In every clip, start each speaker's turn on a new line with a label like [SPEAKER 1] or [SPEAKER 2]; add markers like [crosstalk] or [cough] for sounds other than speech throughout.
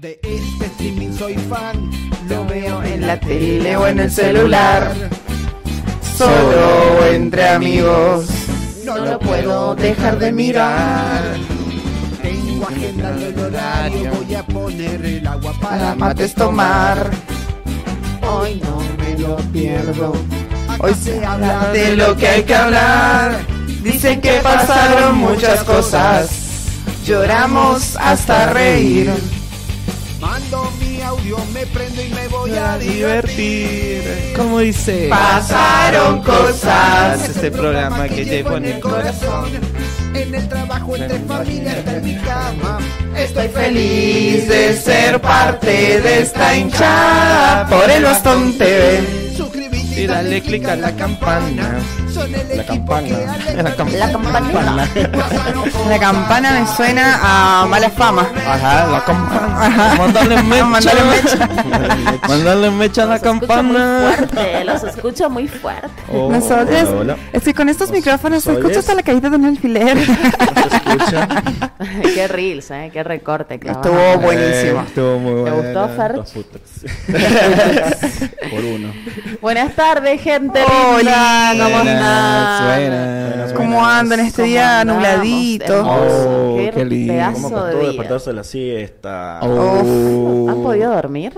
[SPEAKER 1] De este streaming soy fan, lo veo en la
[SPEAKER 2] tele o en el celular. Solo entre amigos,
[SPEAKER 1] no lo puedo dejar de mirar. Tengo agenda el horario, voy a poner el agua para
[SPEAKER 2] para mates tomar.
[SPEAKER 1] Hoy no me lo pierdo.
[SPEAKER 2] Hoy se habla de lo que hay que hablar. Dicen que pasaron muchas cosas. Lloramos hasta reír.
[SPEAKER 1] Mando mi audio, me prendo y me voy a
[SPEAKER 3] A divertir. Como dice?
[SPEAKER 2] Pasaron
[SPEAKER 1] Es
[SPEAKER 2] cosas.
[SPEAKER 3] Este programa que llevo en el
[SPEAKER 1] corazón. En el trabajo, entre familia, hasta en mi cama. Estoy
[SPEAKER 2] Feliz de ser parte de esta hinchada por el Bastón TV.
[SPEAKER 1] Suscribite
[SPEAKER 3] Y dale click a la campana.
[SPEAKER 1] Son el
[SPEAKER 3] La
[SPEAKER 1] equipo
[SPEAKER 3] campana.
[SPEAKER 1] que alegra
[SPEAKER 3] La camp-
[SPEAKER 1] mi
[SPEAKER 2] La
[SPEAKER 1] semana.
[SPEAKER 3] campanula.
[SPEAKER 1] Pasaron
[SPEAKER 2] La
[SPEAKER 1] cosas.
[SPEAKER 2] campana me suena a mala fama.
[SPEAKER 3] Ajá, la campana. Mándale mecha.
[SPEAKER 2] Mándale mecha.
[SPEAKER 3] Mándale mecha a la
[SPEAKER 4] Los escucho muy
[SPEAKER 3] campana.
[SPEAKER 4] fuerte, los escucho muy fuerte.
[SPEAKER 3] Hola,
[SPEAKER 5] Nosotros,
[SPEAKER 3] hola.
[SPEAKER 5] es que con estos micrófonos se escucha
[SPEAKER 3] oyes?
[SPEAKER 5] hasta la caída de un
[SPEAKER 3] [laughs]
[SPEAKER 5] alfiler.
[SPEAKER 3] ¿Se escucha?
[SPEAKER 4] [laughs] qué reels, ¿eh? qué recorte. clavado.
[SPEAKER 2] Estuvo buenísimo.
[SPEAKER 3] Eh, estuvo muy
[SPEAKER 4] ¿Te
[SPEAKER 3] bueno.
[SPEAKER 4] gustó, Fer?
[SPEAKER 6] Dos putas. Por uno.
[SPEAKER 4] [laughs] Buenas tardes, gente.
[SPEAKER 5] Hola,
[SPEAKER 4] linda.
[SPEAKER 5] ¿cómo
[SPEAKER 3] Buenas, buenas.
[SPEAKER 5] ¿Cómo andan este día
[SPEAKER 4] andamos?
[SPEAKER 5] nubladito?
[SPEAKER 4] Hermoso,
[SPEAKER 3] Oh, qué lindo.
[SPEAKER 4] Pedazo
[SPEAKER 6] ¿Cómo costó
[SPEAKER 4] de día.
[SPEAKER 6] despertarse de la siesta?
[SPEAKER 3] Oh.
[SPEAKER 4] ¿Han podido dormir?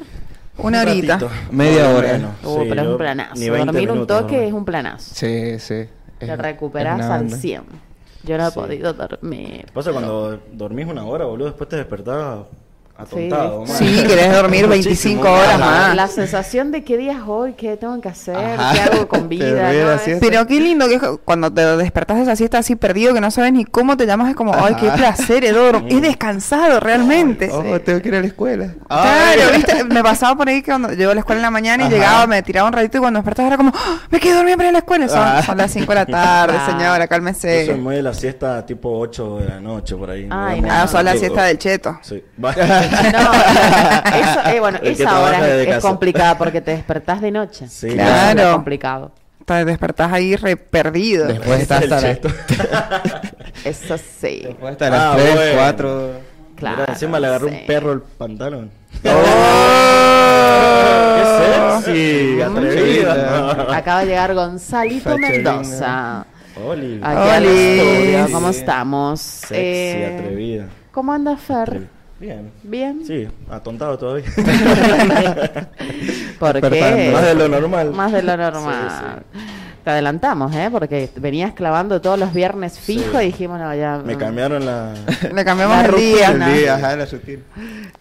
[SPEAKER 5] Una
[SPEAKER 6] Un
[SPEAKER 5] horita.
[SPEAKER 6] ratito.
[SPEAKER 3] Media
[SPEAKER 6] No,
[SPEAKER 3] hora.
[SPEAKER 6] bueno,
[SPEAKER 4] Uh,
[SPEAKER 6] sí,
[SPEAKER 4] pero es
[SPEAKER 6] yo
[SPEAKER 4] un planazo.
[SPEAKER 6] ni 20
[SPEAKER 4] Dormir un
[SPEAKER 6] minutos,
[SPEAKER 4] toque
[SPEAKER 6] ¿no?
[SPEAKER 4] es un planazo.
[SPEAKER 3] Sí, sí. Eh,
[SPEAKER 4] Te
[SPEAKER 3] Es-
[SPEAKER 4] recuperas
[SPEAKER 3] es
[SPEAKER 4] al
[SPEAKER 3] nada.
[SPEAKER 4] 100. Yo no he
[SPEAKER 6] Sí.
[SPEAKER 4] podido dormir.
[SPEAKER 6] ¿Qué pasa cuando dormís una hora, boludo? Después te despertás atontado.
[SPEAKER 4] Sí.
[SPEAKER 6] man.
[SPEAKER 2] Sí, querés
[SPEAKER 6] [laughs]
[SPEAKER 2] dormir 25
[SPEAKER 5] Ah,
[SPEAKER 2] horas
[SPEAKER 4] La, la
[SPEAKER 2] más.
[SPEAKER 4] sensación de qué día es hoy, qué tengo que hacer,
[SPEAKER 3] Ajá.
[SPEAKER 4] qué hago
[SPEAKER 3] Te
[SPEAKER 6] [laughs]
[SPEAKER 4] con vida.
[SPEAKER 3] ríes
[SPEAKER 4] ¿no?
[SPEAKER 3] así,
[SPEAKER 4] Es-
[SPEAKER 5] Pero qué lindo que es cuando te despertás de esa siesta así perdido que no sabes ni cómo te llamas, es como, ay, qué
[SPEAKER 3] Ajá.
[SPEAKER 5] placer, he
[SPEAKER 3] [laughs]
[SPEAKER 5] dorm- he descansado realmente.
[SPEAKER 3] Oh, tengo que ir a la escuela.
[SPEAKER 5] Claro,
[SPEAKER 3] Ay.
[SPEAKER 5] viste, me pasaba por ahí que cuando llego a la escuela en la mañana y
[SPEAKER 3] Ajá.
[SPEAKER 5] llegaba, me tiraba un ratito y cuando despertaba era como, ¡Ah! me quedé dormida para ir a la escuela. Son,
[SPEAKER 3] Ah.
[SPEAKER 5] son las 5 de la [laughs]
[SPEAKER 3] [laughs]
[SPEAKER 5] tarde,
[SPEAKER 4] Ah.
[SPEAKER 5] señora,
[SPEAKER 6] Yo soy
[SPEAKER 5] cálmese.
[SPEAKER 6] muy de la siesta tipo 8 de la noche, por ahí.
[SPEAKER 4] Ay,
[SPEAKER 6] Me duermo
[SPEAKER 4] no.
[SPEAKER 5] Ah, son la
[SPEAKER 6] tipo-
[SPEAKER 5] siesta del cheto.
[SPEAKER 6] Sí. [laughs] Va.
[SPEAKER 4] [laughs] No, eso- eh,
[SPEAKER 6] [laughs]
[SPEAKER 4] bueno,
[SPEAKER 6] El que
[SPEAKER 4] esa
[SPEAKER 6] trabaja
[SPEAKER 4] hora
[SPEAKER 6] desde
[SPEAKER 4] es, es
[SPEAKER 6] casa.
[SPEAKER 4] complicada porque te despertás de noche.
[SPEAKER 6] Sí,
[SPEAKER 4] Eso
[SPEAKER 5] claro.
[SPEAKER 4] Es lo complicado.
[SPEAKER 5] Te despertás ahí re perdido. Este
[SPEAKER 3] Después está
[SPEAKER 6] El
[SPEAKER 3] hasta las
[SPEAKER 6] cheto.
[SPEAKER 3] [laughs]
[SPEAKER 4] [laughs] Eso sí.
[SPEAKER 3] Después hasta las
[SPEAKER 6] Ah,
[SPEAKER 3] 3,
[SPEAKER 6] bueno.
[SPEAKER 3] 4.
[SPEAKER 4] Claro.
[SPEAKER 6] Mira, encima le agarró
[SPEAKER 4] sí.
[SPEAKER 6] un perro el [laughs] pantalón. Ah.
[SPEAKER 3] ¡Oh!
[SPEAKER 6] ¡Qué sexy! ¡Atrevida!
[SPEAKER 4] [laughs] Acaba de llegar Gonzalito
[SPEAKER 3] Fachelina.
[SPEAKER 4] Mendoza.
[SPEAKER 6] Oli.
[SPEAKER 4] Aquí al
[SPEAKER 5] Oli.
[SPEAKER 4] estudio. ¿Cómo estamos?
[SPEAKER 6] Sexy,
[SPEAKER 4] Eh,
[SPEAKER 6] atrevida.
[SPEAKER 4] ¿Cómo anda Fer?
[SPEAKER 6] Atrevi- Bien.
[SPEAKER 4] Bien.
[SPEAKER 6] Sí, atontado todavía.
[SPEAKER 4] [laughs] ¿Por qué?
[SPEAKER 3] Despertando.
[SPEAKER 6] Más de lo normal.
[SPEAKER 4] Más de lo normal. Te adelantamos, ¿eh? Porque venías clavando todos los viernes fijo
[SPEAKER 6] Sí.
[SPEAKER 4] y dijimos, no, ya.
[SPEAKER 6] Me cambiaron
[SPEAKER 4] [laughs]
[SPEAKER 6] la.
[SPEAKER 5] Le cambiamos
[SPEAKER 4] La
[SPEAKER 5] el día.
[SPEAKER 4] rutina.
[SPEAKER 3] Sí, ajá, la sutil.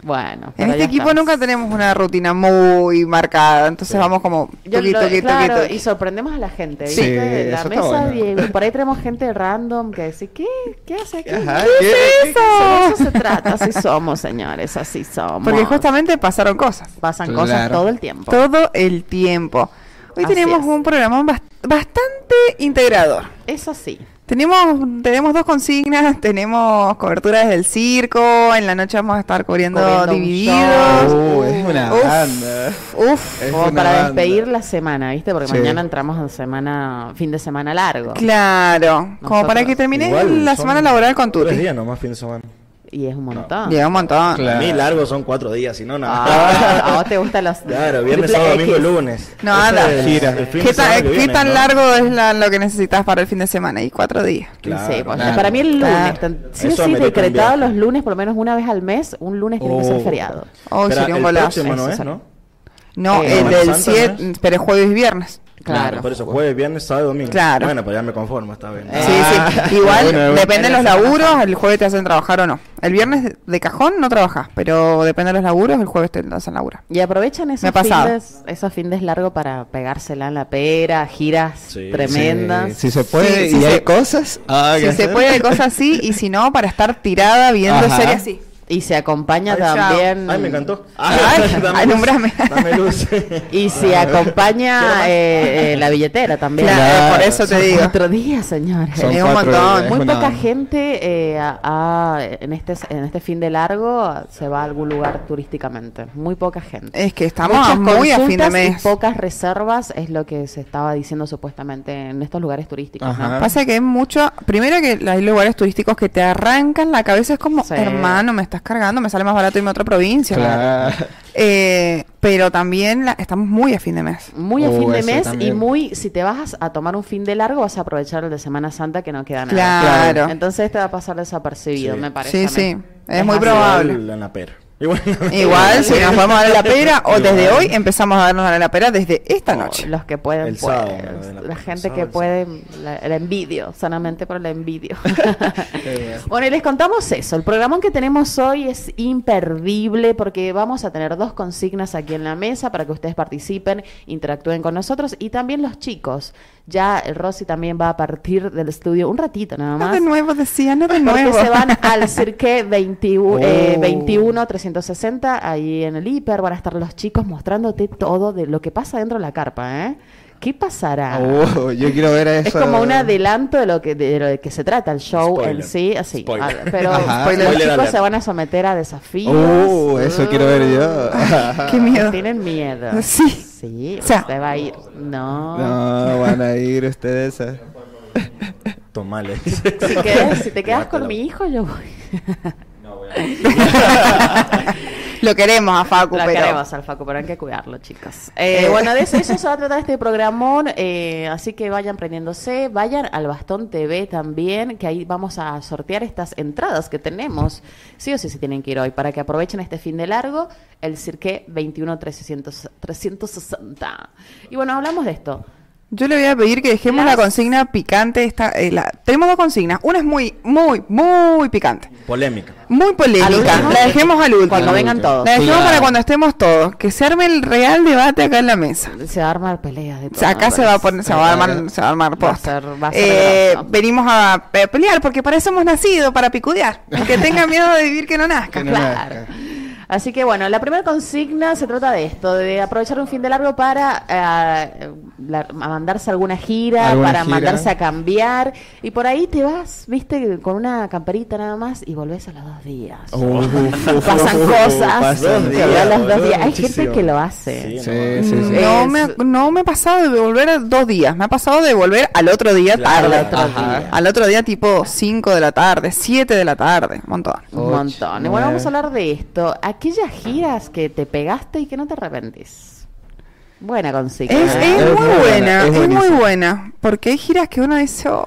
[SPEAKER 4] Bueno. pero
[SPEAKER 5] En este
[SPEAKER 4] ya
[SPEAKER 5] equipo
[SPEAKER 4] estamos.
[SPEAKER 5] nunca tenemos una rutina muy marcada, entonces vamos como
[SPEAKER 4] Yo
[SPEAKER 5] toqui,
[SPEAKER 4] lo-
[SPEAKER 5] toqui, toqui,
[SPEAKER 4] claro,
[SPEAKER 5] toqui.
[SPEAKER 4] y sorprendemos a la gente,
[SPEAKER 3] Sí,
[SPEAKER 4] ¿viste? la
[SPEAKER 3] eso está
[SPEAKER 4] mesa
[SPEAKER 3] bueno.
[SPEAKER 4] y por ahí tenemos gente random que dice, ¿qué? ¿Qué hace aquí?
[SPEAKER 3] Ajá,
[SPEAKER 4] ¿Qué
[SPEAKER 3] ¿qué-
[SPEAKER 4] es eso? De eso se trata, así [laughs] somos, señores, así somos.
[SPEAKER 5] Porque justamente pasaron cosas.
[SPEAKER 4] pasan cosas
[SPEAKER 3] Claro.
[SPEAKER 4] todo el tiempo.
[SPEAKER 5] Todo el tiempo. Hoy
[SPEAKER 4] Así
[SPEAKER 5] tenemos
[SPEAKER 4] es.
[SPEAKER 5] un programa bas- bastante integrador.
[SPEAKER 4] Eso sí.
[SPEAKER 5] Tenemos, tenemos dos consignas, [laughs] tenemos coberturas del circo, en la noche vamos a estar cubriendo,
[SPEAKER 4] Cubriendo un
[SPEAKER 5] divididos.
[SPEAKER 3] Oh, es una
[SPEAKER 5] Uf.
[SPEAKER 3] banda.
[SPEAKER 5] Uf,
[SPEAKER 3] Es
[SPEAKER 4] Como
[SPEAKER 3] una
[SPEAKER 4] para
[SPEAKER 3] banda.
[SPEAKER 4] despedir la semana, ¿viste? Porque
[SPEAKER 3] Sí.
[SPEAKER 4] mañana entramos en semana, fin de semana largo.
[SPEAKER 5] claro. Como para que termine
[SPEAKER 6] Igual,
[SPEAKER 5] la
[SPEAKER 6] son
[SPEAKER 5] semana laboral con
[SPEAKER 6] Tres
[SPEAKER 5] Tuti.
[SPEAKER 6] días nomás, fin de semana.
[SPEAKER 4] Y es un montón.
[SPEAKER 5] Llega un montón.
[SPEAKER 3] Claro.
[SPEAKER 6] A mí largo son cuatro días, si
[SPEAKER 5] [laughs]
[SPEAKER 6] no,
[SPEAKER 4] Ah,
[SPEAKER 6] nada.
[SPEAKER 4] a vos te gustan los.
[SPEAKER 6] Claro, viernes,
[SPEAKER 4] triple
[SPEAKER 6] sábado,
[SPEAKER 4] X.
[SPEAKER 6] domingo, lunes.
[SPEAKER 5] No,
[SPEAKER 6] Ese
[SPEAKER 5] anda.
[SPEAKER 6] es
[SPEAKER 3] Gira.
[SPEAKER 6] el fin de
[SPEAKER 5] ¿Qué,
[SPEAKER 6] semana
[SPEAKER 5] tan-
[SPEAKER 6] que
[SPEAKER 5] qué
[SPEAKER 6] viene,
[SPEAKER 5] tan
[SPEAKER 6] ¿no?
[SPEAKER 5] largo es la- lo que necesitas para el fin de semana? Y cuatro días.
[SPEAKER 6] Claro.
[SPEAKER 4] sí, pues,
[SPEAKER 3] claro.
[SPEAKER 4] para mí el lunes,
[SPEAKER 5] Claro.
[SPEAKER 4] tan- sí o
[SPEAKER 6] Eso
[SPEAKER 4] sí,
[SPEAKER 6] amerita un
[SPEAKER 4] decretado los
[SPEAKER 6] viaje.
[SPEAKER 4] lunes, por lo menos una vez al mes, un lunes tiene que ser
[SPEAKER 3] Oh.
[SPEAKER 4] feriado.
[SPEAKER 5] Hoy
[SPEAKER 6] Espera,
[SPEAKER 5] sería un
[SPEAKER 6] el
[SPEAKER 5] golazo.
[SPEAKER 6] próximo no
[SPEAKER 4] Eso
[SPEAKER 6] es,
[SPEAKER 4] sale.
[SPEAKER 6] ¿no?
[SPEAKER 5] No,
[SPEAKER 4] Eh,
[SPEAKER 5] el
[SPEAKER 4] Semana
[SPEAKER 5] del
[SPEAKER 6] Santa,
[SPEAKER 5] 7,
[SPEAKER 6] ¿no es?
[SPEAKER 5] pero es jueves y viernes.
[SPEAKER 4] Claro.
[SPEAKER 6] Por eso, jueves, viernes, sábado, domingo.
[SPEAKER 5] Claro.
[SPEAKER 6] Bueno, pues ya me conformo, está bien.
[SPEAKER 4] Eh.
[SPEAKER 5] Sí,
[SPEAKER 3] Ah.
[SPEAKER 5] sí. [laughs] Igual
[SPEAKER 3] Bueno, bueno.
[SPEAKER 5] depende de los
[SPEAKER 4] En la Semana
[SPEAKER 5] laburos, el jueves te hacen trabajar o no. El viernes de cajón no trabajas, pero depende de los laburos, el jueves te lo hacen laburar.
[SPEAKER 4] Y aprovechan esos
[SPEAKER 5] ha pasado.
[SPEAKER 4] fines, esos fines largos para pegársela en la pera, giras
[SPEAKER 6] Sí.
[SPEAKER 4] tremendas.
[SPEAKER 3] Sí, Si se puede
[SPEAKER 5] Sí, sí
[SPEAKER 3] y hay
[SPEAKER 5] se-
[SPEAKER 3] cosas. ah,
[SPEAKER 5] Si
[SPEAKER 3] que
[SPEAKER 5] se
[SPEAKER 3] hacer.
[SPEAKER 5] puede, cosas así, y si no, para estar tirada viendo
[SPEAKER 3] Ajá.
[SPEAKER 5] series así.
[SPEAKER 4] Y se acompaña
[SPEAKER 5] Ay, chao.
[SPEAKER 4] también. Ah,
[SPEAKER 6] Ay, me encantó.
[SPEAKER 4] [laughs]
[SPEAKER 5] Ay, alumbrame.
[SPEAKER 6] Dame
[SPEAKER 5] [laughs]
[SPEAKER 6] luz.
[SPEAKER 4] Y se acompaña eh, eh, la billetera también.
[SPEAKER 5] Claro,
[SPEAKER 3] Claro.
[SPEAKER 5] por eso te
[SPEAKER 4] Son
[SPEAKER 5] digo.
[SPEAKER 4] Cuatro días, señores.
[SPEAKER 3] Son
[SPEAKER 5] Es un
[SPEAKER 3] cuatro
[SPEAKER 5] montón,
[SPEAKER 3] días,
[SPEAKER 4] Muy
[SPEAKER 3] es una
[SPEAKER 4] poca
[SPEAKER 3] banda.
[SPEAKER 4] gente eh, a- a- en, este, en este fin de largo se va a algún lugar turísticamente. Muy poca gente.
[SPEAKER 5] Es que estamos
[SPEAKER 4] Muchas
[SPEAKER 5] muy a fin de
[SPEAKER 4] consultas
[SPEAKER 5] mes.
[SPEAKER 4] Y pocas reservas es lo que se estaba diciendo supuestamente en estos lugares turísticos. ¿no?
[SPEAKER 3] Ajá.
[SPEAKER 5] Pasa que es mucho. Primero que hay lugares turísticos que te arrancan la cabeza, es como,
[SPEAKER 4] Sí.
[SPEAKER 5] hermano, me estás cargando, me sale más barato irme a otra provincia.
[SPEAKER 3] Claro.
[SPEAKER 5] Eh, pero también la- estamos muy a fin de mes.
[SPEAKER 4] Muy a
[SPEAKER 3] Oh,
[SPEAKER 4] fin de
[SPEAKER 3] eso
[SPEAKER 4] mes y
[SPEAKER 3] también.
[SPEAKER 4] muy, si te vas a tomar un fin de largo, vas a aprovechar el de Semana Santa que no queda nada.
[SPEAKER 5] Claro.
[SPEAKER 4] Entonces te va a pasar desapercibido,
[SPEAKER 6] Sí.
[SPEAKER 4] me parece.
[SPEAKER 5] Sí,
[SPEAKER 4] a mí.
[SPEAKER 5] sí. Es muy
[SPEAKER 4] así.
[SPEAKER 5] probable.
[SPEAKER 6] Igual La pera. Igual,
[SPEAKER 5] [laughs] Igual, si nos vamos a dar la pera, o desde
[SPEAKER 6] Igual.
[SPEAKER 5] hoy empezamos a darnos a la pera desde esta noche.
[SPEAKER 4] Oh, Los que pueden,
[SPEAKER 6] El
[SPEAKER 4] pues,
[SPEAKER 6] sábado, la verdad,
[SPEAKER 4] la
[SPEAKER 6] la-
[SPEAKER 4] gente
[SPEAKER 6] sábado,
[SPEAKER 4] que
[SPEAKER 6] el
[SPEAKER 4] puede, la, la envidio, sanamente por la
[SPEAKER 6] [laughs]
[SPEAKER 4] envidio. bueno, y les contamos eso. El programa que tenemos hoy es imperdible porque vamos a tener dos consignas aquí en la mesa para que ustedes participen, interactúen con nosotros y también los chicos. Ya eh, Rosy también va a partir del estudio un ratito nada
[SPEAKER 5] No
[SPEAKER 4] más.
[SPEAKER 5] de nuevo, decía, no de
[SPEAKER 4] Porque
[SPEAKER 5] nuevo.
[SPEAKER 4] se van
[SPEAKER 5] [laughs]
[SPEAKER 4] al Cirque 21, eh,
[SPEAKER 3] Oh.
[SPEAKER 4] 21 360, ahí en el hiper van a estar los chicos mostrándote todo de lo que pasa dentro de la carpa, ¿eh? ¿Qué pasará?
[SPEAKER 3] Oh, yo quiero ver a eso.
[SPEAKER 4] Es como un adelanto de lo que de lo que se trata el show en
[SPEAKER 6] Spoiler.
[SPEAKER 4] sí, así.
[SPEAKER 6] Spoiler.
[SPEAKER 4] Ah, Pero
[SPEAKER 3] Ajá.
[SPEAKER 4] los
[SPEAKER 6] Spoiler
[SPEAKER 4] chicos
[SPEAKER 6] alert.
[SPEAKER 4] se van a someter a desafíos.
[SPEAKER 3] Oh, eso quiero ver yo.
[SPEAKER 5] Qué miedo.
[SPEAKER 4] Tienen miedo.
[SPEAKER 5] [laughs] Sí.
[SPEAKER 4] Sí,
[SPEAKER 5] O sea-
[SPEAKER 4] usted va a ir. No.
[SPEAKER 3] No, van a ir ustedes a... [laughs]
[SPEAKER 6] Tomales.
[SPEAKER 4] Si, quedas- si te quedas con mi hijo, yo voy. [laughs]
[SPEAKER 5] Lo queremos a Facu,
[SPEAKER 4] Lo
[SPEAKER 5] pero.
[SPEAKER 4] queremos al Facu, pero hay que cuidarlo, chicos. Eh, bueno, de
[SPEAKER 5] [laughs]
[SPEAKER 4] eso, eso se va a tratar este programón, eh, así que vayan prendiéndose, vayan al Bastón TV también, que ahí vamos a sortear estas entradas que tenemos, sí o sí se tienen que ir hoy, para que aprovechen este fin de largo, el Cirque 21 300 360. Y bueno, hablamos de esto.
[SPEAKER 5] Yo le voy a pedir que dejemos
[SPEAKER 4] Las-
[SPEAKER 5] la consigna picante. Esta, eh, la- Tenemos dos consignas. Una es muy, muy, muy picante.
[SPEAKER 6] [laughs] Polémica.
[SPEAKER 5] Muy
[SPEAKER 4] ¿Al
[SPEAKER 5] polémica.
[SPEAKER 4] último?
[SPEAKER 5] La dejemos al último.
[SPEAKER 4] Cuando
[SPEAKER 3] Al
[SPEAKER 4] vengan
[SPEAKER 3] último.
[SPEAKER 4] todos.
[SPEAKER 5] La dejemos
[SPEAKER 3] Claro.
[SPEAKER 5] para cuando estemos todos. Que se arme el real debate acá en la mesa.
[SPEAKER 4] Se va a armar pelea de
[SPEAKER 5] O
[SPEAKER 4] todo.
[SPEAKER 5] sea, acá
[SPEAKER 4] me
[SPEAKER 5] se va a
[SPEAKER 4] parece.
[SPEAKER 5] poner, se va a armar, se va a armar
[SPEAKER 4] Va a
[SPEAKER 5] posta.
[SPEAKER 4] ser- va a ser
[SPEAKER 5] Eh,
[SPEAKER 4] bravo.
[SPEAKER 5] venimos a pe- pelear porque para eso hemos nacido, para picudear. El que tenga miedo
[SPEAKER 4] [laughs]
[SPEAKER 5] de vivir que no nazca.
[SPEAKER 3] Que no
[SPEAKER 4] Claro.
[SPEAKER 3] nazca.
[SPEAKER 4] Así que bueno, la primera consigna se trata de esto, de aprovechar un fin de largo para eh, la- a mandarse alguna gira,
[SPEAKER 3] Alguna
[SPEAKER 4] para
[SPEAKER 3] gira.
[SPEAKER 4] mandarse a cambiar. Y por ahí te vas, viste, con una camperita nada más y volvés a los dos días.
[SPEAKER 3] Oh,
[SPEAKER 4] pasan cosas,
[SPEAKER 3] Pasan
[SPEAKER 4] te vas a los dos
[SPEAKER 6] boludo,
[SPEAKER 4] días. Hay gente
[SPEAKER 6] muchísimo.
[SPEAKER 4] que lo hace. Mm,
[SPEAKER 6] Sí, no.
[SPEAKER 3] Sí, sí, sí.
[SPEAKER 5] No
[SPEAKER 4] Es-
[SPEAKER 5] me, ha- no me ha pasado de volver a dos días, me ha pasado de volver al otro día
[SPEAKER 6] Claro,
[SPEAKER 5] tarde.
[SPEAKER 6] al otro
[SPEAKER 5] Ajá.
[SPEAKER 6] día.
[SPEAKER 5] Al otro día tipo 5 de la tarde, 7 de la tarde, un montón.
[SPEAKER 4] Un
[SPEAKER 3] Ocho,
[SPEAKER 4] montón. Y bueno, vamos a
[SPEAKER 3] nueve.
[SPEAKER 4] hablar de esto. Aquellas giras que te pegaste y que no te arrepentís. Buena consigna.
[SPEAKER 5] Es,
[SPEAKER 4] ¿eh?
[SPEAKER 5] es
[SPEAKER 3] Es
[SPEAKER 5] muy
[SPEAKER 3] buena,
[SPEAKER 5] buena,
[SPEAKER 3] es
[SPEAKER 5] es, muy
[SPEAKER 3] buenísima.
[SPEAKER 5] buena. Porque hay giras que uno dice, "Oh".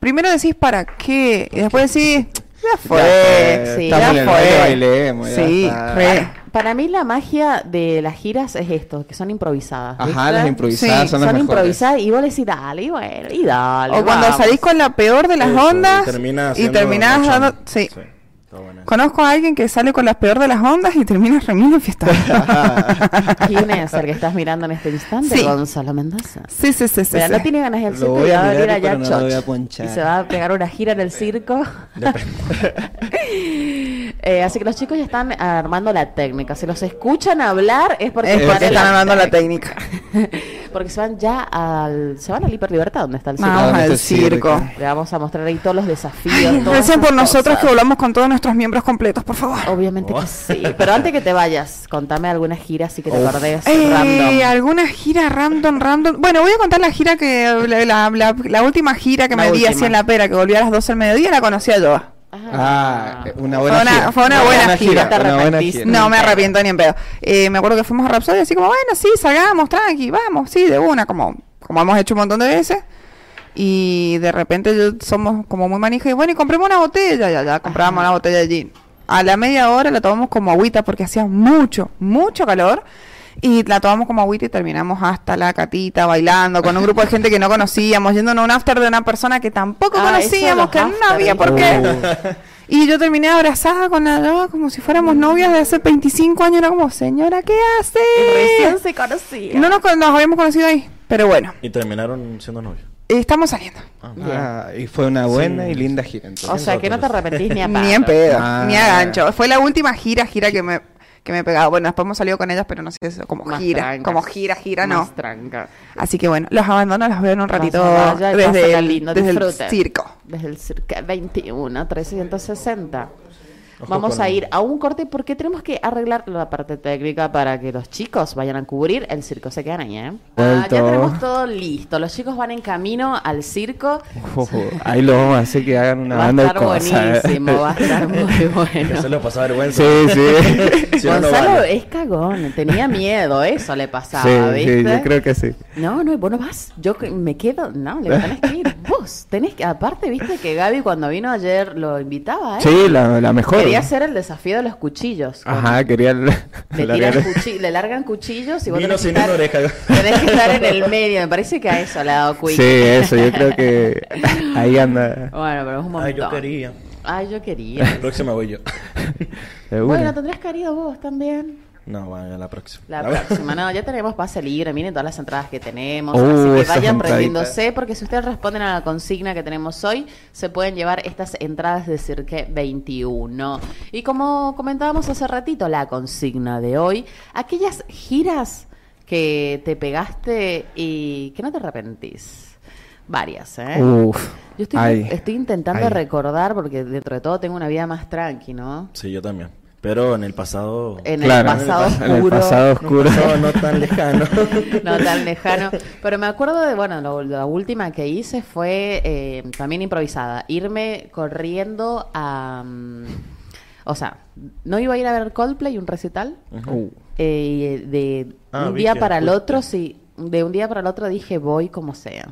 [SPEAKER 5] primero decís para qué, y después decís, ya fue.
[SPEAKER 4] sí,
[SPEAKER 3] Estamos
[SPEAKER 4] ya
[SPEAKER 3] en el baile,
[SPEAKER 5] fue.
[SPEAKER 3] bailemos, ya
[SPEAKER 5] Sí,
[SPEAKER 3] está.
[SPEAKER 5] re.
[SPEAKER 4] Para mí la magia de las giras es esto, que son improvisadas.
[SPEAKER 3] Ajá,
[SPEAKER 4] ¿viste?
[SPEAKER 3] las improvisadas
[SPEAKER 5] Sí,
[SPEAKER 3] son
[SPEAKER 4] Son,
[SPEAKER 3] las mejores.
[SPEAKER 4] improvisadas y vos le decís, dale, y bueno, y dale.
[SPEAKER 5] O cuando
[SPEAKER 4] vamos".
[SPEAKER 5] salís con la peor de las
[SPEAKER 6] Eso,
[SPEAKER 5] ondas
[SPEAKER 6] Y terminas,
[SPEAKER 5] y terminás dando... Sí.
[SPEAKER 6] Está buena.
[SPEAKER 5] Conozco a alguien que sale con la peor de las ondas y termina remil fiesta.
[SPEAKER 4] ¿Quién es el que estás mirando en este instante?
[SPEAKER 5] Sí.
[SPEAKER 4] Gonzalo Mendoza.
[SPEAKER 5] Sí, sí, sí, sí.
[SPEAKER 4] Mira,
[SPEAKER 5] sí.
[SPEAKER 4] no tiene ganas del
[SPEAKER 3] Lo
[SPEAKER 4] circo
[SPEAKER 3] voy
[SPEAKER 4] y
[SPEAKER 3] a
[SPEAKER 4] va a venir
[SPEAKER 3] mirar,
[SPEAKER 4] allá
[SPEAKER 3] pero no lo voy a
[SPEAKER 4] chocho.
[SPEAKER 3] ponchar.
[SPEAKER 4] Y se va a pegar una gira en el circo. [laughs] Eh, así que los chicos ya están armando la técnica. Si los escuchan hablar es porque,
[SPEAKER 5] Es
[SPEAKER 4] van
[SPEAKER 5] porque
[SPEAKER 4] en
[SPEAKER 5] están hablando la técnica.
[SPEAKER 4] [laughs] porque se van ya al se van al hiperlibertad donde está el circo.
[SPEAKER 5] Vamos
[SPEAKER 3] dónde
[SPEAKER 5] al
[SPEAKER 3] está el circo?
[SPEAKER 5] circo.
[SPEAKER 4] Le vamos a mostrar ahí todos los desafíos.
[SPEAKER 5] Ay,
[SPEAKER 4] todas
[SPEAKER 5] recen por
[SPEAKER 4] esas
[SPEAKER 5] nosotros que
[SPEAKER 4] cosas.
[SPEAKER 5] volvamos con todos nuestros miembros completos, por favor.
[SPEAKER 4] Obviamente
[SPEAKER 6] Oh.
[SPEAKER 4] que sí. Pero antes que te vayas, contame alguna gira así que te acordés
[SPEAKER 5] Eh,
[SPEAKER 4] random.
[SPEAKER 5] alguna gira random, random. Bueno, voy a contar la gira que la, la- la- la última gira que
[SPEAKER 4] La
[SPEAKER 5] me di así
[SPEAKER 4] última.
[SPEAKER 5] en la pera, que volví a las 12 del mediodía, la conocí a Joa.
[SPEAKER 3] Ah, una buena
[SPEAKER 5] Fue una-
[SPEAKER 3] gira.
[SPEAKER 5] fue una buena gira,
[SPEAKER 4] te
[SPEAKER 3] una buena
[SPEAKER 4] arrepentís.
[SPEAKER 3] gira.
[SPEAKER 5] No
[SPEAKER 4] Ni
[SPEAKER 5] me
[SPEAKER 4] en pedo.
[SPEAKER 5] arrepiento ni en pedo. Eh, me acuerdo que fuimos a Rapsodia, así como, bueno, sí, salgamos, tranqui, vamos, sí, de una, como, como hemos hecho un montón de veces. Y de repente yo somos como muy manija y bueno, y compremos una botella, ya, ya, compramos una botella de gin. A la media hora la tomamos como agüita porque hacía mucho, mucho calor. Y la tomamos como agüita y terminamos hasta la catita bailando con un grupo de gente que no conocíamos, yéndonos a un after de una persona que tampoco
[SPEAKER 4] Ah,
[SPEAKER 5] conocíamos,
[SPEAKER 4] eso, los
[SPEAKER 5] que no
[SPEAKER 4] after,
[SPEAKER 5] había por qué.
[SPEAKER 3] Uh.
[SPEAKER 5] Y yo terminé abrazada con la loba como si fuéramos novias de hace 25 años. Era como, señora, ¿qué
[SPEAKER 4] Recién
[SPEAKER 5] hace?
[SPEAKER 4] se conocía.
[SPEAKER 5] No nos, con- nos habíamos conocido ahí. Pero bueno, eh,
[SPEAKER 6] Y terminaron siendo novios.
[SPEAKER 5] estamos saliendo.
[SPEAKER 3] Ah, y fue una buena
[SPEAKER 6] Sí.
[SPEAKER 3] y linda gira. entonces.
[SPEAKER 4] O sea, que no te arrepentís ni a
[SPEAKER 5] [laughs] Ni en
[SPEAKER 4] palo.
[SPEAKER 5] pedo,
[SPEAKER 3] Ah.
[SPEAKER 5] ni a gancho. Fue la última gira, gira que me, que me he pegado. Bueno, después hemos salido con ellas, pero no sé eso, como
[SPEAKER 4] Más
[SPEAKER 5] gira.
[SPEAKER 4] tranca.
[SPEAKER 5] Como gira, gira, no.
[SPEAKER 4] Más tranca.
[SPEAKER 5] Así que bueno, los abandono, los veo en un ratito
[SPEAKER 4] Vaya, y
[SPEAKER 5] desde,
[SPEAKER 4] pásenla
[SPEAKER 5] el,
[SPEAKER 4] lindo,
[SPEAKER 5] desde el
[SPEAKER 4] disfruten.
[SPEAKER 5] circo.
[SPEAKER 4] Desde el circo 21, 360.
[SPEAKER 6] Ojo
[SPEAKER 4] Vamos
[SPEAKER 6] con-
[SPEAKER 4] a ir a un corte porque tenemos que arreglar la parte técnica para que los chicos vayan a cubrir el circo se quedan ahí, ¿eh? Ah, ya
[SPEAKER 3] Vuelto.
[SPEAKER 4] tenemos todo listo. Los chicos van en camino al [laughs] circo.
[SPEAKER 3] Ojo, ahí lo vamos a hacer que hagan una
[SPEAKER 4] va a
[SPEAKER 3] banda de
[SPEAKER 4] estar
[SPEAKER 3] cosas.
[SPEAKER 4] buenísimo,
[SPEAKER 3] [laughs]
[SPEAKER 4] va a estar
[SPEAKER 6] [laughs]
[SPEAKER 4] muy
[SPEAKER 6] Que
[SPEAKER 4] bueno.
[SPEAKER 6] se lo pasa vergüenza.
[SPEAKER 3] Sí, sí.
[SPEAKER 6] Si no, no
[SPEAKER 4] Gonzalo
[SPEAKER 6] vale.
[SPEAKER 4] es cagón, tenía miedo, eso le pasaba,
[SPEAKER 3] sí,
[SPEAKER 4] ¿viste? ¿Eh?
[SPEAKER 3] sí, yo creo que sí.
[SPEAKER 4] No, no, vos no vas. Yo que- me quedo. No, le tenés que
[SPEAKER 3] [laughs]
[SPEAKER 4] ir vos. Tenés que, aparte, viste que Gaby cuando vino ayer lo invitaba, ¿eh?
[SPEAKER 3] Sí, la, la mejor. Ah,
[SPEAKER 4] Quería hacer el desafío de los cuchillos. con-
[SPEAKER 3] Ajá, quería.
[SPEAKER 4] Le, tiran cuchi- le largan cuchillos y vos
[SPEAKER 6] Vino
[SPEAKER 4] tenés que,
[SPEAKER 6] sin una
[SPEAKER 4] estar,
[SPEAKER 6] oreja.
[SPEAKER 3] [laughs]
[SPEAKER 4] tenés que estar en el medio. Me parece que a eso le ha dado cuico.
[SPEAKER 3] Sí, eso, yo creo que ahí anda.
[SPEAKER 4] Bueno, pero es un montón.
[SPEAKER 6] Ay, yo quería.
[SPEAKER 4] [laughs] Ay, yo quería.
[SPEAKER 6] La próxima voy yo.
[SPEAKER 3] [laughs] de una.
[SPEAKER 4] Bueno, tendrás querido vos también.
[SPEAKER 6] No, vaya la próxima.
[SPEAKER 4] La
[SPEAKER 6] A ver.
[SPEAKER 4] próxima, no, ya tenemos pase libre, miren todas las entradas que tenemos,
[SPEAKER 3] Uh,
[SPEAKER 4] así que
[SPEAKER 3] esas
[SPEAKER 4] vayan
[SPEAKER 3] entraditas.
[SPEAKER 4] prendiéndose, porque si ustedes responden a la consigna que tenemos hoy, se pueden llevar estas entradas de Cirque 21. Y como comentábamos hace ratito, la consigna de hoy, aquellas giras que te pegaste y que no te arrepentís. Varias, ¿eh?
[SPEAKER 3] Uf.
[SPEAKER 4] Yo estoy,
[SPEAKER 3] ay,
[SPEAKER 4] estoy intentando
[SPEAKER 3] ay.
[SPEAKER 4] recordar, porque dentro de todo tengo una vida más tranqui, ¿no?
[SPEAKER 6] Sí, yo también. Pero en el pasado.
[SPEAKER 4] En
[SPEAKER 3] Claro,
[SPEAKER 4] el pasado
[SPEAKER 3] en el
[SPEAKER 4] oscuro.
[SPEAKER 3] pasado oscuro.
[SPEAKER 6] No, no tan lejano.
[SPEAKER 4] [laughs] No tan
[SPEAKER 6] [laughs]
[SPEAKER 4] lejano. Pero me acuerdo de, bueno, lo- la última que hice fue eh, también improvisada. Irme corriendo a. mm, o sea, no iba a ir a ver Coldplay, un recital.
[SPEAKER 3] Uh,
[SPEAKER 4] eh, de
[SPEAKER 6] Ah,
[SPEAKER 4] un
[SPEAKER 6] vi
[SPEAKER 4] día
[SPEAKER 6] que
[SPEAKER 4] para el
[SPEAKER 6] fuiste.
[SPEAKER 4] otro, sí. De un día para el otro dije, voy como sea.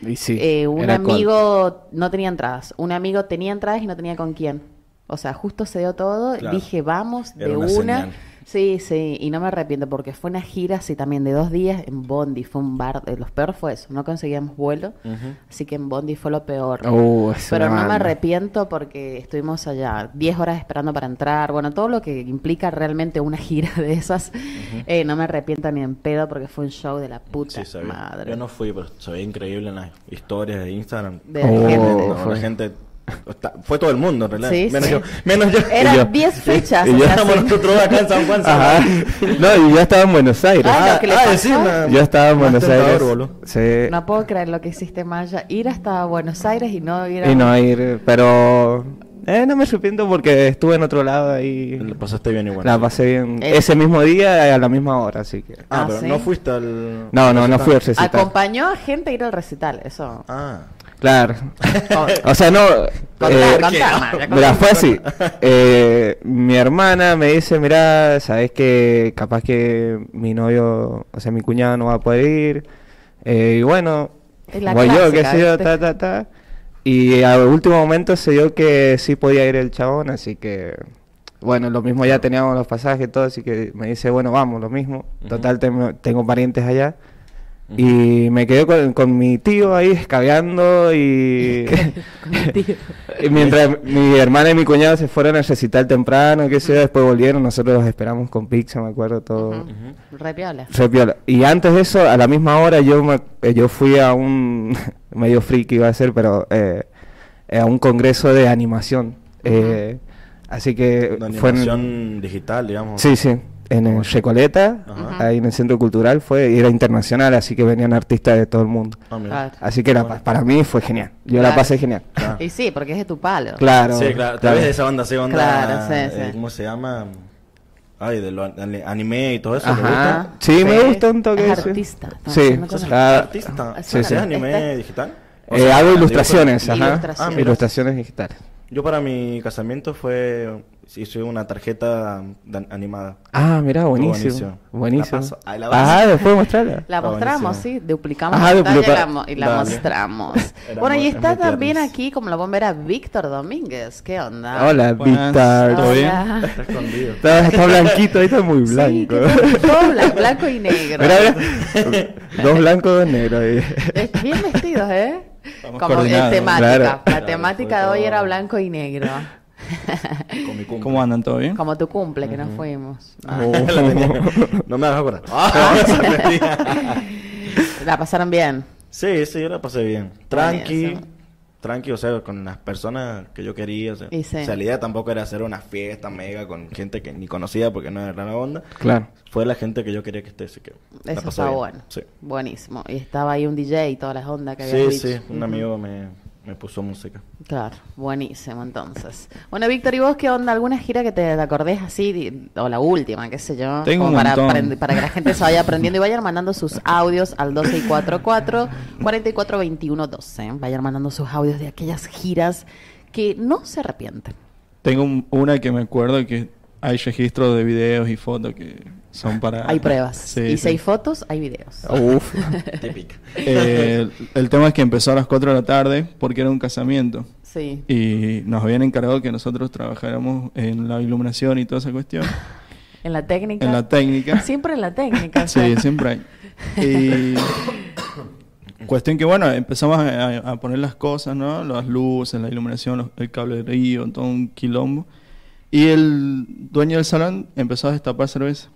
[SPEAKER 3] y sí,
[SPEAKER 4] Eh, un
[SPEAKER 3] era corto.
[SPEAKER 4] amigo no tenía entradas. Un amigo tenía entradas y no tenía con quién. O sea, justo se dio todo.
[SPEAKER 6] Claro.
[SPEAKER 4] Dije, vamos,
[SPEAKER 6] Era
[SPEAKER 4] de
[SPEAKER 6] una
[SPEAKER 4] una.
[SPEAKER 6] señal.
[SPEAKER 4] Sí, sí, y no me arrepiento porque fue una gira así también de dos días en Bondi. Fue un bar, de los peores fue eso. No conseguíamos vuelo, así que en Bondi fue lo peor.
[SPEAKER 3] Uh, es
[SPEAKER 4] Pero
[SPEAKER 3] una
[SPEAKER 4] no me
[SPEAKER 3] banda.
[SPEAKER 4] arrepiento porque estuvimos allá 10 horas esperando para entrar. Bueno, todo lo que implica realmente una gira de esas. Eh, no me arrepiento ni en pedo porque fue un show de la puta
[SPEAKER 6] Sí, sabía.
[SPEAKER 4] madre.
[SPEAKER 6] Yo no fui, pero se veía increíble en las historias de Instagram.
[SPEAKER 4] De
[SPEAKER 3] Oh,
[SPEAKER 4] gente.
[SPEAKER 6] No,
[SPEAKER 3] fue.
[SPEAKER 6] la gente. está- fue todo el mundo, en realidad.
[SPEAKER 4] Sí,
[SPEAKER 6] menos
[SPEAKER 4] sí.
[SPEAKER 6] yo. Menos yo.
[SPEAKER 3] Y yo.
[SPEAKER 4] Eran 10 fechas.
[SPEAKER 3] Y
[SPEAKER 4] o
[SPEAKER 3] yo
[SPEAKER 4] sea, [laughs]
[SPEAKER 6] Estamos
[SPEAKER 4] sí.
[SPEAKER 6] nosotros acá en San Juan. Ah, San
[SPEAKER 3] Ajá.
[SPEAKER 6] Juan.
[SPEAKER 3] No, y yo estaba en Buenos Aires. Ah,
[SPEAKER 4] Ay, lo que le pasó.
[SPEAKER 3] Yo estaba en
[SPEAKER 6] Más
[SPEAKER 3] Buenos
[SPEAKER 6] tentador,
[SPEAKER 3] Aires.
[SPEAKER 6] boludo.
[SPEAKER 3] Sí.
[SPEAKER 4] No puedo creer lo que hiciste, Maya. Ir hasta Buenos Aires y no ir a
[SPEAKER 3] y no ir, pero eh, no me arrepiento porque estuve en otro lado ahí.
[SPEAKER 6] Lo pasaste bien igual.
[SPEAKER 3] La pasé bien
[SPEAKER 4] Eh.
[SPEAKER 3] ese mismo día a la misma hora, así que.
[SPEAKER 4] Ah,
[SPEAKER 6] Ah, pero
[SPEAKER 4] ¿sí?
[SPEAKER 6] no fuiste al.
[SPEAKER 3] No, no, no fui al recital.
[SPEAKER 4] Acompañó a gente a ir al recital, eso.
[SPEAKER 6] Ah.
[SPEAKER 4] [laughs]
[SPEAKER 3] Claro. O sea, no.
[SPEAKER 4] Contá,
[SPEAKER 3] eh,
[SPEAKER 4] contá,
[SPEAKER 6] no?
[SPEAKER 4] Maya, contá.
[SPEAKER 3] Mira, fue así. Eh, mi hermana me dice, mira, sabes que capaz que mi novio, o sea, mi cuñado no va a poder ir. Eh, y bueno,
[SPEAKER 4] Es la
[SPEAKER 3] voy yo, qué
[SPEAKER 4] clásica,
[SPEAKER 3] sé yo,
[SPEAKER 4] ¿viste?
[SPEAKER 3] ta, ta, ta. Y al último momento se dio que sí podía ir el chabón, así que... Bueno, lo mismo ya teníamos los pasajes y todo, así que me dice, bueno, vamos, lo mismo. Total, tengo- tengo parientes allá. Y me quedé con, con mi tío ahí escabeando y... [laughs] y mientras mi hermana y mi cuñado se fueron a recitar temprano, qué sé yo, después volvieron, nosotros los esperamos con pizza, me acuerdo todo.
[SPEAKER 4] Re piola.
[SPEAKER 3] Re piola. Y antes de eso, a la misma hora, yo me- eh, yo fui a un [laughs] medio friki iba a ser, pero eh, eh, a un congreso de animación. Eh, así que
[SPEAKER 6] De
[SPEAKER 3] fue en-
[SPEAKER 6] animación digital, digamos.
[SPEAKER 3] sí, sí, en el Recoleta,
[SPEAKER 6] Ajá.
[SPEAKER 3] ahí en el centro cultural fue y era internacional, así que venían artistas de todo el mundo.
[SPEAKER 6] Ah, mira.
[SPEAKER 4] Claro.
[SPEAKER 3] Así que la pa- para mí fue genial. Yo la
[SPEAKER 4] Claro.
[SPEAKER 3] pasé genial.
[SPEAKER 6] Ah.
[SPEAKER 4] Y sí, porque es de tu palo.
[SPEAKER 3] Claro.
[SPEAKER 6] Sí, claro. Tal vez de esa banda, sí, onda.
[SPEAKER 4] Claro, sí, sí.
[SPEAKER 6] eh, ¿Cómo se llama? Ay, de lo an- an- anime y todo eso. ¿te
[SPEAKER 3] Ajá.
[SPEAKER 6] gusta?
[SPEAKER 3] Sí, me
[SPEAKER 4] Sí.
[SPEAKER 3] gusta un toque.
[SPEAKER 4] Es
[SPEAKER 3] eso.
[SPEAKER 4] artista, no, yo
[SPEAKER 3] Sí.
[SPEAKER 4] no conozco.
[SPEAKER 3] Ah,
[SPEAKER 6] Artista.
[SPEAKER 4] Sí, sí.
[SPEAKER 6] ¿Es anime
[SPEAKER 4] Este-
[SPEAKER 6] digital? O
[SPEAKER 3] eh,
[SPEAKER 6] sea,
[SPEAKER 3] hago
[SPEAKER 6] dibujo-
[SPEAKER 3] ilustraciones, ajá.
[SPEAKER 4] Ilustraciones.
[SPEAKER 6] Ah, mira.
[SPEAKER 3] ilustraciones digitales.
[SPEAKER 6] Yo para mi casamiento fue hice una tarjeta dan- animada.
[SPEAKER 3] Ah, mira,
[SPEAKER 6] buenísimo.
[SPEAKER 3] buenísimo.
[SPEAKER 6] La
[SPEAKER 3] Buenísimo.
[SPEAKER 6] paso. Ahí la
[SPEAKER 3] Ajá, después mostrarla.
[SPEAKER 4] La
[SPEAKER 6] Está
[SPEAKER 4] mostramos, sí,
[SPEAKER 6] Ah, buenísimo.
[SPEAKER 4] duplicamos
[SPEAKER 3] Ajá,
[SPEAKER 4] la pantalla
[SPEAKER 3] duplica-
[SPEAKER 4] y la mo- y la
[SPEAKER 6] Dale.
[SPEAKER 4] mostramos.
[SPEAKER 6] [laughs] Era
[SPEAKER 4] bueno, y
[SPEAKER 6] muy- es
[SPEAKER 4] está
[SPEAKER 6] muy tierno.
[SPEAKER 4] también aquí como la bombera Víctor Domínguez. ¿Qué onda?
[SPEAKER 3] Hola,
[SPEAKER 2] Buenas,
[SPEAKER 3] Víctor.
[SPEAKER 2] ¿todo bien?
[SPEAKER 4] Hola.
[SPEAKER 6] Está
[SPEAKER 3] [laughs]
[SPEAKER 6] escondido.
[SPEAKER 3] Está, está blanquito, ahí está muy blanco.
[SPEAKER 4] Sí, todo blanco, blanco y negro.
[SPEAKER 3] Mira, mira. Dos blancos, dos negros. ahí.
[SPEAKER 4] Eh, Bien vestidos, ¿eh?
[SPEAKER 2] Vamos
[SPEAKER 4] Como eh,
[SPEAKER 2] coordinados,
[SPEAKER 4] temática.
[SPEAKER 3] claro.
[SPEAKER 4] La temática de hoy era
[SPEAKER 6] Claro.
[SPEAKER 4] blanco y negro.
[SPEAKER 6] Con mi cumple.
[SPEAKER 2] ¿Cómo andan? ¿Todo bien?
[SPEAKER 4] Como tu cumple, que no fuimos.
[SPEAKER 6] Ah, [laughs] la tenía. No me hagas Ah, acordar. [laughs]
[SPEAKER 4] La pasaron bien.
[SPEAKER 6] Sí, sí, yo la pasé bien. Tranqui,
[SPEAKER 4] eso.
[SPEAKER 6] tranqui, o sea, con las personas que yo quería. O sea,
[SPEAKER 4] Y sí.
[SPEAKER 6] o sea, la idea tampoco era hacer una fiesta mega con gente que ni conocía porque no era la onda.
[SPEAKER 3] Claro.
[SPEAKER 6] Fue la gente que yo quería que esté, así que la
[SPEAKER 4] Eso
[SPEAKER 6] pasé
[SPEAKER 4] está
[SPEAKER 6] bien.
[SPEAKER 4] bueno.
[SPEAKER 6] Sí,
[SPEAKER 4] Buenísimo. Y estaba ahí un DJ y todas las ondas que había.
[SPEAKER 6] sí, sí, un amigo me, me puso música.
[SPEAKER 4] Claro, buenísimo entonces. Bueno, Víctor, ¿y vos qué onda? ¿Alguna gira que te acordés así? Di- O la última, qué sé yo.
[SPEAKER 6] Tengo
[SPEAKER 4] Como
[SPEAKER 6] un
[SPEAKER 4] para,
[SPEAKER 6] montón.
[SPEAKER 4] aprend- para que la gente se vaya aprendiendo y vayan mandando
[SPEAKER 6] [laughs]
[SPEAKER 4] sus audios al 1244 442112. Vayan mandando sus audios de aquellas giras que no se arrepienten.
[SPEAKER 7] Tengo un- una que me acuerdo que hay registros de videos y fotos que son para...
[SPEAKER 4] Hay pruebas.
[SPEAKER 7] Sí,
[SPEAKER 4] y
[SPEAKER 7] sí.
[SPEAKER 4] si hay fotos, hay videos. [laughs]
[SPEAKER 7] Uf.
[SPEAKER 6] Típica.
[SPEAKER 7] Eh, el- el tema es que empezó a las 4 de la tarde porque era un casamiento.
[SPEAKER 4] Sí.
[SPEAKER 7] Y nos habían encargado que nosotros trabajáramos en la iluminación y toda esa cuestión,
[SPEAKER 4] En la técnica.
[SPEAKER 7] en la técnica.
[SPEAKER 4] Siempre en la
[SPEAKER 6] [laughs]
[SPEAKER 4] técnica. o
[SPEAKER 7] Sí,
[SPEAKER 4] sea. [laughs]
[SPEAKER 7] siempre hay. Y cuestión que, bueno, empezamos a, a- a poner las cosas, ¿no? Las luces, la iluminación, los- el cable de río, todo un quilombo. Y el dueño del salón empezó a destapar cerveza.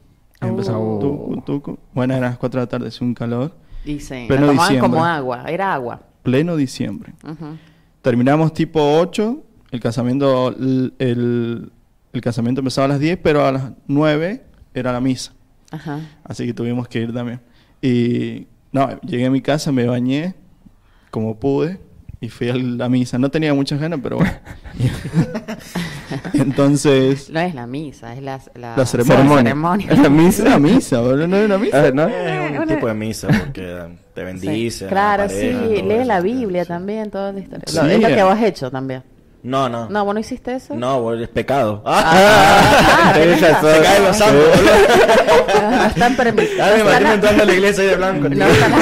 [SPEAKER 7] Y empezó
[SPEAKER 4] Oh.
[SPEAKER 7] tucu, tucu. Bueno, eran las 4 de la tarde, hacía un calor.
[SPEAKER 4] Y sí,
[SPEAKER 7] Pleno
[SPEAKER 4] la tomaban
[SPEAKER 7] diciembre.
[SPEAKER 4] como agua, era agua.
[SPEAKER 7] Pleno diciembre.
[SPEAKER 4] Ujú.
[SPEAKER 7] Terminamos tipo 8, el casamiento, el, el- el casamiento empezaba a las 10, pero a las 9 era la misa.
[SPEAKER 4] Ajá.
[SPEAKER 7] Así que tuvimos que ir también. Y no, llegué a mi casa, me bañé como pude y fui a la misa. No tenía muchas ganas, pero
[SPEAKER 4] [laughs]
[SPEAKER 7] bueno. [laughs] Entonces,
[SPEAKER 4] No es la misa, es las- la,
[SPEAKER 7] la ceremonia. [laughs]
[SPEAKER 4] ceremonia. [laughs]
[SPEAKER 7] La misa, la misa, boludo, no es una misa.
[SPEAKER 3] Ah, ¿no?
[SPEAKER 6] Es un
[SPEAKER 4] Eh, una-
[SPEAKER 6] tipo de misa porque te bendice.
[SPEAKER 4] Sí. Claro,
[SPEAKER 6] la pareja,
[SPEAKER 4] sí,
[SPEAKER 6] todo
[SPEAKER 4] lee
[SPEAKER 6] eso,
[SPEAKER 4] la
[SPEAKER 6] sí,
[SPEAKER 4] Biblia
[SPEAKER 6] sí.
[SPEAKER 4] también, toda la historia.
[SPEAKER 7] Sí.
[SPEAKER 4] Lo- es lo que vos has hecho también.
[SPEAKER 6] No, no.
[SPEAKER 4] No, vos no hiciste eso.
[SPEAKER 6] No, boludo, es pecado. [laughs]
[SPEAKER 4] Ah, tenés
[SPEAKER 3] Ella
[SPEAKER 4] razón.
[SPEAKER 3] sola.
[SPEAKER 6] Se caen los santos,
[SPEAKER 4] [laughs] No están permitidos.
[SPEAKER 6] Ya me
[SPEAKER 4] No están-
[SPEAKER 6] imagino entrando a la iglesia de blanco.
[SPEAKER 4] no
[SPEAKER 6] tío.
[SPEAKER 4] están-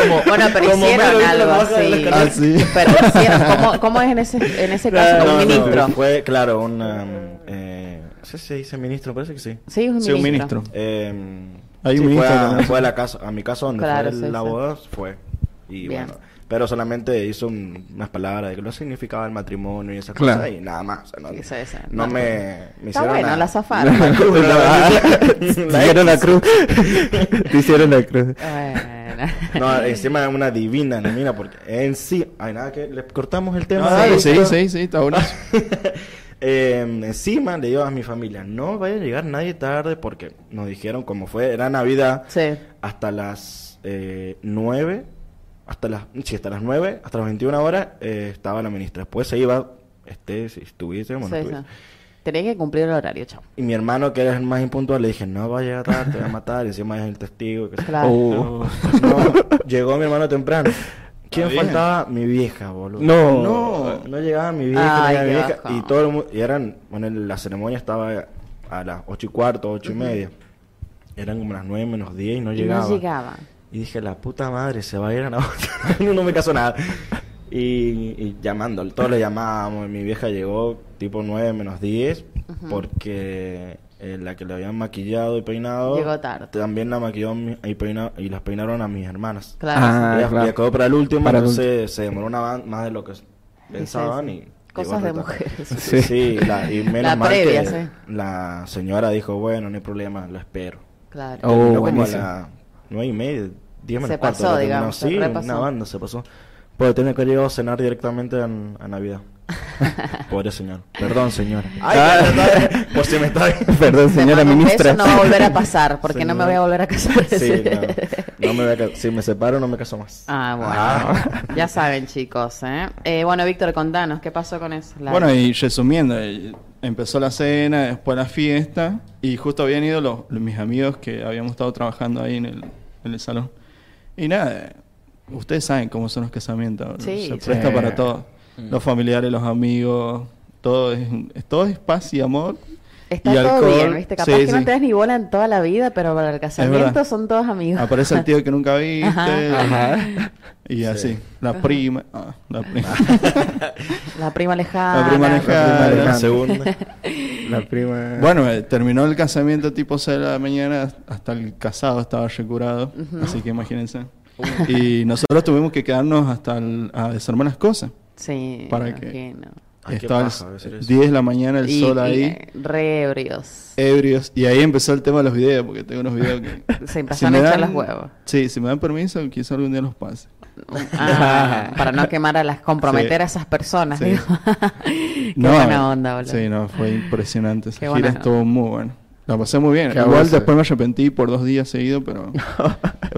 [SPEAKER 6] Como-
[SPEAKER 4] bueno, pero
[SPEAKER 6] como Homero,
[SPEAKER 4] hicieron
[SPEAKER 6] ¿viste?
[SPEAKER 4] algo
[SPEAKER 6] La baja de
[SPEAKER 4] así.
[SPEAKER 6] la escalera.
[SPEAKER 7] Ah, sí.
[SPEAKER 4] Pero hicieron, ¿cómo, cómo es en ese, en ese caso?
[SPEAKER 6] Claro,
[SPEAKER 4] Como
[SPEAKER 6] Ah, no,
[SPEAKER 4] un
[SPEAKER 6] no,
[SPEAKER 4] ministro.
[SPEAKER 6] fue, claro, un... um, eh, no sé si se dice ministro, parece que sí.
[SPEAKER 4] Sí, es un
[SPEAKER 7] Sí, un
[SPEAKER 4] ministro.
[SPEAKER 7] ministro.
[SPEAKER 6] Eh,
[SPEAKER 7] Hay
[SPEAKER 6] sí,
[SPEAKER 7] un
[SPEAKER 6] fue,
[SPEAKER 7] ministro
[SPEAKER 6] a,
[SPEAKER 7] también.
[SPEAKER 6] fue a la casa, a mi casa donde
[SPEAKER 4] Claro,
[SPEAKER 6] fue
[SPEAKER 4] sí,
[SPEAKER 6] la
[SPEAKER 4] sí.
[SPEAKER 6] boda, fue. Y
[SPEAKER 4] Bien.
[SPEAKER 6] bueno, pero solamente hizo un- unas palabras de que lo significaba el matrimonio y esas
[SPEAKER 7] Claro.
[SPEAKER 6] cosas y nada más. o sea, no
[SPEAKER 4] Sí, sí, sí.
[SPEAKER 6] no
[SPEAKER 4] No.
[SPEAKER 6] me,
[SPEAKER 4] Está
[SPEAKER 6] me hicieron
[SPEAKER 4] bueno,
[SPEAKER 6] la-
[SPEAKER 4] la zafaron.
[SPEAKER 6] [laughs] la cruz, la-
[SPEAKER 3] Te hicieron la
[SPEAKER 6] [laughs]
[SPEAKER 3] cruz. Te hicieron la cruz.
[SPEAKER 4] Bueno.
[SPEAKER 6] No, encima es una divina, ¿no? mira, porque en sí, hay nada que le cortamos el tema.
[SPEAKER 7] No,
[SPEAKER 6] dale,
[SPEAKER 7] Ah, dale, sí,
[SPEAKER 6] pero-
[SPEAKER 7] sí, sí,
[SPEAKER 6] [laughs]
[SPEAKER 7] está bueno.
[SPEAKER 6] Eh, encima le digo a mi familia, no vaya a llegar nadie tarde porque nos dijeron como fue, era Navidad
[SPEAKER 4] Sí.
[SPEAKER 6] hasta las eh, 9, hasta las, sí, hasta las 9, hasta las 21 horas eh, estaba la ministra. Después se iba, este, si estuviese, como no
[SPEAKER 4] Sí, sí.
[SPEAKER 6] estuviese.
[SPEAKER 4] Tenés que cumplir el horario, chao.
[SPEAKER 6] Y mi hermano, que era el más impuntual, le dije, no vaya a llegar tarde, te va a matar, y encima es el testigo. que-
[SPEAKER 4] Claro.
[SPEAKER 7] Oh.
[SPEAKER 6] No, llegó mi hermano temprano. ¿Quién
[SPEAKER 7] Está bien.
[SPEAKER 6] faltaba? Mi vieja, boludo.
[SPEAKER 3] No.
[SPEAKER 6] No, no llegaba mi vieja,
[SPEAKER 4] Ay,
[SPEAKER 6] no llegaba mi
[SPEAKER 4] qué
[SPEAKER 6] vieja.
[SPEAKER 4] bajón.
[SPEAKER 6] Y todo el mu- y eran, bueno, el- la ceremonia estaba a las ocho y cuarto, ocho y media. Eran como las nueve menos diez y no
[SPEAKER 4] Y
[SPEAKER 6] llegaba.
[SPEAKER 4] No llegaba.
[SPEAKER 6] Y dije, la puta madre, se va a ir a la otra. [laughs] no, no me casó nada. Y, y llamando, todos le llamábamos. y Mi vieja llegó tipo 9 menos 10 porque eh, la que le habían maquillado y peinado.
[SPEAKER 4] Llegó tarde.
[SPEAKER 6] También la maquilló mi- y, peina- y las peinaron a mis hermanas.
[SPEAKER 4] Claro.
[SPEAKER 3] Ah,
[SPEAKER 6] ella,
[SPEAKER 3] claro.
[SPEAKER 6] ella quedó para el último,
[SPEAKER 3] Para el
[SPEAKER 6] entonces se demoró una van- más de lo que pensaban y.
[SPEAKER 4] Cosas de
[SPEAKER 6] llegó retrasada.
[SPEAKER 4] mujeres.
[SPEAKER 6] Sí, sí, la-
[SPEAKER 4] [laughs]
[SPEAKER 6] y menos
[SPEAKER 4] La
[SPEAKER 6] mal
[SPEAKER 4] previa,
[SPEAKER 6] que
[SPEAKER 4] sí.
[SPEAKER 6] la señora dijo, bueno, no hay problema, lo espero.
[SPEAKER 4] Claro.
[SPEAKER 3] Oh,
[SPEAKER 6] Terminó como a
[SPEAKER 3] buenísimo.
[SPEAKER 6] las nueve y media, diez menos
[SPEAKER 4] Se
[SPEAKER 6] cuarto,
[SPEAKER 4] pasó,
[SPEAKER 6] la terminó.
[SPEAKER 4] digamos, se
[SPEAKER 6] Sí,
[SPEAKER 4] repasó.
[SPEAKER 6] una banda se pasó. Puede tener que llegar a cenar directamente en-
[SPEAKER 4] [laughs]
[SPEAKER 6] a Navidad. Pobre señor. Perdón, señora. por si me está... [laughs]
[SPEAKER 3] Perdón,
[SPEAKER 4] [laughs] Te
[SPEAKER 3] señora
[SPEAKER 4] mando un
[SPEAKER 3] ministra.
[SPEAKER 4] beso, no va a volver a pasar, porque no me
[SPEAKER 6] Señora.
[SPEAKER 4] voy a volver a casar.
[SPEAKER 6] Sí,
[SPEAKER 4] [laughs]
[SPEAKER 6] no. no me voy a ca- Si me separo, no me caso más.
[SPEAKER 4] Ah, bueno.
[SPEAKER 6] Ah.
[SPEAKER 4] Ya saben, chicos, ¿eh? Eh, Bueno, Víctor, contanos, ¿qué pasó con eso? La-
[SPEAKER 7] Bueno, y resumiendo, eh, empezó la cena, después la fiesta, y justo habían ido los, los- mis amigos que habíamos estado trabajando ahí en el, en el salón. Y nada, eh, ustedes saben cómo son los casamientos, ¿no?
[SPEAKER 4] Sí,
[SPEAKER 7] se
[SPEAKER 4] sí.
[SPEAKER 7] presta para todo. Los familiares, los amigos, todo es, es- todo es paz y amor.
[SPEAKER 4] Está
[SPEAKER 7] y
[SPEAKER 4] todo
[SPEAKER 7] alcohol,
[SPEAKER 4] bien, ¿viste? Capaz
[SPEAKER 7] sí,
[SPEAKER 4] que no
[SPEAKER 7] sí.
[SPEAKER 4] te das ni bola en toda la vida, pero para el casamiento
[SPEAKER 7] verdad.
[SPEAKER 4] son todos amigos.
[SPEAKER 7] Aparece el tío que nunca viste.
[SPEAKER 4] [laughs] Ajá.
[SPEAKER 7] Y así, la prima. ah, la prima.
[SPEAKER 4] [laughs] La prima lejana.
[SPEAKER 7] La prima
[SPEAKER 3] prima
[SPEAKER 7] lejana.
[SPEAKER 6] La
[SPEAKER 3] adelante.
[SPEAKER 6] segunda.
[SPEAKER 3] La prima.
[SPEAKER 7] Bueno, eh, terminó el casamiento tipo 6 de la mañana, hasta el casado estaba recurado, así que imagínense. Y nosotros tuvimos que quedarnos hasta el- a desarmar las cosas.
[SPEAKER 4] Sí,
[SPEAKER 7] Para
[SPEAKER 4] me
[SPEAKER 7] que-
[SPEAKER 4] imagino.
[SPEAKER 6] Ay, Ah, qué
[SPEAKER 7] estaba el
[SPEAKER 6] paja decir eso.
[SPEAKER 7] 10 de la mañana el
[SPEAKER 4] Y-
[SPEAKER 7] sol
[SPEAKER 4] y,
[SPEAKER 7] ahí,
[SPEAKER 4] eh,
[SPEAKER 7] [laughs]
[SPEAKER 4] re ebrios.
[SPEAKER 7] ebrios, y ahí empezó el tema de los videos, porque tengo unos videos que...
[SPEAKER 4] [laughs] Se
[SPEAKER 7] si
[SPEAKER 4] empezaron
[SPEAKER 7] me
[SPEAKER 4] a echar
[SPEAKER 7] dan-
[SPEAKER 4] los huevos.
[SPEAKER 7] Sí, si me dan permiso, quizá algún día los pase. [laughs]
[SPEAKER 4] Ah, para no quemar a las, comprometer
[SPEAKER 7] Sí.
[SPEAKER 4] a esas personas,
[SPEAKER 7] Sí.
[SPEAKER 4] digo. [laughs] Qué buena onda, boludo.
[SPEAKER 7] Sí, no, fue impresionante.
[SPEAKER 4] Qué
[SPEAKER 7] Esa
[SPEAKER 4] buena
[SPEAKER 7] gira
[SPEAKER 4] onda.
[SPEAKER 7] estuvo muy buena. La pasé muy bien.
[SPEAKER 3] Qué
[SPEAKER 7] Igual
[SPEAKER 3] abuso.
[SPEAKER 7] después me arrepentí por dos días seguidos,
[SPEAKER 4] [laughs]
[SPEAKER 7] pero...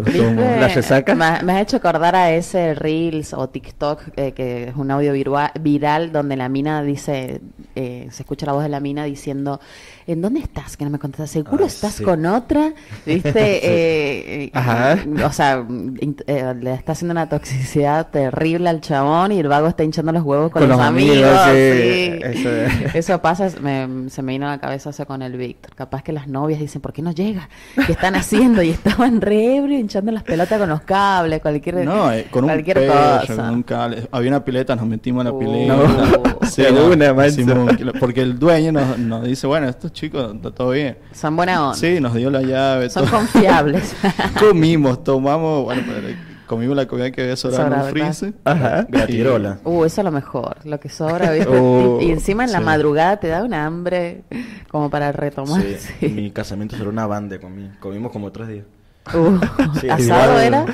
[SPEAKER 4] ¿Viste?
[SPEAKER 3] ¿La resaca?
[SPEAKER 4] Me, me has hecho acordar a ese Reels o TikTok, eh, que es un audio virua- viral donde la mina dice, eh, se escucha la voz de la mina diciendo, ¿en dónde estás? Que no me contestas, seguro
[SPEAKER 6] Ah,
[SPEAKER 4] estás
[SPEAKER 6] sí.
[SPEAKER 4] con otra, ¿viste? Eh, eh,
[SPEAKER 3] Ajá.
[SPEAKER 4] O sea, int- eh, le está haciendo una toxicidad terrible al chabón y el vago está hinchando los huevos con, los, amigos. sí.
[SPEAKER 3] Eso es.
[SPEAKER 4] Eso pasa, es- me- se me vino a la cabeza eso con el Víctor. Capaz que las novias dicen, ¿por qué no llega? ¿Qué están haciendo? Y estaban re ebrio, hinchando las pelotas con los cables, cualquier,
[SPEAKER 7] No, eh, con un
[SPEAKER 4] cualquier
[SPEAKER 7] pecho,
[SPEAKER 4] cosa.
[SPEAKER 7] con un cable. Había una pileta, nos metimos a la
[SPEAKER 4] Uh.
[SPEAKER 7] pileta. [laughs]
[SPEAKER 4] No.
[SPEAKER 3] De una,
[SPEAKER 7] no,
[SPEAKER 3] manso.
[SPEAKER 7] hicimos- porque el dueño nos, nos dice, bueno, estos chicos, está todo bien.
[SPEAKER 4] Son buena onda.
[SPEAKER 7] Sí, nos dio la llave.
[SPEAKER 4] Son
[SPEAKER 7] todo.
[SPEAKER 4] confiables.
[SPEAKER 7] [laughs] Comimos, tomamos, bueno, pero comimos la comida que había sobrado en
[SPEAKER 4] Sobrado,
[SPEAKER 7] un freezer.
[SPEAKER 3] Ajá.
[SPEAKER 6] Gratirola.
[SPEAKER 4] Uh, eso es lo mejor, lo que sobra, ¿viste?
[SPEAKER 3] Oh,
[SPEAKER 4] y, y encima en la
[SPEAKER 7] sí.
[SPEAKER 4] madrugada te da un hambre como para retomar.
[SPEAKER 6] Sí,
[SPEAKER 4] sí.
[SPEAKER 6] Mi casamiento era una banda comí. Comimos como tres días.
[SPEAKER 4] Uh,
[SPEAKER 6] Sí,
[SPEAKER 4] asado
[SPEAKER 6] igual-
[SPEAKER 4] era.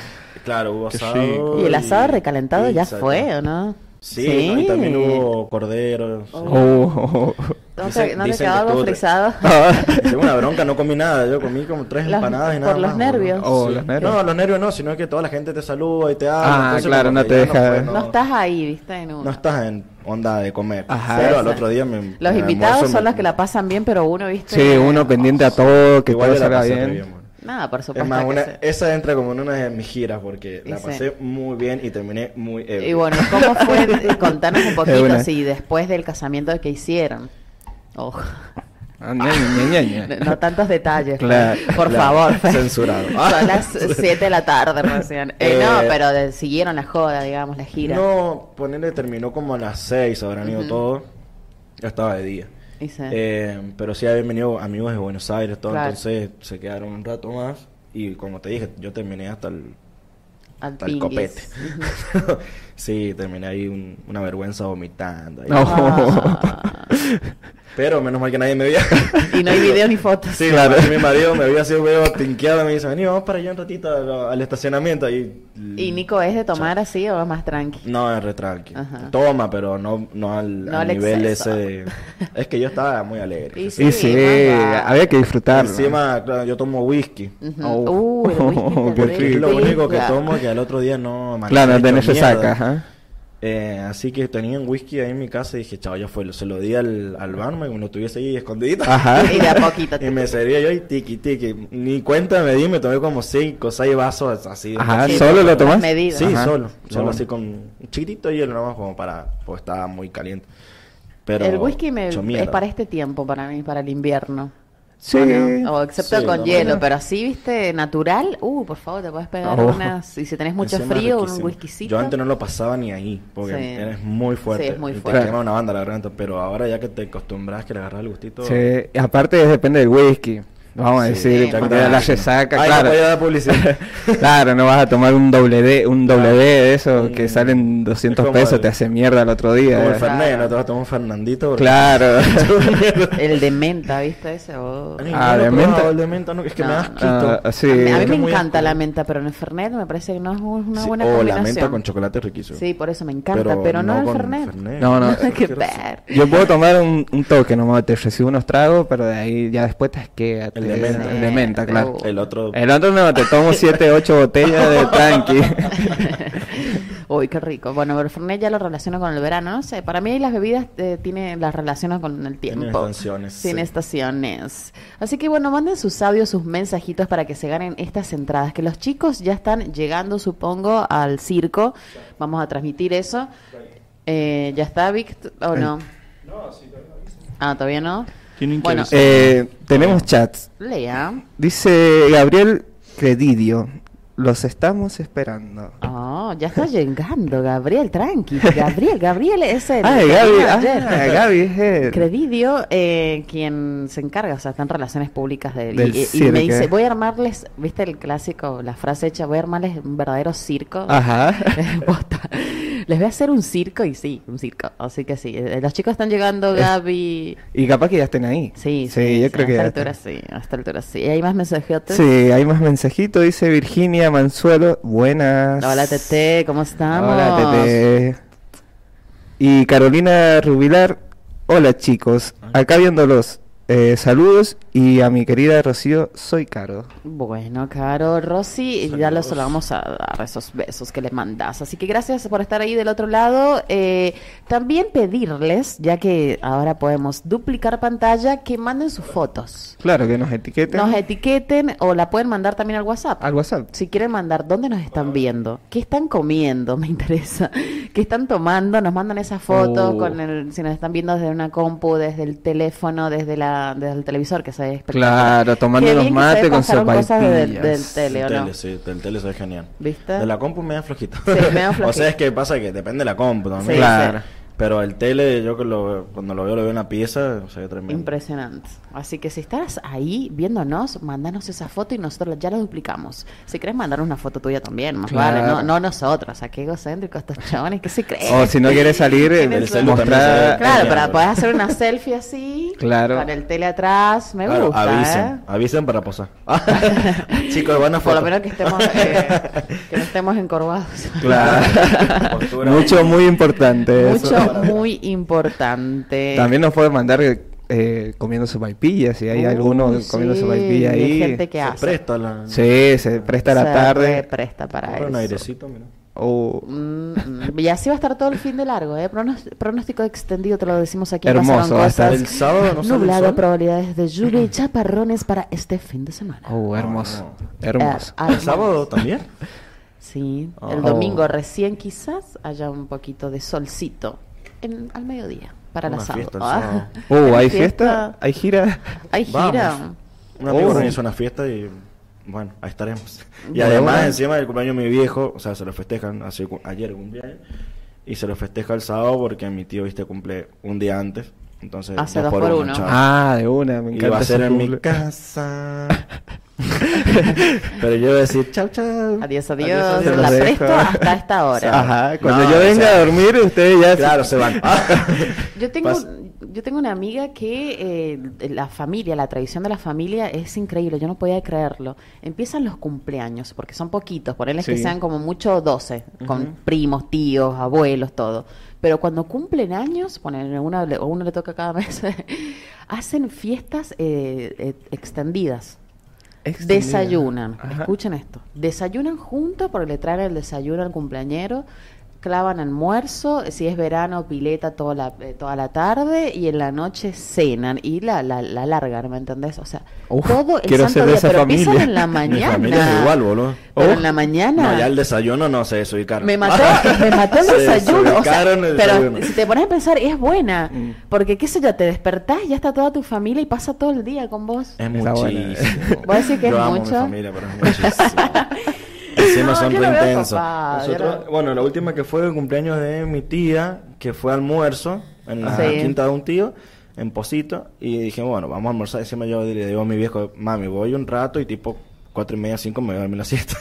[SPEAKER 6] Claro, hubo
[SPEAKER 7] Qué
[SPEAKER 6] asado.
[SPEAKER 7] rico.
[SPEAKER 4] Y el asado recalentado ya
[SPEAKER 6] pizza,
[SPEAKER 4] fue,
[SPEAKER 6] claro.
[SPEAKER 4] ¿o no?
[SPEAKER 6] Sí, ¿no? y también hubo cordero. sí.
[SPEAKER 3] Oh, oh, oh.
[SPEAKER 4] ¿No te,
[SPEAKER 6] Dicen-
[SPEAKER 4] no te
[SPEAKER 6] dicen
[SPEAKER 4] quedó
[SPEAKER 6] que
[SPEAKER 4] algo
[SPEAKER 6] estuvo-
[SPEAKER 4] frisado?
[SPEAKER 6] [laughs] Tengo una bronca, no comí nada. Yo comí como tres
[SPEAKER 4] Los-
[SPEAKER 6] empanadas y
[SPEAKER 4] por
[SPEAKER 6] nada
[SPEAKER 4] los
[SPEAKER 6] más,
[SPEAKER 4] nervios.
[SPEAKER 6] boludo.
[SPEAKER 3] Oh, los nervios.
[SPEAKER 6] No, los nervios no, sino que toda la gente te saluda y te habla.
[SPEAKER 3] Ah,
[SPEAKER 6] entonces
[SPEAKER 3] claro,
[SPEAKER 6] como
[SPEAKER 3] no
[SPEAKER 6] que
[SPEAKER 3] te
[SPEAKER 6] ya
[SPEAKER 3] deja-
[SPEAKER 6] fue,
[SPEAKER 4] No estás ahí, viste, en uno.
[SPEAKER 6] no estás en onda de comer.
[SPEAKER 3] Ajá.
[SPEAKER 6] Pero al
[SPEAKER 4] Sí,
[SPEAKER 6] otro
[SPEAKER 4] sí.
[SPEAKER 6] día me.
[SPEAKER 4] Los
[SPEAKER 6] me
[SPEAKER 4] invitados
[SPEAKER 6] almuerzo,
[SPEAKER 4] son
[SPEAKER 6] me-
[SPEAKER 4] los que la pasan bien, pero uno, viste.
[SPEAKER 3] Sí, uno pendiente a todo, que
[SPEAKER 6] Igual
[SPEAKER 3] todo
[SPEAKER 6] yo la
[SPEAKER 3] salga
[SPEAKER 6] pasé re
[SPEAKER 3] bien.
[SPEAKER 6] boludo.
[SPEAKER 4] Nada, por supuesto.
[SPEAKER 6] Es más,
[SPEAKER 4] que
[SPEAKER 6] una-
[SPEAKER 4] sí.
[SPEAKER 6] esa entra como en una de mis giras porque
[SPEAKER 4] Y
[SPEAKER 6] la
[SPEAKER 4] sí.
[SPEAKER 6] pasé muy bien y terminé muy ebrio.
[SPEAKER 4] Y bueno, ¿cómo
[SPEAKER 6] [laughs]
[SPEAKER 4] fue? Eh, Contanos un
[SPEAKER 3] Es
[SPEAKER 4] poquito,
[SPEAKER 3] una-
[SPEAKER 4] si después del casamiento que hicieron. Ojo,
[SPEAKER 3] Ah, ña, ña, ña, ña,
[SPEAKER 4] no,
[SPEAKER 3] ña.
[SPEAKER 4] no tantos
[SPEAKER 3] [laughs]
[SPEAKER 4] detalles,
[SPEAKER 3] Claro,
[SPEAKER 4] Fer, por
[SPEAKER 6] claro,
[SPEAKER 4] favor. Fer.
[SPEAKER 6] censurado.
[SPEAKER 4] [laughs] Son
[SPEAKER 6] [laughs]
[SPEAKER 4] las 7 de la tarde recién. Eh, no,
[SPEAKER 6] Ah. Eh,
[SPEAKER 4] pero de- siguieron la joda, digamos, la gira.
[SPEAKER 6] No, ponerle terminó como a las 6, habrán ido
[SPEAKER 4] Ujú.
[SPEAKER 6] todo. Yo estaba de día.
[SPEAKER 4] Y se-
[SPEAKER 6] Eh, pero sí habían venido amigos de Buenos Aires, todo,
[SPEAKER 4] Claro.
[SPEAKER 6] entonces se quedaron un rato más. Y como te dije, yo terminé hasta el,
[SPEAKER 4] al
[SPEAKER 6] hasta el
[SPEAKER 4] pinguis.
[SPEAKER 6] copete.
[SPEAKER 4] Ujú.
[SPEAKER 6] [laughs] sí, terminé ahí un- una vergüenza vomitando. ahí.
[SPEAKER 3] No.
[SPEAKER 4] Ah.
[SPEAKER 6] [laughs] Pero menos mal que nadie me veía.
[SPEAKER 4] Y
[SPEAKER 6] [laughs]
[SPEAKER 4] no hay videos ni fotos.
[SPEAKER 6] Sí, mi marido me había sido medio tinqueado y me dice, vení, vamos para allá un ratito a lo- al estacionamiento. Y,
[SPEAKER 4] ¿Y Nico es de tomar así o es más tranqui?
[SPEAKER 6] No, es retranque.
[SPEAKER 4] Ajá.
[SPEAKER 6] Toma, pero no, no al,
[SPEAKER 4] No
[SPEAKER 6] al
[SPEAKER 4] al
[SPEAKER 6] nivel
[SPEAKER 4] exceso.
[SPEAKER 6] ese de... Es que yo estaba muy alegre.
[SPEAKER 4] Y
[SPEAKER 3] Y sí,
[SPEAKER 4] más vale.
[SPEAKER 3] había que disfrutarlo.
[SPEAKER 6] Encima, claro, yo tomo whisky.
[SPEAKER 4] Ujú.
[SPEAKER 3] Oh.
[SPEAKER 4] Uh, el
[SPEAKER 3] [laughs]
[SPEAKER 4] whisky
[SPEAKER 3] Oh,
[SPEAKER 4] te
[SPEAKER 3] qué
[SPEAKER 6] Es
[SPEAKER 3] rico.
[SPEAKER 4] repica.
[SPEAKER 6] lo único que tomo es que al otro día no... amanecí
[SPEAKER 3] Claro,
[SPEAKER 6] hecho
[SPEAKER 3] tenés
[SPEAKER 6] mierda.
[SPEAKER 3] resaca. ajá.
[SPEAKER 6] Eh, así que tenían whisky ahí en mi casa y dije, chao, ya fue. Lo- Se lo di al, al barman como lo tuviese ahí escondidito.
[SPEAKER 3] Ajá.
[SPEAKER 4] [laughs] Y de a poquito.
[SPEAKER 6] Y me servía yo y tiki tiki. Ni cuenta me di, me tomé como cinco, seis vasos así. de
[SPEAKER 3] Ajá,
[SPEAKER 6] poquito.
[SPEAKER 3] ¿solo lo
[SPEAKER 4] las
[SPEAKER 3] tomás?
[SPEAKER 4] medidas.
[SPEAKER 6] Sí,
[SPEAKER 3] Ajá.
[SPEAKER 6] solo. Solo
[SPEAKER 3] Solo.
[SPEAKER 6] así con un chiquitito hielo nomás como para... Pues estaba muy caliente. Pero
[SPEAKER 4] el whisky me,
[SPEAKER 6] hecho
[SPEAKER 4] es
[SPEAKER 6] mierda.
[SPEAKER 4] para este tiempo, para mí, para el invierno.
[SPEAKER 3] Sí.
[SPEAKER 4] ¿O no? O excepto
[SPEAKER 6] Sí,
[SPEAKER 4] con
[SPEAKER 6] no,
[SPEAKER 4] hielo,
[SPEAKER 6] no.
[SPEAKER 4] pero así, viste, natural. Uh, por favor, te puedes pegar
[SPEAKER 3] Oh.
[SPEAKER 4] unas. Y si tenés mucho
[SPEAKER 6] Encima
[SPEAKER 4] frío, un
[SPEAKER 6] riquísimo.
[SPEAKER 4] whiskycito.
[SPEAKER 6] Yo antes no lo pasaba ni ahí, porque
[SPEAKER 4] Sí.
[SPEAKER 6] eres muy fuerte.
[SPEAKER 4] Sí, es muy
[SPEAKER 6] y
[SPEAKER 4] fuerte.
[SPEAKER 6] Te quema una banda la garganta, pero ahora ya que te acostumbras que le agarras el gustito.
[SPEAKER 3] Sí, y Aparte depende del whisky. Vamos a
[SPEAKER 6] Sí,
[SPEAKER 3] decir,
[SPEAKER 4] Sí,
[SPEAKER 3] porque
[SPEAKER 6] porque-
[SPEAKER 3] la resaca,
[SPEAKER 6] Ay,
[SPEAKER 3] claro.
[SPEAKER 6] no voy a
[SPEAKER 4] [laughs]
[SPEAKER 6] dar publicidad.
[SPEAKER 3] Claro, no vas a tomar un doble D, un doble D de eso que
[SPEAKER 6] Mm.
[SPEAKER 3] salen 200
[SPEAKER 6] Es como
[SPEAKER 3] pesos,
[SPEAKER 6] el-
[SPEAKER 3] te hace mierda el otro día.
[SPEAKER 6] Como el
[SPEAKER 3] eh.
[SPEAKER 6] Fernet, no te vas a tomar un Fernandito. porque- [laughs]
[SPEAKER 3] Claro.
[SPEAKER 4] El de menta, viste ese. Oh.
[SPEAKER 6] Ay,
[SPEAKER 3] Ah,
[SPEAKER 6] no lo
[SPEAKER 3] de
[SPEAKER 6] he
[SPEAKER 3] menta.
[SPEAKER 6] probado, el de menta, no, es que
[SPEAKER 4] No,
[SPEAKER 6] me das
[SPEAKER 4] no.
[SPEAKER 6] quito.
[SPEAKER 3] Ah, sí.
[SPEAKER 4] a mí, a mí
[SPEAKER 6] Es
[SPEAKER 4] me
[SPEAKER 6] muy
[SPEAKER 4] encanta
[SPEAKER 6] asco.
[SPEAKER 4] la menta, pero en el Fernet me parece que no es una
[SPEAKER 6] Sí,
[SPEAKER 4] buena
[SPEAKER 6] o
[SPEAKER 4] combinación.
[SPEAKER 6] la menta con chocolate es riquísimo.
[SPEAKER 4] Sí, por eso me encanta, pero, no, el
[SPEAKER 6] con
[SPEAKER 4] Fernet.
[SPEAKER 3] No,
[SPEAKER 4] [laughs]
[SPEAKER 3] no.
[SPEAKER 4] Qué
[SPEAKER 6] Quiero-
[SPEAKER 4] ver.
[SPEAKER 3] Yo puedo tomar un, un toque nomás, te recibo unos tragos, pero de ahí ya después te asquea.
[SPEAKER 6] El
[SPEAKER 3] te-
[SPEAKER 6] de menta.
[SPEAKER 3] El de menta, claro.
[SPEAKER 4] Uh.
[SPEAKER 6] El otro.
[SPEAKER 3] El otro no, te tomo 7, 8 botellas de
[SPEAKER 6] [laughs]
[SPEAKER 3] tanqui.
[SPEAKER 4] [laughs] Uy, qué rico. Bueno, pero el Fernet ya lo relaciono con el verano, no sé. Para mí las bebidas eh, tiene, las relaciono con el tiempo.
[SPEAKER 6] Tiene estaciones,
[SPEAKER 4] Tiene
[SPEAKER 6] sí.
[SPEAKER 4] estaciones. Así que bueno, manden sus audios, sus mensajitos para que se ganen estas entradas. Que los chicos ya están llegando, supongo, al circo. Vamos a transmitir eso. Eh, ¿Ya está, Vic? ¿O no? No, sí, Ah, ¿todavía no?
[SPEAKER 7] Tienen que
[SPEAKER 4] Bueno,
[SPEAKER 7] avisar.
[SPEAKER 3] Eh, tenemos chats.
[SPEAKER 4] lea.
[SPEAKER 3] Dice Gabriel Credidio. Los estamos esperando.
[SPEAKER 4] Oh, ya está llegando, Gabriel, tranqui. Gabriel, Gabriel es el.
[SPEAKER 3] Ah,
[SPEAKER 4] que
[SPEAKER 3] Gaby,
[SPEAKER 4] vino
[SPEAKER 3] ah,
[SPEAKER 4] ayer.
[SPEAKER 3] Gaby es él.
[SPEAKER 4] Credidio, eh, quien se encarga, o sea, está en relaciones públicas de él.
[SPEAKER 3] Del
[SPEAKER 4] y, y
[SPEAKER 3] circo.
[SPEAKER 4] me dice, voy a armarles, viste el clásico, la frase hecha, voy a armarles un verdadero circo.
[SPEAKER 3] Ajá.
[SPEAKER 4] [laughs] Posta. Les voy a hacer un circo y sí, un circo. Así que sí, eh, los chicos están llegando, Gaby.
[SPEAKER 3] Y capaz que ya estén ahí.
[SPEAKER 4] Sí,
[SPEAKER 3] Sí, yo creo que
[SPEAKER 4] A
[SPEAKER 3] ya
[SPEAKER 4] esta
[SPEAKER 3] están.
[SPEAKER 4] altura sí, a esta altura sí. ¿Y hay más mensajitos?
[SPEAKER 3] Sí, hay más mensajitos. Dice Virginia Manzuelo. Buenas.
[SPEAKER 4] Hola, Tete, ¿cómo estamos?
[SPEAKER 3] Hola, Tete. Y Carolina Rubilar. Hola, chicos. Acá viéndolos. eh, saludos y a mi querida Rocío, soy Caro.
[SPEAKER 4] Bueno, Caro, Rosy, ya los vamos a dar esos besos que le mandas. Así que gracias por estar ahí del otro lado. Eh, también pedirles, ya que ahora podemos duplicar pantalla, que manden sus fotos.
[SPEAKER 3] Claro, que nos etiqueten
[SPEAKER 4] Nos etiqueten o la pueden mandar también al WhatsApp.
[SPEAKER 3] al WhatsApp.
[SPEAKER 4] Si quieren mandar, ¿dónde nos están viendo? ¿Qué están comiendo? [laughs] Me interesa. ¿Qué están tomando? Nos mandan esas fotos
[SPEAKER 6] Oh.
[SPEAKER 4] con el, si nos están viendo desde una compu, desde el teléfono, desde la, desde el televisor, que se ve espectacular.
[SPEAKER 3] Claro, tomando
[SPEAKER 4] Qué
[SPEAKER 3] los
[SPEAKER 4] bien que se
[SPEAKER 3] mates con
[SPEAKER 4] pasaron cosas de- del,
[SPEAKER 3] sopaipillas.
[SPEAKER 4] tele, ¿o
[SPEAKER 6] Del
[SPEAKER 4] no?
[SPEAKER 6] tele, sí, del tele soy genial.
[SPEAKER 4] ¿Viste?
[SPEAKER 6] De la compu me da flojita.
[SPEAKER 4] Sí, me da flojita.
[SPEAKER 6] [laughs] o sea, es que pasa que depende de la compu también.
[SPEAKER 4] Sí,
[SPEAKER 3] Claro. sí.
[SPEAKER 6] Pero el tele, yo que lo veo- cuando lo veo, lo veo en la pieza, o sea, es tremendo.
[SPEAKER 4] Impresionante. Así que si estás ahí viéndonos, mándanos esa foto y nosotros ya la duplicamos. Si querés mandar una foto tuya también, más
[SPEAKER 3] Claro.
[SPEAKER 4] vale. No, no nosotros, a qué egocéntricos estos chavones, ¿qué se creen?
[SPEAKER 3] O si no quieres salir, eh,
[SPEAKER 4] Tienen
[SPEAKER 6] El
[SPEAKER 4] su-
[SPEAKER 6] celu también se ve.
[SPEAKER 4] Claro,
[SPEAKER 6] Eh,
[SPEAKER 4] para
[SPEAKER 6] bueno.
[SPEAKER 4] poder hacer una selfie así,
[SPEAKER 3] Claro.
[SPEAKER 4] con el tele atrás, me
[SPEAKER 6] Claro,
[SPEAKER 4] gusta.
[SPEAKER 6] avisen,
[SPEAKER 4] ¿eh?
[SPEAKER 6] avisen
[SPEAKER 4] [laughs]
[SPEAKER 6] para posar. [laughs] Chicos, van a
[SPEAKER 4] Por
[SPEAKER 6] foto.
[SPEAKER 4] lo menos que estemos,
[SPEAKER 6] [laughs]
[SPEAKER 3] [laughs]
[SPEAKER 4] eh, que no estemos encorvados. [laughs]
[SPEAKER 3] Claro.
[SPEAKER 6] Postura.
[SPEAKER 3] Mucho, muy importante. eso.
[SPEAKER 4] Mucho, muy importante.
[SPEAKER 3] También nos pueden mandar eh, comiendo sopaipillas, si hay
[SPEAKER 4] Uy,
[SPEAKER 3] alguno comiendo
[SPEAKER 4] sí,
[SPEAKER 3] sopaipilla
[SPEAKER 4] hay
[SPEAKER 3] ahí.
[SPEAKER 4] gente que
[SPEAKER 6] Se
[SPEAKER 4] hace.
[SPEAKER 6] presta la...
[SPEAKER 3] Sí, se presta la
[SPEAKER 4] Se
[SPEAKER 3] tarde.
[SPEAKER 4] re presta para
[SPEAKER 6] Ahora un
[SPEAKER 4] eso.
[SPEAKER 6] airecito, mira.
[SPEAKER 3] o
[SPEAKER 4] Mm, mm, y así va a estar todo el fin de largo, ¿eh? Pronos- Pronóstico extendido, te lo decimos aquí. en
[SPEAKER 3] Hermoso
[SPEAKER 4] Pasaron
[SPEAKER 3] va a estar.
[SPEAKER 4] Cosas.
[SPEAKER 6] El sábado no [laughs] sale el
[SPEAKER 4] Nublado,
[SPEAKER 6] sol.
[SPEAKER 4] probabilidades de lluvia
[SPEAKER 6] [laughs]
[SPEAKER 4] y chaparrones para este fin de semana.
[SPEAKER 3] Oh, hermoso. Hermoso.
[SPEAKER 4] Eh,
[SPEAKER 6] Ah, ¿El sábado también?
[SPEAKER 4] Sí, el
[SPEAKER 6] Oh.
[SPEAKER 4] domingo recién quizás haya un poquito de solcito en- al mediodía para la
[SPEAKER 6] Una
[SPEAKER 4] sábado.
[SPEAKER 6] fiesta el
[SPEAKER 4] Ah,
[SPEAKER 6] sábado.
[SPEAKER 3] Oh, ¿hay fiesta? ¿Hay gira?
[SPEAKER 4] Hay
[SPEAKER 6] Vamos.
[SPEAKER 4] gira.
[SPEAKER 6] Un amigo
[SPEAKER 3] Oh.
[SPEAKER 6] organizó una fiesta y bueno, ahí estaremos. Y
[SPEAKER 3] Bueno,
[SPEAKER 6] además,
[SPEAKER 3] bueno.
[SPEAKER 6] encima del cumpleaños de mi viejo, o sea, se lo festejan hace, cu- ayer cumpleaños y se lo festeja el sábado porque mi tío, viste, cumple un día antes. Entonces,
[SPEAKER 4] Hace dos por uno.
[SPEAKER 6] chao.
[SPEAKER 3] Ah, de una, me
[SPEAKER 6] y
[SPEAKER 3] encanta.
[SPEAKER 6] va a ser
[SPEAKER 3] ese
[SPEAKER 6] en mi
[SPEAKER 3] cumple.
[SPEAKER 6] casa. Pero yo voy a decir, chao, chao.
[SPEAKER 4] Adiós, adiós.
[SPEAKER 3] adiós.
[SPEAKER 4] La
[SPEAKER 3] Los dejo.
[SPEAKER 4] presto hasta esta hora.
[SPEAKER 3] Ajá, cuando
[SPEAKER 6] No,
[SPEAKER 3] yo
[SPEAKER 6] o
[SPEAKER 3] venga
[SPEAKER 6] sea,
[SPEAKER 3] a dormir, ustedes ya...
[SPEAKER 6] Claro, se [laughs] Ah. van.
[SPEAKER 4] Yo tengo,
[SPEAKER 6] Pas-
[SPEAKER 4] yo tengo una amiga que eh, la familia, la tradición de la familia es increíble, yo no podía creerlo. Empiezan los cumpleaños, porque son poquitos, ponerles que
[SPEAKER 3] Sí.
[SPEAKER 4] sean como mucho 12, con primos, tíos, abuelos, todo. Pero cuando cumplen años, ponen uno, le- uno le toca cada mes, [laughs] hacen fiestas eh, eh, extendidas.
[SPEAKER 3] Extendida.
[SPEAKER 4] Desayunan,
[SPEAKER 3] Ajá.
[SPEAKER 4] escuchen esto. Desayunan juntos porque le traen el desayuno al cumpleañero, clavan almuerzo, si es verano, pileta toda la, eh, toda la tarde y en la noche cenan y la, la, la largan, ¿me entendés? O sea,
[SPEAKER 3] Uf,
[SPEAKER 4] todo el
[SPEAKER 3] quiero
[SPEAKER 4] santo
[SPEAKER 3] ser de
[SPEAKER 4] día,
[SPEAKER 3] esa
[SPEAKER 4] pero empiezan
[SPEAKER 3] familia.
[SPEAKER 4] en la
[SPEAKER 6] [laughs] Mi familia
[SPEAKER 4] mañana.
[SPEAKER 6] es igual, boludo.
[SPEAKER 4] Pero
[SPEAKER 3] Oh.
[SPEAKER 4] en la mañana.
[SPEAKER 6] No, ya el desayuno no sé desubicaron. [laughs]
[SPEAKER 4] Me mató, me mató el
[SPEAKER 6] Se
[SPEAKER 4] desayuno. o sea,
[SPEAKER 6] desubicaron el
[SPEAKER 4] pero
[SPEAKER 6] desayuno.
[SPEAKER 4] si te pones a pensar, es buena.
[SPEAKER 3] Mm.
[SPEAKER 4] Porque, qué sé yo, te despertás y ya está toda tu familia y pasa todo el día con vos.
[SPEAKER 6] Es
[SPEAKER 3] Está buena.
[SPEAKER 6] muchísimo.
[SPEAKER 4] ¿Voy a decir que
[SPEAKER 6] yo
[SPEAKER 4] es
[SPEAKER 6] amo a
[SPEAKER 4] mucho?
[SPEAKER 6] Mi familia, pero es
[SPEAKER 4] [laughs]
[SPEAKER 6] muchísimo. [laughs] Encima
[SPEAKER 4] No,
[SPEAKER 6] son
[SPEAKER 4] yo
[SPEAKER 6] re
[SPEAKER 4] lo veo
[SPEAKER 6] intensos.
[SPEAKER 4] copado, yo
[SPEAKER 6] Nosotros-
[SPEAKER 4] lo-
[SPEAKER 6] Bueno, la última que fue el cumpleaños de mi tía, que fue almuerzo en la
[SPEAKER 4] Sí.
[SPEAKER 6] quinta de un tío, en Posito, y dijimos, bueno, vamos a almorzar. Encima yo le digo a mi viejo, mami, voy un rato y tipo cuatro y media, cinco me voy a dormir
[SPEAKER 4] [laughs]
[SPEAKER 6] la siesta.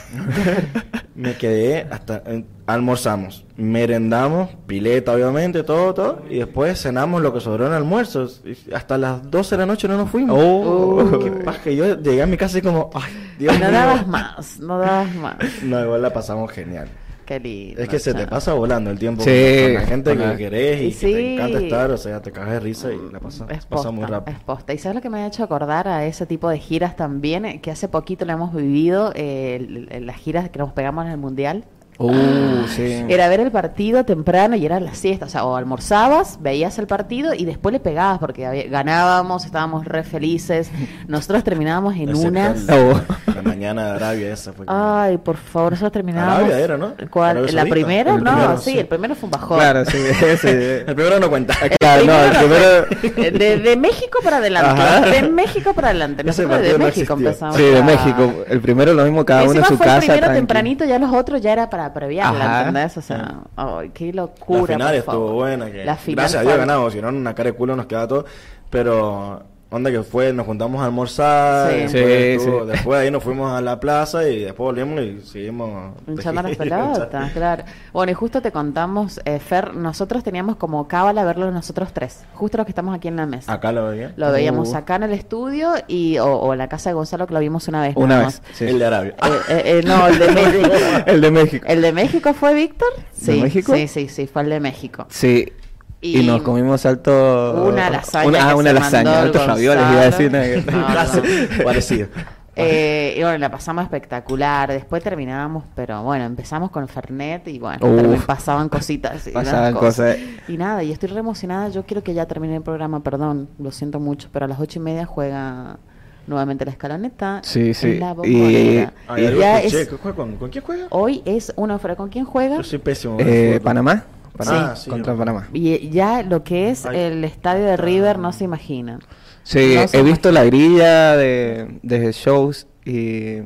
[SPEAKER 6] me quedé hasta... eh, almorzamos, merendamos, pileta obviamente, todo, todo, y después cenamos lo que sobró en almuerzos. Y hasta las 12 de la noche no nos fuimos.
[SPEAKER 3] Oh.
[SPEAKER 6] Qué paja, yo llegué a mi casa y como, ay, Dios
[SPEAKER 4] no
[SPEAKER 6] mío.
[SPEAKER 4] dabas más, no dabas más.
[SPEAKER 6] No, igual la pasamos genial.
[SPEAKER 4] Qué lindo.
[SPEAKER 6] Es que se te
[SPEAKER 4] chao.
[SPEAKER 6] pasa volando el tiempo
[SPEAKER 3] Sí.
[SPEAKER 6] con la gente
[SPEAKER 3] Ajá.
[SPEAKER 6] que querés y
[SPEAKER 4] Sí.
[SPEAKER 6] que te encanta estar, o sea, te cagas de risa y la pasas
[SPEAKER 4] Es
[SPEAKER 6] pasa muy
[SPEAKER 4] posta,
[SPEAKER 6] rápido.
[SPEAKER 4] es posta. ¿Y sabes lo que me ha hecho acordar a ese tipo de giras también? Eh, Que hace poquito la hemos vivido, eh, el- el- las giras que nos pegamos en el Mundial. Ah,
[SPEAKER 3] Uh, sí.
[SPEAKER 4] Era ver el partido temprano y era la siesta. O sea, o almorzabas, veías el partido y después le pegabas porque había- ganábamos, estábamos re
[SPEAKER 6] [laughs]
[SPEAKER 4] felices. Nosotros terminábamos en
[SPEAKER 6] Excepto
[SPEAKER 4] unas...
[SPEAKER 6] La,
[SPEAKER 3] Oh.
[SPEAKER 6] la mañana de Arabia esa fue.
[SPEAKER 4] Ay, por favor, nosotros terminábamos...
[SPEAKER 6] Arabia era, ¿no?
[SPEAKER 4] ¿Cuál?
[SPEAKER 6] Arabia
[SPEAKER 4] ¿La
[SPEAKER 6] Saudita.
[SPEAKER 4] primera?
[SPEAKER 6] El
[SPEAKER 4] no,
[SPEAKER 6] primero,
[SPEAKER 4] sí,
[SPEAKER 6] sí.
[SPEAKER 4] el primero fue un bajón.
[SPEAKER 3] Claro, sí,
[SPEAKER 4] [laughs]
[SPEAKER 3] ese.
[SPEAKER 6] [laughs]
[SPEAKER 3] Ah,
[SPEAKER 6] el primero no cuenta.
[SPEAKER 3] Claro, no, el
[SPEAKER 4] Primero,
[SPEAKER 3] primero...
[SPEAKER 4] Eh, De, de México para adelante. De México para adelante.
[SPEAKER 6] Ese
[SPEAKER 4] Nosotros de
[SPEAKER 6] partido no
[SPEAKER 4] México
[SPEAKER 6] existió.
[SPEAKER 4] empezamos.
[SPEAKER 3] Sí, de
[SPEAKER 4] a-
[SPEAKER 3] México. El primero lo mismo, cada uno en
[SPEAKER 4] Encima
[SPEAKER 3] su
[SPEAKER 4] fue
[SPEAKER 3] casa.
[SPEAKER 4] el primero
[SPEAKER 3] tranqui.
[SPEAKER 4] tempranito, ya los otros ya era para previarla,
[SPEAKER 3] Ajá.
[SPEAKER 4] ¿entendés? O sea, ay, qué locura.
[SPEAKER 6] la final
[SPEAKER 4] por
[SPEAKER 6] estuvo
[SPEAKER 4] favor.
[SPEAKER 6] buena. Que
[SPEAKER 4] La final
[SPEAKER 6] gracias a
[SPEAKER 4] fue-
[SPEAKER 6] Dios ganamos, si no, una cara de culo nos quedaba todo. Pero, onda que fue, nos juntamos a almorzar.
[SPEAKER 4] Sí.
[SPEAKER 6] Después,
[SPEAKER 3] Sí,
[SPEAKER 6] estuvo-
[SPEAKER 3] sí.
[SPEAKER 6] después ahí nos fuimos a la plaza y después volvimos y seguimos. [laughs]
[SPEAKER 4] Hinchando las
[SPEAKER 6] Hinchando.
[SPEAKER 4] pelotas, claro. Bueno, y justo te contamos, eh, Fer, nosotros teníamos como cábala verlo nosotros tres, justo los que estamos aquí en la mesa.
[SPEAKER 6] Acá lo veía.
[SPEAKER 4] Lo veíamos
[SPEAKER 3] Uh.
[SPEAKER 4] acá en el estudio y, o, o en la casa de Gonzalo, que lo vimos una vez.
[SPEAKER 3] Una
[SPEAKER 4] nada más.
[SPEAKER 3] vez. sí.
[SPEAKER 6] El de Arabia.
[SPEAKER 4] Eh, eh, eh, no,
[SPEAKER 3] [laughs]
[SPEAKER 4] el de México.
[SPEAKER 3] El de México.
[SPEAKER 4] ¿El de México fue Víctor?
[SPEAKER 3] ¿De
[SPEAKER 4] Sí,
[SPEAKER 3] México?
[SPEAKER 4] sí, sí, sí, fue el de México.
[SPEAKER 3] Sí. Y, nos comimos salto.
[SPEAKER 4] Una lasaña
[SPEAKER 3] Una, ah,
[SPEAKER 4] que
[SPEAKER 3] una
[SPEAKER 4] se
[SPEAKER 3] lasaña.
[SPEAKER 4] mandó el
[SPEAKER 3] Altos ravioles, iba a
[SPEAKER 4] [laughs]
[SPEAKER 3] decir.
[SPEAKER 4] Gonzalo.
[SPEAKER 3] nada que-
[SPEAKER 4] No, no.
[SPEAKER 6] Parecido.
[SPEAKER 4] [laughs] Eh, y bueno, la pasamos espectacular. Después terminábamos, pero bueno, empezamos con Fernet y bueno,
[SPEAKER 3] Uf.
[SPEAKER 4] termin- pasaban cositas. y unas
[SPEAKER 3] Pasaban cosas.
[SPEAKER 4] Y nada, y estoy re emocionada. Yo quiero que ya termine el programa, perdón, lo siento mucho, pero a las ocho y media juega nuevamente la escaloneta.
[SPEAKER 3] Sí,
[SPEAKER 4] en
[SPEAKER 3] sí.
[SPEAKER 4] la
[SPEAKER 3] Y- eh,
[SPEAKER 4] Bombonera.
[SPEAKER 6] Ay,
[SPEAKER 3] Y
[SPEAKER 6] algo
[SPEAKER 4] ya
[SPEAKER 6] escuché.
[SPEAKER 4] es-
[SPEAKER 6] ¿Con- ¿Con, con, quién juega?
[SPEAKER 4] Hoy es una oferta. ¿Con quién juega?
[SPEAKER 6] Yo soy pésimo. con el
[SPEAKER 3] Eh,
[SPEAKER 6] fútbol.
[SPEAKER 3] ¿Panamá? Panamá,
[SPEAKER 6] Ah, sí.
[SPEAKER 3] Contra Panamá.
[SPEAKER 4] Y ya lo que es
[SPEAKER 6] Ay. Ah,
[SPEAKER 4] el estadio de River no se imaginan.
[SPEAKER 3] Sí,
[SPEAKER 4] No sé
[SPEAKER 3] he
[SPEAKER 4] más.
[SPEAKER 3] visto la grilla de, de shows y.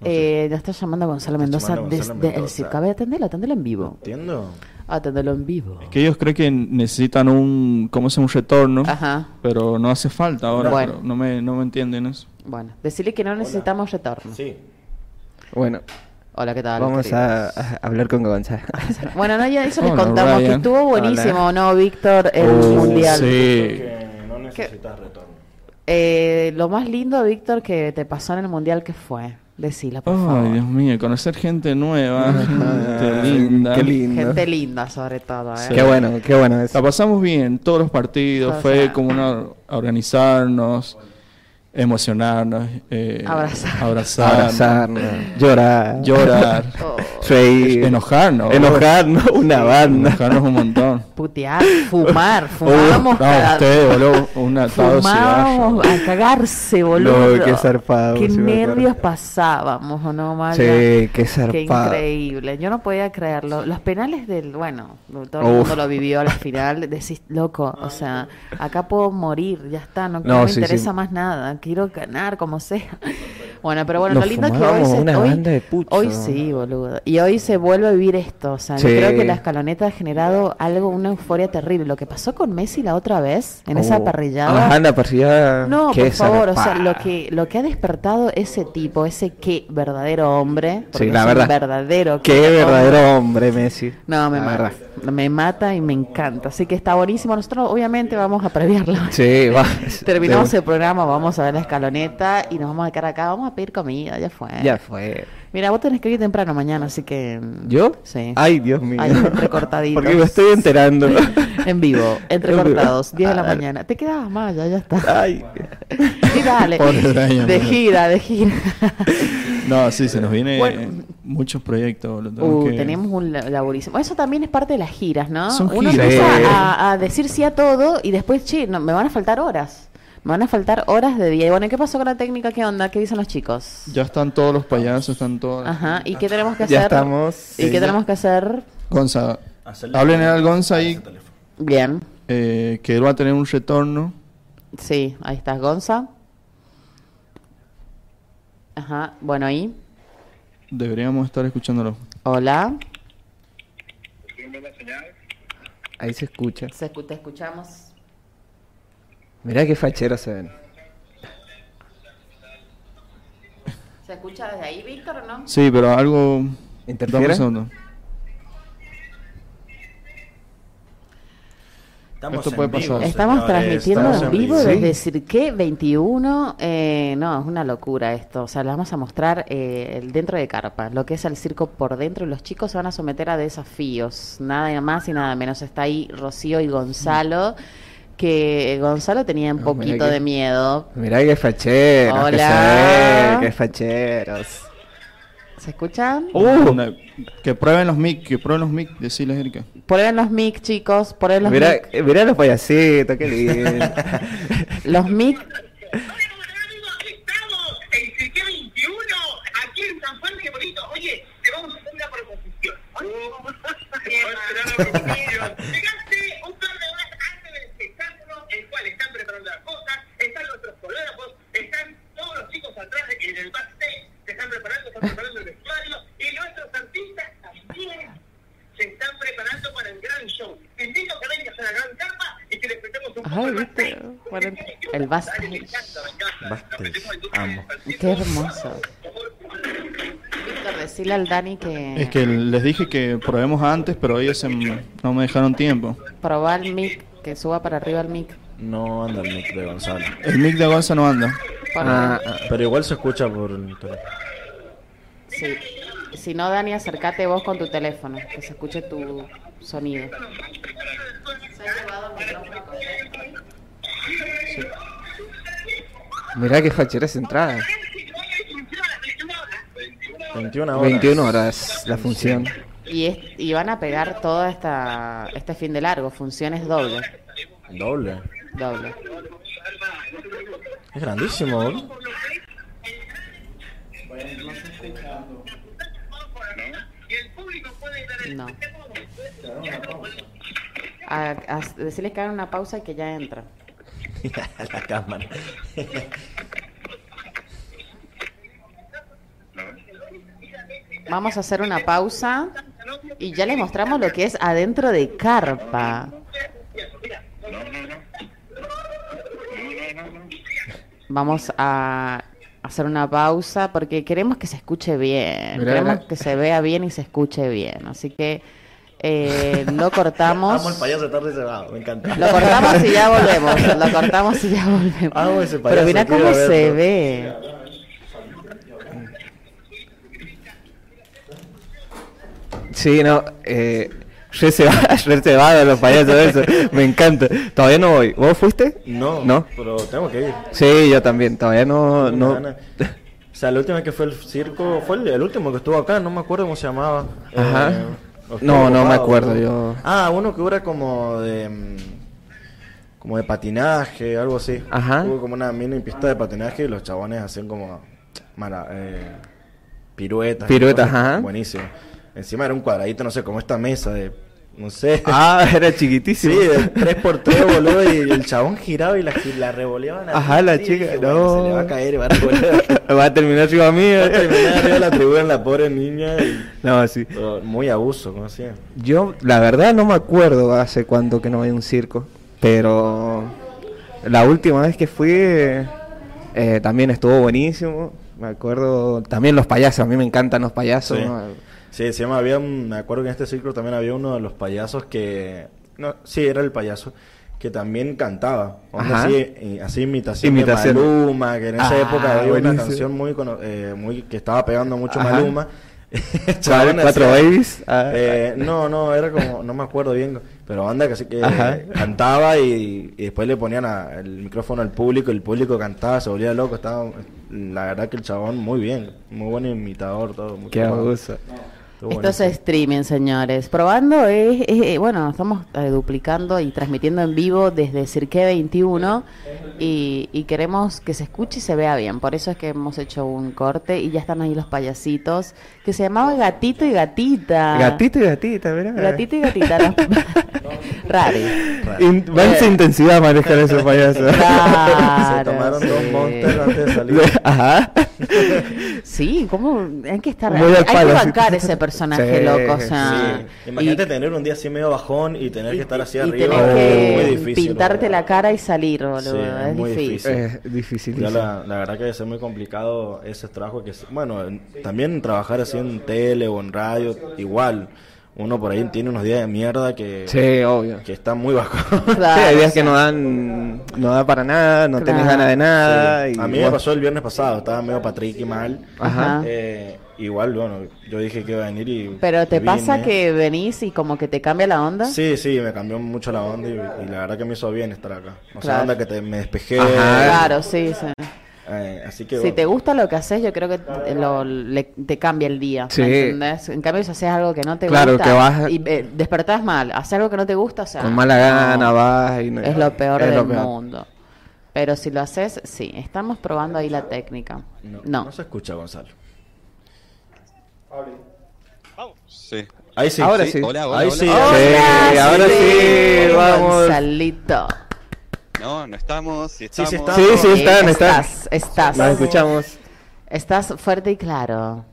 [SPEAKER 6] No
[SPEAKER 4] Eh, ya está llamando Gonzalo
[SPEAKER 6] Está
[SPEAKER 4] Mendoza
[SPEAKER 6] llamando
[SPEAKER 4] desde
[SPEAKER 6] Gonzalo
[SPEAKER 4] el
[SPEAKER 6] Mendoza.
[SPEAKER 4] CICAB. Atendelo, atendelo en vivo.
[SPEAKER 6] Entiendo.
[SPEAKER 4] Atendelo en vivo.
[SPEAKER 7] Es que ellos creen que necesitan un, ¿cómo se llama? Un retorno,
[SPEAKER 4] Ajá.
[SPEAKER 7] pero no hace falta ahora.
[SPEAKER 4] Bueno.
[SPEAKER 7] pero No, me, no me entienden eso.
[SPEAKER 4] Bueno, decirle que no necesitamos retorno.
[SPEAKER 6] Sí.
[SPEAKER 3] Bueno,
[SPEAKER 4] Hola, ¿qué tal?
[SPEAKER 3] vamos
[SPEAKER 4] queridos?
[SPEAKER 3] a, a hablar con Gonzalo.
[SPEAKER 4] Ah, [laughs] Bueno, no, ya eso les
[SPEAKER 7] Hola,
[SPEAKER 4] contamos, que
[SPEAKER 7] Brian.
[SPEAKER 4] estuvo buenísimo, ¿no, Víctor? El
[SPEAKER 3] Uh,
[SPEAKER 4] mundial.
[SPEAKER 7] Sí.
[SPEAKER 6] Que no necesitas retorno.
[SPEAKER 4] Eh, lo más lindo, Víctor, que te pasó en el mundial, ¿qué fue? Decilo, por
[SPEAKER 7] Ay,
[SPEAKER 4] favor.
[SPEAKER 7] Dios mío, conocer gente
[SPEAKER 3] [laughs]
[SPEAKER 7] nueva, gente linda.
[SPEAKER 3] Qué lindo.
[SPEAKER 4] Gente linda, sobre todo, ¿eh?
[SPEAKER 7] Sí.
[SPEAKER 3] Qué bueno, qué bueno eso.
[SPEAKER 7] La pasamos bien, todos los partidos,
[SPEAKER 4] O
[SPEAKER 7] fue
[SPEAKER 4] sea-
[SPEAKER 7] como una organizarnos, emocionarnos, eh,
[SPEAKER 4] Abrazar.
[SPEAKER 7] abrazar,
[SPEAKER 3] Abrazarnos, llorar,
[SPEAKER 7] llorar,
[SPEAKER 4] Oh,
[SPEAKER 3] reír,
[SPEAKER 7] enojarnos,
[SPEAKER 3] enojarnos, una banda.
[SPEAKER 7] enojarnos un montón.
[SPEAKER 4] putear, fumar,
[SPEAKER 7] [laughs] Uy,
[SPEAKER 4] fumamos
[SPEAKER 7] Oh, no,
[SPEAKER 4] cada-
[SPEAKER 7] usted, boludo, un
[SPEAKER 4] [laughs]
[SPEAKER 7] atado de cigarro.
[SPEAKER 4] Fumábamos a cagarse, boludo.
[SPEAKER 3] No, qué zarpado,
[SPEAKER 4] Qué
[SPEAKER 3] sí me acuerdo.
[SPEAKER 4] nervios pasábamos, ¿o no, Maya?
[SPEAKER 3] Sí, qué
[SPEAKER 4] Qué
[SPEAKER 3] zarpado.
[SPEAKER 4] increíble. Yo no podía creerlo. Los penales del, bueno, todo el
[SPEAKER 3] Uf.
[SPEAKER 4] mundo lo vivió al
[SPEAKER 3] [laughs]
[SPEAKER 4] final. Decís, loco, o sea, acá puedo morir, ya está, no, no
[SPEAKER 3] No,
[SPEAKER 4] me
[SPEAKER 3] sí, sí.
[SPEAKER 4] interesa más nada. Quiero ganar, como sea. [laughs] Bueno, pero bueno,
[SPEAKER 3] Nos
[SPEAKER 4] lo lindo es que hoy,
[SPEAKER 3] fumábamos
[SPEAKER 4] se,
[SPEAKER 3] una
[SPEAKER 4] hoy,
[SPEAKER 3] banda de pucho.
[SPEAKER 4] hoy sí,
[SPEAKER 6] [laughs]
[SPEAKER 4] boludo. Y hoy se vuelve a vivir esto. O sea, yo
[SPEAKER 3] Sí.
[SPEAKER 4] creo que la escaloneta ha generado algo, una euforia terrible. Lo que pasó con Messi la otra vez, en esa
[SPEAKER 3] Oh.
[SPEAKER 4] parrillada.
[SPEAKER 3] Ajá, la parrillada.
[SPEAKER 4] No,
[SPEAKER 3] qué
[SPEAKER 4] por favor, o sea,
[SPEAKER 3] zarpado.
[SPEAKER 4] lo que, lo que ha despertado ese tipo, ese qué verdadero hombre, porque
[SPEAKER 3] Sí, la
[SPEAKER 4] es
[SPEAKER 3] verdad.
[SPEAKER 4] un verdadero
[SPEAKER 3] Qué
[SPEAKER 4] que hombre.
[SPEAKER 3] verdadero hombre, Messi.
[SPEAKER 4] No, me
[SPEAKER 3] La
[SPEAKER 4] mata.
[SPEAKER 3] verdad.
[SPEAKER 4] Me mata y me encanta. Así que está buenísimo. Nosotros obviamente vamos a previarlo.
[SPEAKER 3] [laughs] Sí, va.
[SPEAKER 4] [laughs] Terminamos
[SPEAKER 3] de-
[SPEAKER 4] el programa, vamos a ver la escaloneta y nos vamos a quedar acá. Vamos a pedir comida, ya fue.
[SPEAKER 3] Ya fue.
[SPEAKER 4] Mira, vos tenés que ir temprano mañana, así que... mm,
[SPEAKER 3] ¿Yo?
[SPEAKER 4] Sí.
[SPEAKER 3] Ay, Dios mío.
[SPEAKER 4] Ahí, entrecortaditos.
[SPEAKER 3] Porque me estoy enterando.
[SPEAKER 4] [laughs] En vivo, entrecortados, 10 de la
[SPEAKER 3] A ver.
[SPEAKER 4] mañana. Te quedabas más, ya, ya está.
[SPEAKER 3] Ah, Ay.
[SPEAKER 4] [laughs] Y dale.
[SPEAKER 7] Pobre Brian,
[SPEAKER 4] De
[SPEAKER 7] boludo.
[SPEAKER 4] gira, de gira.
[SPEAKER 7] No, sí, se nos viene
[SPEAKER 4] Bueno.
[SPEAKER 7] muchos proyectos. boludo,
[SPEAKER 4] Uh,
[SPEAKER 7] tenemos que-
[SPEAKER 4] tenemos un la- laburísimo. Eso también es parte de las giras, ¿no?
[SPEAKER 7] Son
[SPEAKER 4] Uno
[SPEAKER 7] giras.
[SPEAKER 3] Sí.
[SPEAKER 4] empieza a, a decir sí a todo y después, che, no, me van a faltar horas. Me van a faltar horas de día. Y bueno, ¿qué pasó con la técnica? ¿Qué onda? ¿Qué dicen los chicos?
[SPEAKER 7] Ya están todos los payasos, están todos.
[SPEAKER 4] Ajá. ¿Y qué tenemos que hacer?
[SPEAKER 3] Ya estamos.
[SPEAKER 4] ¿Y qué tenemos que hacer?
[SPEAKER 7] Gonza,
[SPEAKER 6] Hacerle-
[SPEAKER 7] háblenle al Gonza ahí,
[SPEAKER 6] Ese teléfono.
[SPEAKER 4] Bien.
[SPEAKER 7] eh, que él va a tener un retorno.
[SPEAKER 4] Sí, ahí estás, Gonza. Ajá. Bueno, ahí.
[SPEAKER 7] Deberíamos estar escuchándolo.
[SPEAKER 4] Hola.
[SPEAKER 3] Ahí se escucha.
[SPEAKER 4] Se escu- te escuchamos.
[SPEAKER 3] Mirá qué facheros se ven.
[SPEAKER 4] ¿Se escucha desde ahí, Víctor, o no?
[SPEAKER 7] Sí, pero algo.
[SPEAKER 3] ¿Interfiere?
[SPEAKER 7] Dame un segundo.
[SPEAKER 6] Estamos
[SPEAKER 7] Esto
[SPEAKER 6] en
[SPEAKER 7] puede
[SPEAKER 6] vivo,
[SPEAKER 7] pasar.
[SPEAKER 4] Estamos
[SPEAKER 6] señores,
[SPEAKER 4] transmitiendo
[SPEAKER 6] estamos
[SPEAKER 4] en vivo
[SPEAKER 7] vivo.
[SPEAKER 4] desde Cirque 21. eh, no, es una locura esto. O sea, le vamos a mostrar eh, el dentro de carpa, lo que es el circo por dentro. Y los chicos se van a someter a desafíos. Nada más y nada menos. Está ahí Rocío y Gonzalo. Que Gonzalo tenía un
[SPEAKER 3] Ah,
[SPEAKER 4] poquito
[SPEAKER 3] mira que-
[SPEAKER 4] de miedo.
[SPEAKER 3] Mirá qué facheros que
[SPEAKER 4] Hola.
[SPEAKER 3] se ven, Qué facheros.
[SPEAKER 4] ¿Se escuchan?
[SPEAKER 7] Uh. Una- que prueben los mic, que prueben los mic, decirles Erika.
[SPEAKER 4] Ponen los mic, chicos. Ponen los
[SPEAKER 3] Mirá,
[SPEAKER 4] mic.
[SPEAKER 3] eh, mirá los payasitos,
[SPEAKER 7] [laughs]
[SPEAKER 3] qué lindo.
[SPEAKER 4] [laughs] Los mic.
[SPEAKER 8] Hola, hola, amigos, aquí estamos en Cirque 21, aquí en San Juan de Bonito. Oye, te vamos a hacer una proposición.
[SPEAKER 3] Oh.
[SPEAKER 8] Llegaste un par de horas antes del espectáculo, [laughs] el cual están preparando las cosas, están nuestros coreógrafos, están todos los chicos atrás en el backstage, se están preparando, están preparando el vestuario, y nuestros artistas también se están preparando para el gran show. Te invito a que vengas a la gran carpa y que les prestemos un poco
[SPEAKER 4] Ay,
[SPEAKER 8] el
[SPEAKER 4] viste,
[SPEAKER 8] backstage.
[SPEAKER 4] bueno, el backstage.
[SPEAKER 6] Backstage, amo.
[SPEAKER 4] Qué hermoso. Víctor, decirle al Dani que.
[SPEAKER 7] Es que les dije que probemos antes, pero ellos se m- no me dejaron tiempo.
[SPEAKER 4] Probar el mic, que suba para arriba el mic.
[SPEAKER 6] No anda el mic de Gonzalo.
[SPEAKER 7] El mic de Gonza no anda.
[SPEAKER 4] Para-
[SPEAKER 3] Ah, ah.
[SPEAKER 6] Pero igual se escucha por el teléfono.
[SPEAKER 4] sí. Si no, Dani, acércate vos con tu teléfono, que se escuche tu sonido.
[SPEAKER 3] sí. Mirá que fachera esa entrada.
[SPEAKER 6] 21 horas.
[SPEAKER 3] 21 horas la función.
[SPEAKER 4] Y, es- y van a pegar todo esta, este fin de largo, funciones doble.
[SPEAKER 6] Doble.
[SPEAKER 4] doble.
[SPEAKER 6] Es grandísimo, boludo.
[SPEAKER 4] No. A, a- decirles que hagan una pausa y que ya entra.
[SPEAKER 6] [laughs] la cámara.
[SPEAKER 4] Vamos a hacer una pausa y ya les mostramos lo que es adentro de carpa. Vamos a hacer una pausa porque queremos que se escuche bien,
[SPEAKER 3] Mirá,
[SPEAKER 4] queremos
[SPEAKER 3] la-
[SPEAKER 4] que se vea bien y se escuche bien. Así que eh,
[SPEAKER 6] [laughs]
[SPEAKER 4] no cortamos.
[SPEAKER 6] Amo el payaso tarde se va, me encanta.
[SPEAKER 4] Lo cortamos y ya
[SPEAKER 6] [laughs]
[SPEAKER 4] volvemos. Lo cortamos y ya volvemos.
[SPEAKER 6] Amo ese payaso,
[SPEAKER 4] Pero mira
[SPEAKER 6] quiero
[SPEAKER 4] cómo se
[SPEAKER 6] verlo.
[SPEAKER 4] ve.
[SPEAKER 3] Sí, no, eh, re se va, [laughs] re se va de los payasos eso. Me encanta. Todavía no voy. ¿Vos fuiste?
[SPEAKER 6] No,
[SPEAKER 3] No.
[SPEAKER 6] pero tengo que ir.
[SPEAKER 3] Sí, yo también. Todavía no,
[SPEAKER 6] Tengo
[SPEAKER 3] no.
[SPEAKER 6] ganas. O sea, la última que fue el circo fue el, el último que estuvo acá, no me acuerdo cómo se llamaba. Eh,
[SPEAKER 3] Ajá.
[SPEAKER 6] estuvo
[SPEAKER 3] No, no me
[SPEAKER 6] copado,
[SPEAKER 3] acuerdo,
[SPEAKER 6] ¿no?
[SPEAKER 3] yo-
[SPEAKER 6] Ah, uno que era como de. mm, como de patinaje, algo así.
[SPEAKER 3] Ajá.
[SPEAKER 6] Hubo como una mini pista de patinaje y los chabones hacían como. mara- eh, piruetas. y
[SPEAKER 3] Piruetas,
[SPEAKER 6] cosas.
[SPEAKER 3] ajá.
[SPEAKER 6] Buenísimo. Encima era un cuadradito, no sé, como esta mesa de. no sé. [laughs]
[SPEAKER 3] Ah, era chiquitísimo.
[SPEAKER 6] Sí, de 3x3, boludo, y el chabón giraba y la, la revoleaban. así.
[SPEAKER 3] Ajá, la
[SPEAKER 6] Sí,
[SPEAKER 3] chica,
[SPEAKER 6] dije,
[SPEAKER 3] no.
[SPEAKER 6] Se le va a caer, y va a revolear.
[SPEAKER 3] Ah, Va a eh. terminar arriba mío.
[SPEAKER 6] Va a terminar arriba de la tribuna la pobre niña. y-
[SPEAKER 3] [laughs] No, sí.
[SPEAKER 6] pero muy abuso, ¿cómo así?
[SPEAKER 3] Yo, la verdad, no me acuerdo hace cuánto que no voy a un circo. Pero la última vez que fui eh, eh, también estuvo buenísimo. Me acuerdo también los payasos. A mí me encantan los payasos.
[SPEAKER 6] Sí.
[SPEAKER 3] ¿no?
[SPEAKER 6] Sí, encima había un- me acuerdo que en este ciclo también había uno de los payasos que... No, sí, era el payaso, que también cantaba. Onda
[SPEAKER 3] Ajá.
[SPEAKER 6] así, i- así imitación,
[SPEAKER 3] Imitación.
[SPEAKER 6] de Maluma, que en esa
[SPEAKER 3] Ah,
[SPEAKER 6] época había
[SPEAKER 3] buenísimo.
[SPEAKER 6] una canción muy, cono- eh, muy que estaba pegando mucho
[SPEAKER 3] Ajá.
[SPEAKER 6] Maluma. [laughs]
[SPEAKER 3] ¿Cuál?
[SPEAKER 6] Chabón
[SPEAKER 3] ¿Cuatro
[SPEAKER 6] hacía-
[SPEAKER 3] Babies? Ah.
[SPEAKER 6] Eh, no, no, era como, no me acuerdo bien, pero onda que así que
[SPEAKER 3] Ajá.
[SPEAKER 6] eh, cantaba y, y después le ponían a- el micrófono al público, el público cantaba, se volvía loco, estaba, la verdad que el chabón muy bien, muy buen imitador, todo. muy
[SPEAKER 3] Qué
[SPEAKER 6] copado.
[SPEAKER 3] abuso.
[SPEAKER 6] Estuvo
[SPEAKER 4] Esto es
[SPEAKER 6] buenísimo.
[SPEAKER 4] streaming, señores. Probando es, es- bueno, estamos eh, duplicando y transmitiendo en vivo desde Cirque 21 y, y queremos que se escuche y se vea bien. Por eso es que hemos hecho un corte y ya están ahí los payasitos que se llamaba Gatito y Gatita.
[SPEAKER 3] Gatito y gatita, mirá.
[SPEAKER 4] Gatito y Gatita. [laughs] los- Raros.
[SPEAKER 3] In- van sin intensidad manejar esos payasos.
[SPEAKER 4] Eh. [laughs] Claro,
[SPEAKER 6] [laughs] Se tomaron dos
[SPEAKER 4] sí.
[SPEAKER 6] monsters antes de salir.
[SPEAKER 3] Ajá.
[SPEAKER 4] [laughs] Sí, ¿cómo? Hay que estar.
[SPEAKER 3] Muy al
[SPEAKER 4] hay que
[SPEAKER 3] palo, sí.
[SPEAKER 4] bancar ese personaje
[SPEAKER 3] Sí,
[SPEAKER 4] loco. O sea,
[SPEAKER 6] Sí. Imagínate tener un día así medio bajón y tener que estar así
[SPEAKER 4] y
[SPEAKER 6] arriba.
[SPEAKER 4] tenés que
[SPEAKER 6] muy difícil.
[SPEAKER 4] pintarte
[SPEAKER 6] boludo.
[SPEAKER 4] la cara y salir, boludo.
[SPEAKER 6] Sí,
[SPEAKER 4] es
[SPEAKER 6] muy
[SPEAKER 4] difícil.
[SPEAKER 6] difícil.
[SPEAKER 3] Es difícil.
[SPEAKER 6] Ya la, la verdad que debe ser muy complicado ese trabajo que es- bueno en- también trabajar así en tele o en radio igual uno por ahí tiene unos días de mierda que,
[SPEAKER 3] Sí, obvio.
[SPEAKER 6] que está muy bajo
[SPEAKER 3] Sí,
[SPEAKER 4] Claro,
[SPEAKER 3] hay días
[SPEAKER 4] sí.
[SPEAKER 3] que no dan, no da para nada, no tenés
[SPEAKER 4] Claro.
[SPEAKER 3] ganas de nada.
[SPEAKER 6] Sí.
[SPEAKER 3] y
[SPEAKER 6] a mí me
[SPEAKER 3] bueno.
[SPEAKER 6] pasó el viernes pasado estaba medio patrick y mal
[SPEAKER 4] Ajá.
[SPEAKER 6] Eh, igual bueno yo dije que iba a venir y
[SPEAKER 4] Pero te
[SPEAKER 6] y
[SPEAKER 4] pasa
[SPEAKER 6] vine.
[SPEAKER 4] que venís y como que te cambia la onda.
[SPEAKER 6] sí sí me cambió mucho la onda y, y la verdad que me hizo bien estar acá o sea
[SPEAKER 4] Claro.
[SPEAKER 6] onda que te- me despejé
[SPEAKER 3] Ajá.
[SPEAKER 4] Claro, sí, sí.
[SPEAKER 6] eh, así que
[SPEAKER 4] Si
[SPEAKER 6] bueno.
[SPEAKER 4] te gusta lo que haces, yo creo que te- lo- le- te cambia el día. ¿me
[SPEAKER 3] Sí.
[SPEAKER 4] entendés? En cambio, si haces algo que no te
[SPEAKER 3] Claro,
[SPEAKER 4] gusta
[SPEAKER 3] que vas-
[SPEAKER 4] y eh, despertás mal, haces algo que no te gusta, o sea,
[SPEAKER 3] Con mala
[SPEAKER 4] no.
[SPEAKER 3] gana vas y no-
[SPEAKER 4] Es lo peor
[SPEAKER 3] es
[SPEAKER 4] del
[SPEAKER 3] lo peor.
[SPEAKER 4] mundo. Pero si lo haces, sí. Estamos probando ahí la técnica. No.
[SPEAKER 6] no, no se escucha Gonzalo
[SPEAKER 9] Sí.
[SPEAKER 6] ahí sí
[SPEAKER 3] Ahora sí.
[SPEAKER 9] Hola, hola,
[SPEAKER 6] ahí
[SPEAKER 9] hola.
[SPEAKER 6] sí
[SPEAKER 3] Hola. Sí, ahora sí, vamos.
[SPEAKER 4] Gonzalito.
[SPEAKER 9] No, no estamos. Sí,
[SPEAKER 6] Sí,
[SPEAKER 9] estamos.
[SPEAKER 6] sí,
[SPEAKER 3] Sí, sí,
[SPEAKER 4] Sí,
[SPEAKER 3] están, están.
[SPEAKER 4] estás, estás.
[SPEAKER 3] Nos escuchamos.
[SPEAKER 4] Estás fuerte y claro.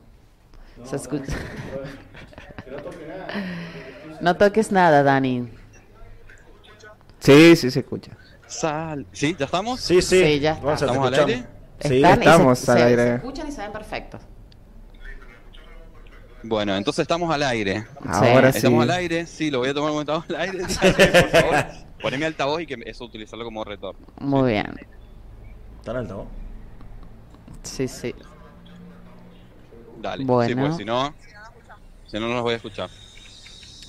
[SPEAKER 4] Se escucha. [laughs] No toques nada,
[SPEAKER 3] Eh.
[SPEAKER 4] Dani.
[SPEAKER 3] Sí, sí, se escucha.
[SPEAKER 9] Sal. ¿Sí? ¿Ya estamos?
[SPEAKER 6] Sí, sí.
[SPEAKER 4] Sí, ya está.
[SPEAKER 6] Vamos a
[SPEAKER 9] ¿Estamos al
[SPEAKER 6] escuchar.
[SPEAKER 9] aire?
[SPEAKER 6] Sí,
[SPEAKER 4] Están y se-
[SPEAKER 3] estamos
[SPEAKER 4] se,
[SPEAKER 3] al
[SPEAKER 4] se
[SPEAKER 3] aire.
[SPEAKER 4] escuchan y se ven perfectos.
[SPEAKER 9] Bueno, entonces estamos al aire.
[SPEAKER 3] Ahora sí.
[SPEAKER 9] Estamos al aire, sí, lo voy a tomar como estamos al
[SPEAKER 3] [laughs]
[SPEAKER 9] aire. Por favor, poneme altavoz y que eso utilizarlo como retorno.
[SPEAKER 4] Muy bien.
[SPEAKER 6] ¿Están alto? ¿no?
[SPEAKER 4] Sí, sí.
[SPEAKER 9] Dale. Sí,
[SPEAKER 4] Bueno.
[SPEAKER 9] porque si no, si no, no los voy a escuchar.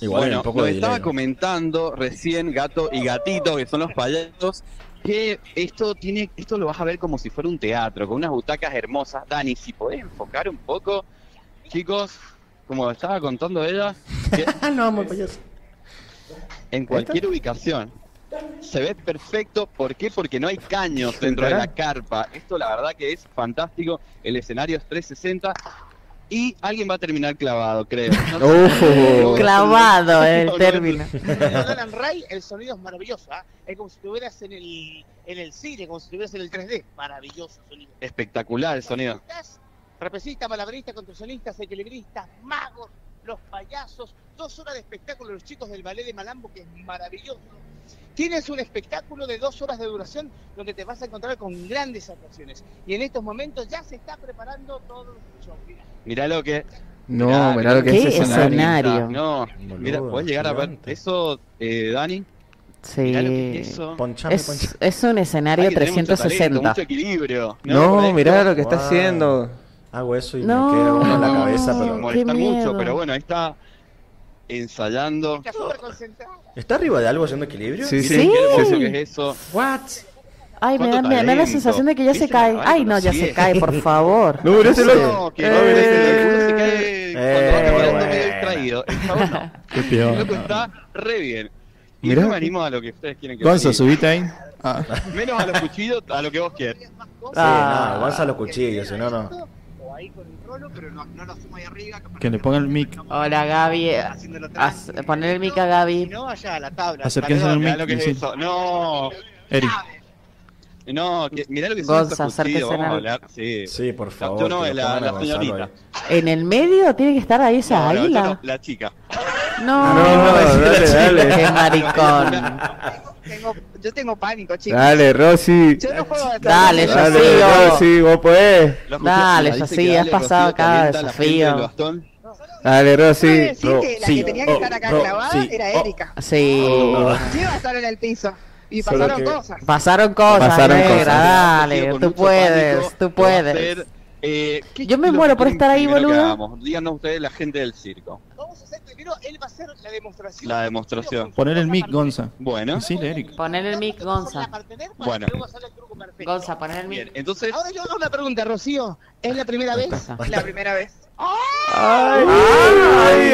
[SPEAKER 6] Igual
[SPEAKER 9] bueno,
[SPEAKER 6] hay un poco
[SPEAKER 9] lo
[SPEAKER 6] de delay,
[SPEAKER 9] estaba
[SPEAKER 6] ¿no?
[SPEAKER 9] comentando recién Gato y Gatito, que son los payasos, que esto tiene, esto lo vas a ver como si fuera un teatro, con unas butacas hermosas. Dani, si podés enfocar un poco, chicos, como estaba contando ella, que
[SPEAKER 5] no, vamos, payaso.
[SPEAKER 1] [laughs]
[SPEAKER 9] en cualquier ubicación se ve perfecto. ¿Por qué? Porque no hay caños dentro de la carpa. Esto la verdad que es fantástico. El escenario es 360 y alguien va a terminar clavado, creo. No sé.
[SPEAKER 3] Ojo.
[SPEAKER 4] Clavado el
[SPEAKER 9] No, no,
[SPEAKER 4] término.
[SPEAKER 1] Dolan Ray, el sonido es maravilloso. ¿ah? Es como si estuvieras en el, en el cine, como si estuvieras en el 3D. Maravilloso sonido.
[SPEAKER 9] Espectacular el sonido.
[SPEAKER 1] Trompetistas, Trapecista, malabaristas, contorsionistas, equilibristas, magos, los payasos, dos horas de espectáculo de los chicos del ballet de Malambo, que es maravilloso. Tienes un espectáculo de dos horas de duración donde te vas a encontrar con grandes actuaciones. Y en estos momentos ya se está preparando todo el show. Mira,
[SPEAKER 9] Mirá lo que
[SPEAKER 3] No, mirá lo que
[SPEAKER 4] ¿Qué
[SPEAKER 3] es ese escenario.
[SPEAKER 4] escenario?
[SPEAKER 9] No, mira,
[SPEAKER 6] Boludo,
[SPEAKER 9] puedes llegar a ver
[SPEAKER 6] gigante.
[SPEAKER 9] eso, eh, Dani. Mirá lo que
[SPEAKER 4] Sí.
[SPEAKER 9] es eso.
[SPEAKER 6] Ponchame,
[SPEAKER 4] Es,
[SPEAKER 6] ponchame.
[SPEAKER 4] es un escenario
[SPEAKER 9] Hay que tener mucho talento,
[SPEAKER 4] 360.
[SPEAKER 9] mucho equilibrio. Por
[SPEAKER 3] No,
[SPEAKER 9] esto
[SPEAKER 3] mirá lo que está
[SPEAKER 6] Wow.
[SPEAKER 3] haciendo.
[SPEAKER 6] Hago eso y
[SPEAKER 4] No.
[SPEAKER 6] me queda uno en la cabeza,
[SPEAKER 9] me
[SPEAKER 6] pero...
[SPEAKER 4] Bueno.
[SPEAKER 9] Molesta
[SPEAKER 4] Qué miedo.
[SPEAKER 9] mucho, pero bueno, ahí está ensayando.
[SPEAKER 1] está súper concentrado.
[SPEAKER 6] ¿Está arriba de algo haciendo equilibrio?
[SPEAKER 3] Sí, sí.
[SPEAKER 9] Miren qué hermoso
[SPEAKER 4] Sí.
[SPEAKER 9] que es eso.
[SPEAKER 6] What?
[SPEAKER 4] Ay, me da,
[SPEAKER 9] ¿Cuánto
[SPEAKER 4] me da la
[SPEAKER 9] talento?
[SPEAKER 4] sensación de que ya se
[SPEAKER 9] ¿Viste?
[SPEAKER 4] cae.
[SPEAKER 9] Ay,
[SPEAKER 4] Ay, no,
[SPEAKER 9] pero
[SPEAKER 4] ya
[SPEAKER 9] sí
[SPEAKER 4] se
[SPEAKER 9] es.
[SPEAKER 4] cae,
[SPEAKER 9] [laughs]
[SPEAKER 4] por favor.
[SPEAKER 3] No, mirá ese loco.
[SPEAKER 9] No, que no, este pero ese- el culo se
[SPEAKER 6] Eh.
[SPEAKER 9] cae cuando va caminando medio
[SPEAKER 6] Eh.
[SPEAKER 9] distraído. El chabón no.
[SPEAKER 10] Qué
[SPEAKER 9] El
[SPEAKER 10] peor.
[SPEAKER 9] loco está re bien. Y
[SPEAKER 10] Mirá.
[SPEAKER 9] yo me animo a lo que ustedes quieren que
[SPEAKER 10] Gonza,
[SPEAKER 9] sea.
[SPEAKER 10] subite ahí. Ah.
[SPEAKER 9] Menos a los cuchillos, a lo que vos quieras.
[SPEAKER 6] Sí,
[SPEAKER 4] Ah.
[SPEAKER 6] no, avanza los cuchillos, si no, no.
[SPEAKER 1] O ahí con el rolo, pero no, no lo sumo ahí arriba. capaz
[SPEAKER 10] Que le pongan el mic.
[SPEAKER 4] Hola, Gaby.
[SPEAKER 1] haciéndolo
[SPEAKER 4] Haz-
[SPEAKER 1] tranqui,
[SPEAKER 4] poner el mic a
[SPEAKER 1] Y
[SPEAKER 4] Gaby.
[SPEAKER 1] no vaya a la tabla.
[SPEAKER 10] Acérquense al
[SPEAKER 1] Perdón,
[SPEAKER 10] mic.
[SPEAKER 9] Mirá lo que es
[SPEAKER 10] sí.
[SPEAKER 9] eso. No,
[SPEAKER 10] Eri.
[SPEAKER 9] no, que, mirá lo que son
[SPEAKER 4] Gonza,
[SPEAKER 9] estos cuchillos.
[SPEAKER 4] acérquese
[SPEAKER 9] Vamos a
[SPEAKER 4] al-
[SPEAKER 9] hablar. Sí.
[SPEAKER 6] Sí, por favor.
[SPEAKER 9] Yo no,
[SPEAKER 6] que lo
[SPEAKER 9] la-
[SPEAKER 6] pongan a
[SPEAKER 9] la
[SPEAKER 6] Gonzalo
[SPEAKER 9] señorita.
[SPEAKER 6] ahí.
[SPEAKER 4] En el medio tiene que estar ahí esa
[SPEAKER 9] No, no, yo no,
[SPEAKER 4] águila.
[SPEAKER 9] la chica.
[SPEAKER 4] No,
[SPEAKER 3] No,
[SPEAKER 4] [laughs]
[SPEAKER 9] [laughs]
[SPEAKER 3] dale, dale.
[SPEAKER 4] Qué maricón.
[SPEAKER 5] Tengo- yo tengo pánico, chicos.
[SPEAKER 3] Dale, Rosy.
[SPEAKER 5] Yo no juego a
[SPEAKER 4] Dale, yo
[SPEAKER 3] Dale,
[SPEAKER 4] sigo.
[SPEAKER 3] Rosy, vos podés.
[SPEAKER 9] Los
[SPEAKER 4] Dale,
[SPEAKER 9] cuchillos,
[SPEAKER 4] Sofía,
[SPEAKER 9] dice que
[SPEAKER 4] has
[SPEAKER 9] dale,
[SPEAKER 4] pasado
[SPEAKER 9] Rocío,
[SPEAKER 4] acá,
[SPEAKER 9] calienta la
[SPEAKER 4] Sofía.
[SPEAKER 9] gente del bastón.
[SPEAKER 3] Dale,
[SPEAKER 5] Yo iba a
[SPEAKER 3] Rosy.
[SPEAKER 5] decir
[SPEAKER 6] Ro-
[SPEAKER 5] que la
[SPEAKER 6] sí,
[SPEAKER 5] que tenía que
[SPEAKER 6] oh,
[SPEAKER 5] estar acá
[SPEAKER 6] Ro-
[SPEAKER 5] clavada
[SPEAKER 6] sí,
[SPEAKER 5] era
[SPEAKER 6] oh.
[SPEAKER 5] Erika.
[SPEAKER 4] Sí.
[SPEAKER 3] Oh.
[SPEAKER 5] Lleva a en el piso. Y
[SPEAKER 6] Solo
[SPEAKER 5] pasaron
[SPEAKER 6] que-
[SPEAKER 5] cosas.
[SPEAKER 4] Pasaron cosas,
[SPEAKER 3] Pasaron
[SPEAKER 4] negra,
[SPEAKER 3] cosas.
[SPEAKER 9] Sofía,
[SPEAKER 4] dale.
[SPEAKER 9] con
[SPEAKER 4] Tú
[SPEAKER 9] mucho
[SPEAKER 4] puedes,
[SPEAKER 9] pánico,
[SPEAKER 4] tú
[SPEAKER 9] va a
[SPEAKER 4] puedes.
[SPEAKER 9] ser, eh, ¿qué
[SPEAKER 4] Yo me
[SPEAKER 9] es lo
[SPEAKER 4] muero
[SPEAKER 9] que
[SPEAKER 4] por
[SPEAKER 9] quieren
[SPEAKER 4] estar ahí,
[SPEAKER 9] primero que
[SPEAKER 4] boludo.
[SPEAKER 9] hagamos? Díganos ustedes, la gente del circo,
[SPEAKER 1] Vamos a hacer primero, él va a hacer la demostración.
[SPEAKER 9] la demostración.
[SPEAKER 10] Poner el mic, Gonza.
[SPEAKER 9] Bueno,
[SPEAKER 10] Sí, Eric.
[SPEAKER 4] Poner el mic, Gonza.
[SPEAKER 9] Bueno.
[SPEAKER 1] Bueno.
[SPEAKER 4] Gonza, poner el
[SPEAKER 9] bien,
[SPEAKER 4] mic.
[SPEAKER 9] entonces,
[SPEAKER 1] Ahora yo hago una pregunta, Rocío. ¿Es la primera vez?
[SPEAKER 5] La primera vez.
[SPEAKER 3] Ay,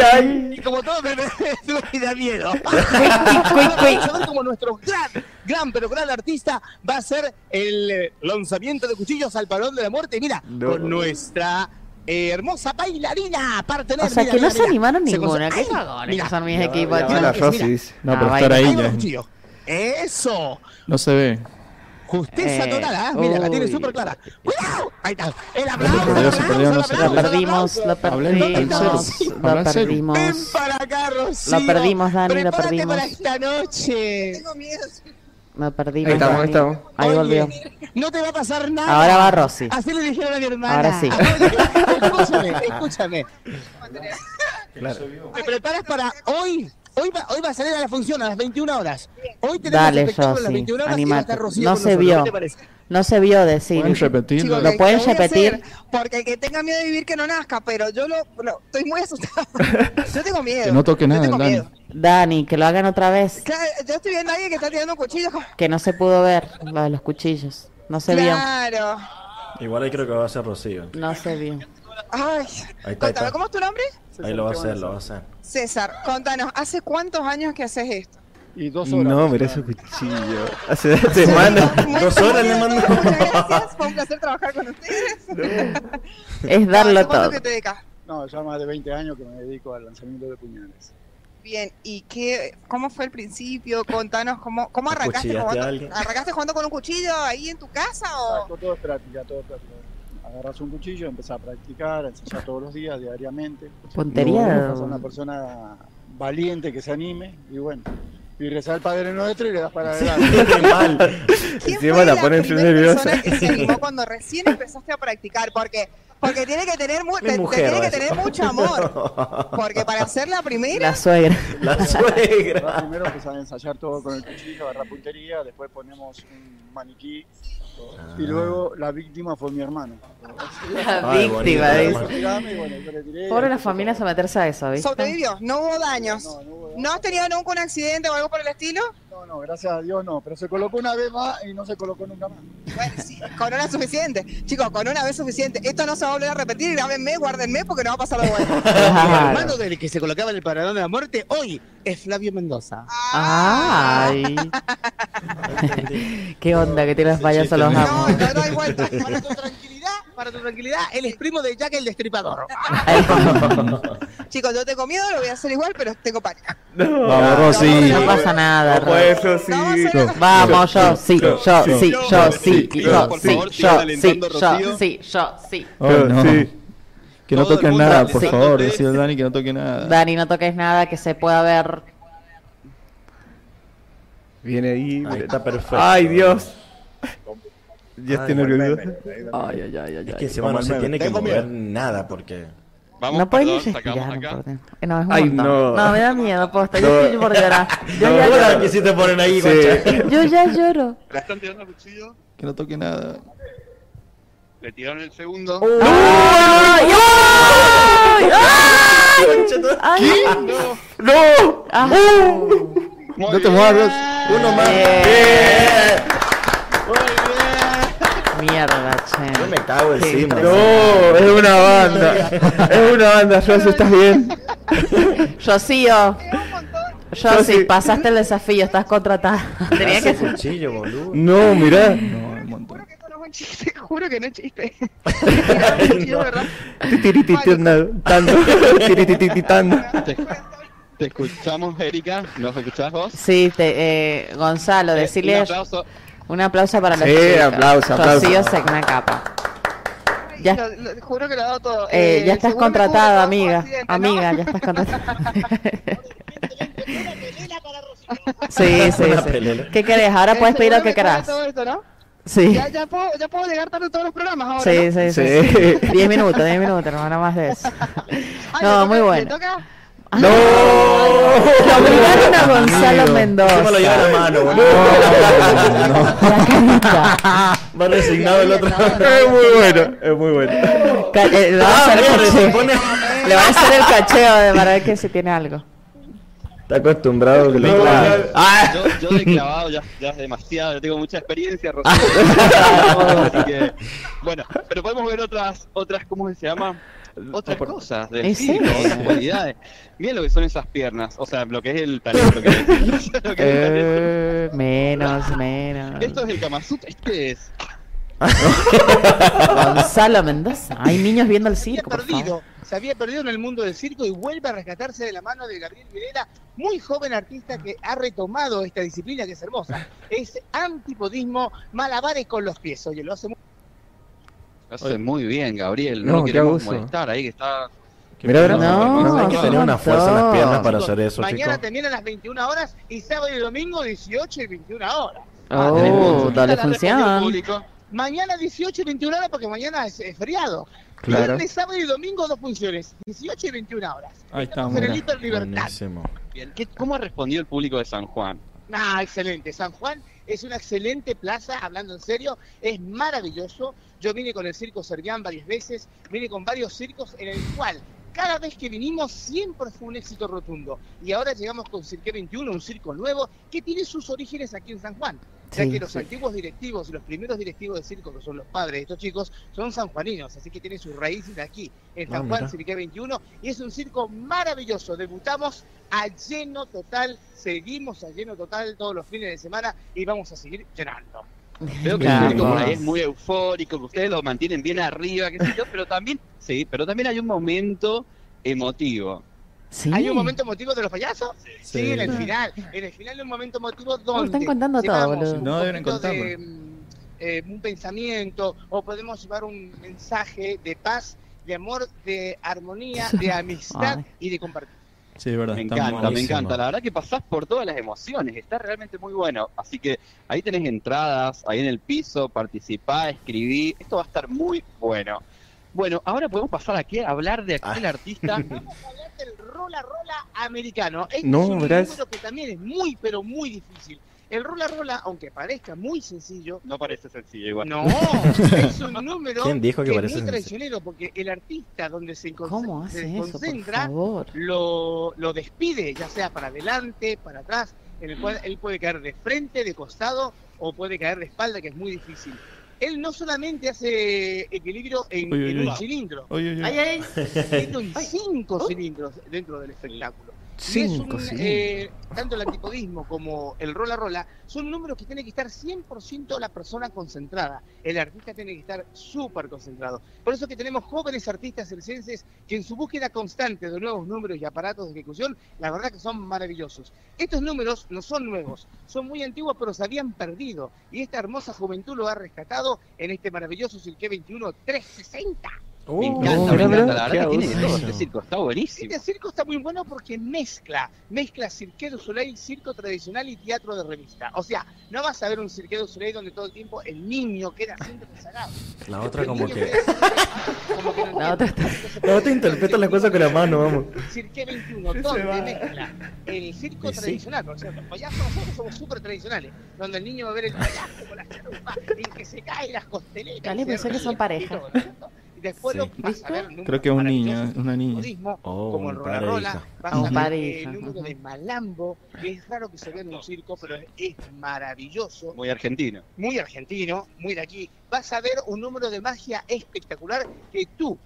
[SPEAKER 3] ay.
[SPEAKER 1] Y como todo me, me da miedo.
[SPEAKER 4] Cuic, cuic.
[SPEAKER 1] Vamos a ver cómo nuestro gran, gran, pero gran artista va a hacer el eh, lanzamiento de cuchillos al parón de la muerte. Mira, con nuestra eh, hermosa bailarina partener.
[SPEAKER 4] O sea,
[SPEAKER 1] mira,
[SPEAKER 4] que no
[SPEAKER 1] mira,
[SPEAKER 4] se
[SPEAKER 1] mira.
[SPEAKER 4] animaron
[SPEAKER 1] Se
[SPEAKER 4] ninguna.
[SPEAKER 1] concentra-
[SPEAKER 4] Qué
[SPEAKER 1] ¡Ay!
[SPEAKER 4] cagones
[SPEAKER 1] Mira,
[SPEAKER 4] que son mis
[SPEAKER 6] mira,
[SPEAKER 4] equipos.
[SPEAKER 6] mira,
[SPEAKER 4] tío.
[SPEAKER 3] La
[SPEAKER 1] mira.
[SPEAKER 3] Rosy dice.
[SPEAKER 10] No,
[SPEAKER 4] Ah,
[SPEAKER 10] pero
[SPEAKER 4] vaya.
[SPEAKER 10] estar ahí
[SPEAKER 1] ahí va el
[SPEAKER 10] ya.
[SPEAKER 1] cuchillo. Eso.
[SPEAKER 10] No se ve.
[SPEAKER 1] Justeza
[SPEAKER 4] Eh,
[SPEAKER 1] total, ¿ah? Mira, la tiene
[SPEAKER 4] uy.
[SPEAKER 1] súper clara. ¡Cuidado! Ahí está. El aplauso.
[SPEAKER 10] Se perdió, se
[SPEAKER 1] el
[SPEAKER 10] perdió, no
[SPEAKER 1] aplauso,
[SPEAKER 10] se
[SPEAKER 1] el
[SPEAKER 4] Lo
[SPEAKER 10] perdió.
[SPEAKER 1] aplauso, el
[SPEAKER 4] perdimos,
[SPEAKER 1] aplauso.
[SPEAKER 4] lo
[SPEAKER 10] Habla en
[SPEAKER 4] perdimos,
[SPEAKER 10] serio.
[SPEAKER 4] lo
[SPEAKER 10] Habla en serio.
[SPEAKER 1] Ven
[SPEAKER 4] perdimos.
[SPEAKER 1] para acá, Rocío.
[SPEAKER 4] Lo perdimos, Dani, lo
[SPEAKER 1] Prepárate
[SPEAKER 4] perdimos.
[SPEAKER 1] para esta noche.
[SPEAKER 4] Lo perdimos.
[SPEAKER 3] Ahí estamos, ahí
[SPEAKER 4] Dani.
[SPEAKER 3] estamos.
[SPEAKER 4] Ahí
[SPEAKER 1] Oye,
[SPEAKER 4] volvió.
[SPEAKER 1] No te va a pasar nada.
[SPEAKER 4] Ahora va Rosy.
[SPEAKER 1] Así le dijeron a mi hermana.
[SPEAKER 4] Ahora sí.
[SPEAKER 1] Oye, escúchame, escúchame. ¿Te preparas para hoy? Hoy va, hoy va a salir a la función a las 21 horas. Hoy tenemos
[SPEAKER 4] Dale,
[SPEAKER 1] espectáculo a las
[SPEAKER 4] Rosy,
[SPEAKER 1] 21 horas y va a
[SPEAKER 4] animate.
[SPEAKER 1] estar Rocío
[SPEAKER 4] No
[SPEAKER 1] con
[SPEAKER 4] se
[SPEAKER 1] nosotros.
[SPEAKER 4] vio.
[SPEAKER 1] ¿Qué te parece?
[SPEAKER 4] No se vio decir.
[SPEAKER 10] Pueden repetirlo.
[SPEAKER 5] Chicos,
[SPEAKER 4] ¿Lo
[SPEAKER 5] ¿qué
[SPEAKER 4] pueden
[SPEAKER 5] voy a
[SPEAKER 4] repetir?
[SPEAKER 5] hacer? Porque el que tenga miedo de vivir que no nazca, pero yo lo, lo- estoy
[SPEAKER 10] [laughs]
[SPEAKER 5] muy asustada. Yo tengo miedo.
[SPEAKER 10] Que no toque
[SPEAKER 5] Yo
[SPEAKER 10] nada,
[SPEAKER 5] tengo
[SPEAKER 10] Dani.
[SPEAKER 5] miedo.
[SPEAKER 4] Dani, que lo hagan otra vez.
[SPEAKER 5] Claro, yo estoy viendo a alguien que está tirando cuchillos. como-
[SPEAKER 4] Que no se pudo ver lo de los cuchillos. No se vio.
[SPEAKER 5] Claro.
[SPEAKER 6] Igual ahí creo que va a ser Rocío.
[SPEAKER 4] No se vio.
[SPEAKER 5] Ay.
[SPEAKER 6] Ahí está, ahí
[SPEAKER 5] Contame,
[SPEAKER 6] está.
[SPEAKER 5] ¿cómo es tu nombre?
[SPEAKER 6] Ahí lo va a hacer, lo va a hacer.
[SPEAKER 5] César, contanos, ¿hace cuántos años que haces esto?
[SPEAKER 10] Y dos
[SPEAKER 4] Mm.
[SPEAKER 3] No, mirá ese cuchillo. Hace
[SPEAKER 5] [laughs]
[SPEAKER 3] dos semanas.
[SPEAKER 5] Muy-
[SPEAKER 6] Dos horas le
[SPEAKER 5] muy bien,
[SPEAKER 6] mando.
[SPEAKER 5] Muchas
[SPEAKER 3] [laughs]
[SPEAKER 5] gracias, fue un placer trabajar con ustedes.
[SPEAKER 4] Es
[SPEAKER 5] ¿Hace
[SPEAKER 4] darlo
[SPEAKER 5] cuánto
[SPEAKER 4] todo.
[SPEAKER 5] que te dedicas?
[SPEAKER 7] No, ya más de 20 años Este que me dedico al lanzamiento de puñales.
[SPEAKER 5] Bien, ¿y qué, cómo fue el principio? Contanos, ¿cómo, cómo arrancaste
[SPEAKER 6] ¿Acuchillaste a
[SPEAKER 5] jugando?
[SPEAKER 6] alguien?
[SPEAKER 5] ¿Arrancaste jugando con un cuchillo ahí en tu casa o...?
[SPEAKER 7] Exacto, Ah, todo es práctica, todo es práctica. Agarras un cuchillo, empezás a practicar, a ensayar todos los días, diariamente.
[SPEAKER 4] Puntería.
[SPEAKER 7] Vas a una persona valiente que se anime y bueno. Y rezar al Padre Nuestro y le das para
[SPEAKER 5] [laughs]
[SPEAKER 7] adelante. [laughs]
[SPEAKER 6] Qué mal.
[SPEAKER 5] ¿Quién
[SPEAKER 3] Encima
[SPEAKER 5] fue
[SPEAKER 3] la
[SPEAKER 5] la,
[SPEAKER 3] ponen
[SPEAKER 5] primera
[SPEAKER 3] nerviosa.
[SPEAKER 5] persona que se
[SPEAKER 6] [laughs]
[SPEAKER 5] animó cuando
[SPEAKER 7] [laughs]
[SPEAKER 5] recién empezaste a practicar? Porque, porque tiene que tener, mu-
[SPEAKER 6] Mi
[SPEAKER 5] te- te
[SPEAKER 6] mujer,
[SPEAKER 5] tiene
[SPEAKER 6] va
[SPEAKER 5] que
[SPEAKER 6] a decir.
[SPEAKER 5] tener mucho amor.
[SPEAKER 6] [laughs]
[SPEAKER 5] Porque para ser la primera,
[SPEAKER 4] La suegra.
[SPEAKER 6] La
[SPEAKER 7] Ahora
[SPEAKER 4] [laughs]
[SPEAKER 6] suegra.
[SPEAKER 7] Primero empezás a ensayar todo con el cuchillo, agarrar puntería, después ponemos un maniquí. Y luego la víctima fue mi
[SPEAKER 1] [laughs]
[SPEAKER 7] hermano.
[SPEAKER 4] La
[SPEAKER 6] Ay,
[SPEAKER 4] víctima,
[SPEAKER 6] bonito,
[SPEAKER 4] dice.
[SPEAKER 6] hermano.
[SPEAKER 7] Tirame, y bueno, yo le tiré.
[SPEAKER 4] Pobre las familias a meterse a eso, ¿viste?
[SPEAKER 5] sobrevivió, no hubo daños.
[SPEAKER 7] No, no hubo-
[SPEAKER 5] ¿No has tenido nunca un accidente o algo por el estilo?
[SPEAKER 7] No,
[SPEAKER 11] No, no, gracias a Dios no, pero se colocó una vez más y no se colocó nunca más.
[SPEAKER 2] Bueno, sí, con una es suficiente. Chicos, con una vez suficiente. Esto no se va a volver a repetir. Grábenme, guárdenme porque no va a pasar de vuelta.
[SPEAKER 4] [laughs]
[SPEAKER 1] El hermano del que se colocaba en el paradón de la muerte hoy es Flavio Mendoza.
[SPEAKER 4] Ay. ¿Qué onda que tiras vallas a los
[SPEAKER 2] No,
[SPEAKER 4] amos?
[SPEAKER 2] no, no hay vuelta.
[SPEAKER 1] Para tu tranquilidad, para tu tranquilidad,
[SPEAKER 2] Ah,
[SPEAKER 1] él es primo de Jack
[SPEAKER 4] [laughs]
[SPEAKER 1] el Destripador.
[SPEAKER 2] Chicos, yo tengo miedo, lo voy a hacer igual, pero tengo pánico.
[SPEAKER 7] Vamos, Rosy.
[SPEAKER 4] No pasa nada, Ro.
[SPEAKER 2] No, soy-
[SPEAKER 4] Vamos, yo sí, yo sí, yo sí,
[SPEAKER 9] sí,
[SPEAKER 4] yo
[SPEAKER 9] por
[SPEAKER 4] sí,
[SPEAKER 9] favor, sigan
[SPEAKER 4] yo sí,
[SPEAKER 9] alentando,
[SPEAKER 4] yo
[SPEAKER 9] Rocío.
[SPEAKER 4] sí, yo sí.
[SPEAKER 7] Oh, no. Que no
[SPEAKER 9] Todo el
[SPEAKER 7] toquen
[SPEAKER 9] mundo
[SPEAKER 7] nada,
[SPEAKER 9] le
[SPEAKER 7] por
[SPEAKER 9] salta
[SPEAKER 7] favor.
[SPEAKER 9] tres.
[SPEAKER 7] Decía Dani que no toque nada.
[SPEAKER 4] Dani, no toques nada que se pueda ver.
[SPEAKER 3] Viene ahí.
[SPEAKER 6] Ahí está perfecto.
[SPEAKER 3] Ay, Dios. Ya
[SPEAKER 6] Ay,
[SPEAKER 3] estoy nervioso.
[SPEAKER 4] Ay, ay, ay, ay.
[SPEAKER 6] Es que
[SPEAKER 4] ay.
[SPEAKER 6] encima no se tiene que
[SPEAKER 1] Tengo miedo.
[SPEAKER 6] mover nada porque.
[SPEAKER 9] Vamos,
[SPEAKER 4] No podéis
[SPEAKER 9] perdón, sacamos
[SPEAKER 4] respirar
[SPEAKER 9] acá.
[SPEAKER 4] por dentro. Eh, No, es un
[SPEAKER 3] Ay,
[SPEAKER 4] montón. [laughs]
[SPEAKER 3] no.
[SPEAKER 4] No, me da miedo, posta. Yo estoy por [laughs] llorar. Yo
[SPEAKER 6] No,
[SPEAKER 4] ya
[SPEAKER 6] bueno,
[SPEAKER 4] lloro.
[SPEAKER 6] que si te ponen ahí,
[SPEAKER 3] Sí.
[SPEAKER 6] guacha.
[SPEAKER 4] Yo ya lloro.
[SPEAKER 9] La están tirando al cuchillo,
[SPEAKER 7] Que no toque nada.
[SPEAKER 9] le tiraron el segundo.
[SPEAKER 12] ¡Oh!
[SPEAKER 4] ¡Ay! ¡Ay! ¡Ay! ¡Ay!
[SPEAKER 9] No.
[SPEAKER 3] ¡No!
[SPEAKER 4] Ah.
[SPEAKER 9] Muy
[SPEAKER 3] No te
[SPEAKER 9] bien.
[SPEAKER 3] muevas. Uno más.
[SPEAKER 4] Bien.
[SPEAKER 9] Muy bien.
[SPEAKER 4] Mierda,
[SPEAKER 6] Yo
[SPEAKER 4] che.
[SPEAKER 6] me cago encima.
[SPEAKER 3] ¡No! Es una banda.
[SPEAKER 6] [laughs]
[SPEAKER 3] Es una banda, Rosu,
[SPEAKER 1] [laughs]
[SPEAKER 3] ¿estás bien?
[SPEAKER 4] Josío. Josi,
[SPEAKER 3] Josi.
[SPEAKER 4] pasaste el desafío, estás contratada. Tenía que
[SPEAKER 6] Hace
[SPEAKER 4] ser.
[SPEAKER 6] cuchillo, boludo.
[SPEAKER 3] No, mirá.
[SPEAKER 7] No, un montón.
[SPEAKER 2] Esto no es un chiste, juro que no es
[SPEAKER 4] [laughs]
[SPEAKER 2] chiste.
[SPEAKER 6] No.
[SPEAKER 3] Tiritititando.
[SPEAKER 1] [laughs]
[SPEAKER 3] Tiritititando.
[SPEAKER 9] Te, te escuchamos, Erika. ¿Nos escuchás vos?
[SPEAKER 4] Sí, te, eh, Gonzalo,
[SPEAKER 9] Eh,
[SPEAKER 4] decirle
[SPEAKER 9] Un
[SPEAKER 4] un,
[SPEAKER 9] aplauso.
[SPEAKER 4] aplauso para los
[SPEAKER 3] Sí,
[SPEAKER 4] chicos.
[SPEAKER 3] aplauso, aplauso.
[SPEAKER 4] Rocío Segna Capa. Ya.
[SPEAKER 2] Lo- lo- juro que lo he dado todo.
[SPEAKER 4] Eh, ya
[SPEAKER 2] Eh,
[SPEAKER 4] estás
[SPEAKER 2] seguro me
[SPEAKER 4] contratada,
[SPEAKER 2] cubre todo
[SPEAKER 4] amiga.
[SPEAKER 2] accidente, ¿no?
[SPEAKER 4] Amiga, ya estás contratada.
[SPEAKER 2] [laughs]
[SPEAKER 4] sí, sí,
[SPEAKER 6] Una
[SPEAKER 4] sí.
[SPEAKER 6] pelea.
[SPEAKER 4] ¿Qué querés? Ahora
[SPEAKER 2] Eh,
[SPEAKER 4] puedes pedir
[SPEAKER 2] seguro me cubre
[SPEAKER 4] lo que querás.
[SPEAKER 2] todo esto, ¿no?
[SPEAKER 4] Sí.
[SPEAKER 2] Ya, ya puedo, ya puedo llegar tarde a todos los programas ahora.
[SPEAKER 4] Sí,
[SPEAKER 2] ¿no?
[SPEAKER 4] sí, sí,
[SPEAKER 3] Sí.
[SPEAKER 4] sí. [laughs] Diez minutos, diez minutos, hermano, más de eso.
[SPEAKER 2] Ay, me
[SPEAKER 4] No,
[SPEAKER 2] toca-
[SPEAKER 4] muy
[SPEAKER 2] me
[SPEAKER 4] bueno. Ah.
[SPEAKER 2] toca-
[SPEAKER 3] ¡No!
[SPEAKER 4] Lo obligaron a Gonzalo
[SPEAKER 6] ¿Cómo lo
[SPEAKER 4] Mendoza.
[SPEAKER 6] lleva la mano, boludo?
[SPEAKER 4] La carita.
[SPEAKER 6] [laughs] Va resignado el otro.
[SPEAKER 3] Es muy bueno, es muy bueno.
[SPEAKER 4] Ca- eh, le, va a
[SPEAKER 6] Ah,
[SPEAKER 4] hacer
[SPEAKER 6] mierda,
[SPEAKER 4] el
[SPEAKER 6] se
[SPEAKER 4] cacheo.
[SPEAKER 6] pone.
[SPEAKER 4] Le va a hacer el cacheo de para ver que si tiene algo.
[SPEAKER 6] Está acostumbrado que le
[SPEAKER 3] No,
[SPEAKER 6] clavan.
[SPEAKER 3] no.
[SPEAKER 6] Ah,
[SPEAKER 9] Yo, yo de clavado ya, ya es demasiado, yo tengo mucha experiencia, Rocío. Así que, bueno, pero podemos ver otras, otras, ¿cómo se llama? Otras cosas del
[SPEAKER 4] ¿En
[SPEAKER 9] siglo,
[SPEAKER 4] serio?
[SPEAKER 9] otras cualidades. Miren lo que son esas piernas, o sea, lo que es el talento. lo que es- [laughs] lo que es el talento.
[SPEAKER 4] Eh, menos, menos.
[SPEAKER 9] Esto
[SPEAKER 6] [laughs]
[SPEAKER 9] es el Kama Sutra, este es.
[SPEAKER 4] Gonzalo Mendoza. Hay niños viendo el circo.
[SPEAKER 1] había
[SPEAKER 4] Por favor.
[SPEAKER 1] perdido, se había perdido en el mundo del circo y vuelve a rescatarse de la mano de Gabriel Videla, muy joven artista que ha retomado esta disciplina que es hermosa. Es antipodismo, malabares con los pies, oye, lo hace muy
[SPEAKER 9] Lo hace muy bien, Gabriel. No,
[SPEAKER 3] No,
[SPEAKER 9] lo
[SPEAKER 3] qué
[SPEAKER 9] queremos
[SPEAKER 3] abuso.
[SPEAKER 9] molestar ahí que está.
[SPEAKER 3] Mirá,
[SPEAKER 6] Pero
[SPEAKER 3] mirá.
[SPEAKER 4] No,
[SPEAKER 6] no, hay que
[SPEAKER 4] son
[SPEAKER 6] tener una
[SPEAKER 4] un
[SPEAKER 6] fuerza en las
[SPEAKER 4] montón.
[SPEAKER 6] piernas para hacer eso,
[SPEAKER 1] Mañana
[SPEAKER 6] chicos.
[SPEAKER 1] también a las 21 horas y sábado y domingo 18 y 21 horas.
[SPEAKER 4] Oh, dale función.
[SPEAKER 9] Público.
[SPEAKER 1] Mañana 18 y 21 horas porque mañana es, es feriado.
[SPEAKER 3] Claro.
[SPEAKER 1] Viernes, sábado y domingo dos funciones, 18 y 21 horas.
[SPEAKER 7] Ahí
[SPEAKER 1] Estamos
[SPEAKER 7] estamos.
[SPEAKER 1] en el Hiper Libertad.
[SPEAKER 6] Buenísimo.
[SPEAKER 9] Bien, ¿qué- ¿Cómo ha respondido el público de San Juan?
[SPEAKER 1] Ah, excelente. San Juan es una excelente plaza, hablando en serio, es maravilloso. Yo vine con el circo Servián varias veces, vine con varios circos en el cual cada vez que vinimos siempre fue un éxito rotundo. Y ahora llegamos con Cirque 21, un circo nuevo que tiene sus orígenes aquí en San Juan. Ya
[SPEAKER 4] Sí,
[SPEAKER 1] que los
[SPEAKER 4] sí.
[SPEAKER 1] antiguos directivos y los primeros directivos de circo, que son los padres de estos chicos, son sanjuaninos, así que tienen sus raíces aquí, en
[SPEAKER 6] Ah,
[SPEAKER 1] San Juan,
[SPEAKER 6] mira.
[SPEAKER 1] Cirque 21, y es un circo maravilloso. Debutamos a lleno total, seguimos a lleno total todos los fines de semana y vamos a seguir llenando.
[SPEAKER 9] Veo que
[SPEAKER 4] Claro.
[SPEAKER 9] el público por ahí es muy eufórico, que ustedes lo mantienen bien arriba, qué sé yo, pero también, sí, pero también hay un momento emotivo.
[SPEAKER 4] Sí.
[SPEAKER 1] ¿Hay un momento emotivo de los payasos? Sí,
[SPEAKER 7] Sí.
[SPEAKER 1] en el final. En el final hay un momento emotivo donde...
[SPEAKER 4] Oh, están contando todo,
[SPEAKER 1] llevamos
[SPEAKER 4] boludo.
[SPEAKER 1] un
[SPEAKER 7] No, deben
[SPEAKER 1] poquito
[SPEAKER 7] contarlo.
[SPEAKER 1] de, mm, eh, un pensamiento o podemos llevar un mensaje de paz, de amor, de armonía,
[SPEAKER 4] [laughs]
[SPEAKER 1] de amistad
[SPEAKER 4] Ay.
[SPEAKER 1] y de compartir.
[SPEAKER 7] Sí, es verdad.
[SPEAKER 9] Me
[SPEAKER 7] está
[SPEAKER 9] encanta, me
[SPEAKER 7] buenísimo.
[SPEAKER 9] encanta. La verdad que pasás por todas las emociones, está realmente muy bueno. Así que ahí tenés entradas, ahí en el piso, participá, escribí. Esto va a estar muy bueno. Bueno, ahora podemos pasar aquí a hablar de aquel artista.
[SPEAKER 1] Vamos a hablar del rola rola americano. Este
[SPEAKER 3] No,
[SPEAKER 1] es un
[SPEAKER 3] verás.
[SPEAKER 1] número que también es muy, pero muy difícil. El rola rola, aunque parezca muy sencillo,
[SPEAKER 9] No parece sencillo
[SPEAKER 7] [laughs]
[SPEAKER 9] igual.
[SPEAKER 1] no, es un número
[SPEAKER 6] ¿Quién dijo que
[SPEAKER 1] que es
[SPEAKER 6] parece
[SPEAKER 1] muy
[SPEAKER 6] sencillo?
[SPEAKER 1] traicionero porque el artista donde se, conce-
[SPEAKER 4] ¿Cómo
[SPEAKER 1] se
[SPEAKER 4] hace eso? Por
[SPEAKER 1] concentra
[SPEAKER 4] favor.
[SPEAKER 1] lo, lo despide, ya sea para adelante, para atrás. en el cual él puede caer de frente, de costado o puede caer de espalda, que es muy difícil. Él no solamente hace equilibrio en,
[SPEAKER 7] Uy, uy,
[SPEAKER 1] en
[SPEAKER 7] uy.
[SPEAKER 1] un cilindro,
[SPEAKER 7] Oye, oye.
[SPEAKER 4] Ay,
[SPEAKER 7] [laughs]
[SPEAKER 4] ay.
[SPEAKER 1] sino en cinco cilindros dentro del espectáculo. Y es
[SPEAKER 3] Oh. Cinco
[SPEAKER 1] un,
[SPEAKER 3] cilindros.
[SPEAKER 1] eh, tanto el antipodismo como el rola rola son números que tiene que estar 100% la persona concentrada. El artista tiene que estar súper concentrado. Por eso que tenemos jóvenes artistas circenses que en su búsqueda constante de nuevos números y aparatos de ejecución, la verdad que son maravillosos. Estos números no son nuevos, son muy antiguos, pero se habían perdido. Y esta hermosa juventud lo ha rescatado en este maravilloso Cirque 21 360.
[SPEAKER 9] Me
[SPEAKER 3] Uh,
[SPEAKER 9] encanta, me
[SPEAKER 3] mira, mira,
[SPEAKER 9] encanta. La
[SPEAKER 3] qué
[SPEAKER 9] verdad que tiene de
[SPEAKER 3] abuso.
[SPEAKER 9] todo este circo. Está buenísimo.
[SPEAKER 1] Este circo está muy bueno porque mezcla, mezcla Cirque du Soleil, circo tradicional y teatro de revista. O sea, no vas a ver un Cirque du Soleil donde todo el tiempo el niño queda siempre rezagado.
[SPEAKER 6] La otra como
[SPEAKER 1] El niño
[SPEAKER 6] que...
[SPEAKER 1] queda- [laughs] como que no
[SPEAKER 4] La otra
[SPEAKER 1] entiende.
[SPEAKER 6] La otra interpreta las cosas con la mano, vamos.
[SPEAKER 1] Cirque 21, donde mezcla el circo
[SPEAKER 6] Y sí.
[SPEAKER 1] tradicional, por cierto, los payasos nosotros somos súper tradicionales, donde el niño va a ver el payaso con las chalupas y que se caen las costeleras.
[SPEAKER 4] Dale,
[SPEAKER 1] y se
[SPEAKER 4] pensé que
[SPEAKER 1] ríe,
[SPEAKER 4] son pareja.
[SPEAKER 1] y todo, ¿no es cierto? Y después
[SPEAKER 6] Sí.
[SPEAKER 1] lo vas a ver números
[SPEAKER 7] Creo que es un niño,
[SPEAKER 1] maravillosos,
[SPEAKER 7] es una niña.
[SPEAKER 1] modismo,
[SPEAKER 6] Oh,
[SPEAKER 1] como el
[SPEAKER 6] un
[SPEAKER 1] rola
[SPEAKER 6] padre e
[SPEAKER 1] rola,
[SPEAKER 6] hija.
[SPEAKER 1] vas
[SPEAKER 4] Ah, un
[SPEAKER 1] a ver
[SPEAKER 4] padre e
[SPEAKER 1] el
[SPEAKER 4] hija,
[SPEAKER 1] número
[SPEAKER 4] ajá.
[SPEAKER 1] de malambo, que es raro que se vea en un circo, pero es, es maravilloso
[SPEAKER 9] Muy argentino.
[SPEAKER 1] muy argentino, muy de aquí, vas a ver un número de magia espectacular que tú,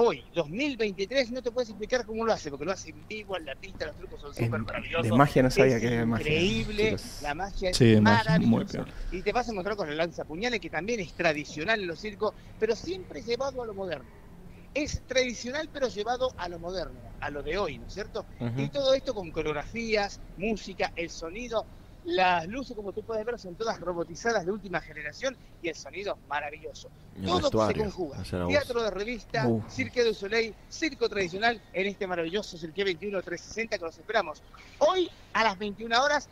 [SPEAKER 1] hoy, 2023, no te puedes explicar cómo lo hace, porque lo hace en vivo, en la pista, los trucos son súper
[SPEAKER 3] En-
[SPEAKER 1] maravillosos.
[SPEAKER 3] de magia no sabía
[SPEAKER 1] es
[SPEAKER 3] que era de magia,
[SPEAKER 1] increíble,
[SPEAKER 3] chicos.
[SPEAKER 1] la magia es
[SPEAKER 7] Sí, de magia,
[SPEAKER 1] maravillosa.
[SPEAKER 7] muy peor.
[SPEAKER 1] Y te vas a encontrar con el lanzapuñales, que también es tradicional en los circos, pero siempre llevado a lo moderno. Es tradicional, pero llevado a lo moderno, a lo de hoy, ¿no es cierto? Y todo esto con coreografías, música, el sonido, las luces, como tú puedes ver, son todas robotizadas de última generación y el sonido maravilloso.
[SPEAKER 6] Y el
[SPEAKER 1] todo
[SPEAKER 6] vestuario,
[SPEAKER 1] se conjuga.
[SPEAKER 6] hacer la voz.
[SPEAKER 1] Teatro de revista,
[SPEAKER 7] Uh.
[SPEAKER 1] Cirque du Soleil, circo tradicional en este maravilloso Cirque 21 360 que los esperamos. Hoy a las 21 horas,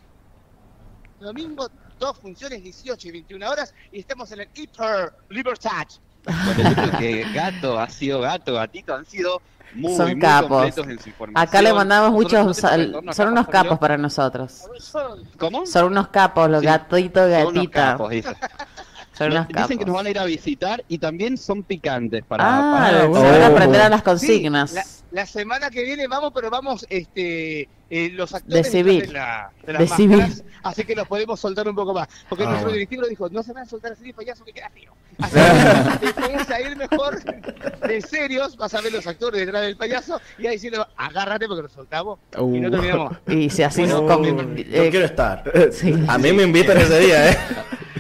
[SPEAKER 1] domingo, dos funciones, 18 y 21 horas, y estamos en el Hyper Libertad.
[SPEAKER 9] Porque yo creo que gato ha sido gato, gatito han sido muy,
[SPEAKER 4] Son
[SPEAKER 9] muy
[SPEAKER 4] capos.
[SPEAKER 9] completos en su información.
[SPEAKER 4] Acá le mandamos muchos.
[SPEAKER 9] Nosotros no tenemos
[SPEAKER 4] sal-
[SPEAKER 9] retorno
[SPEAKER 4] Son
[SPEAKER 9] acá,
[SPEAKER 4] unos
[SPEAKER 9] Pablo.
[SPEAKER 4] capos para nosotros.
[SPEAKER 9] ¿Cómo?
[SPEAKER 4] Son unos capos, los
[SPEAKER 9] Sí.
[SPEAKER 4] gatitos,
[SPEAKER 9] Son unos
[SPEAKER 4] gatitas.
[SPEAKER 9] capos, dice.
[SPEAKER 4] Son
[SPEAKER 9] Nos-
[SPEAKER 4] unos capos.
[SPEAKER 9] Dicen que nos van a ir a visitar y también son picantes para.
[SPEAKER 4] Ah,
[SPEAKER 9] para-
[SPEAKER 4] se van a aprender a las
[SPEAKER 1] Sí,
[SPEAKER 4] consignas.
[SPEAKER 1] la, la semana que viene vamos, pero vamos este, eh, los actores
[SPEAKER 4] De
[SPEAKER 1] están
[SPEAKER 4] civil.
[SPEAKER 1] en la- de las
[SPEAKER 4] De civil.
[SPEAKER 1] máscaras, así que los podemos soltar un poco más. Porque
[SPEAKER 6] Ah,
[SPEAKER 1] nuestro
[SPEAKER 6] bueno.
[SPEAKER 1] directivo dijo, no se van a soltar así de payaso que queda
[SPEAKER 6] [laughs]
[SPEAKER 1] feo. Así que te puedes a ir mejor de serios, vas a ver los actores detrás del payaso y ahí diciendo, agárrate porque lo soltamos y no terminamos más.
[SPEAKER 4] Uh. [laughs] Y si así
[SPEAKER 6] Bueno,
[SPEAKER 4] con-
[SPEAKER 6] yo
[SPEAKER 4] eh,
[SPEAKER 6] quiero estar.
[SPEAKER 4] sí.
[SPEAKER 6] A mí me invitan ese día, ¿eh?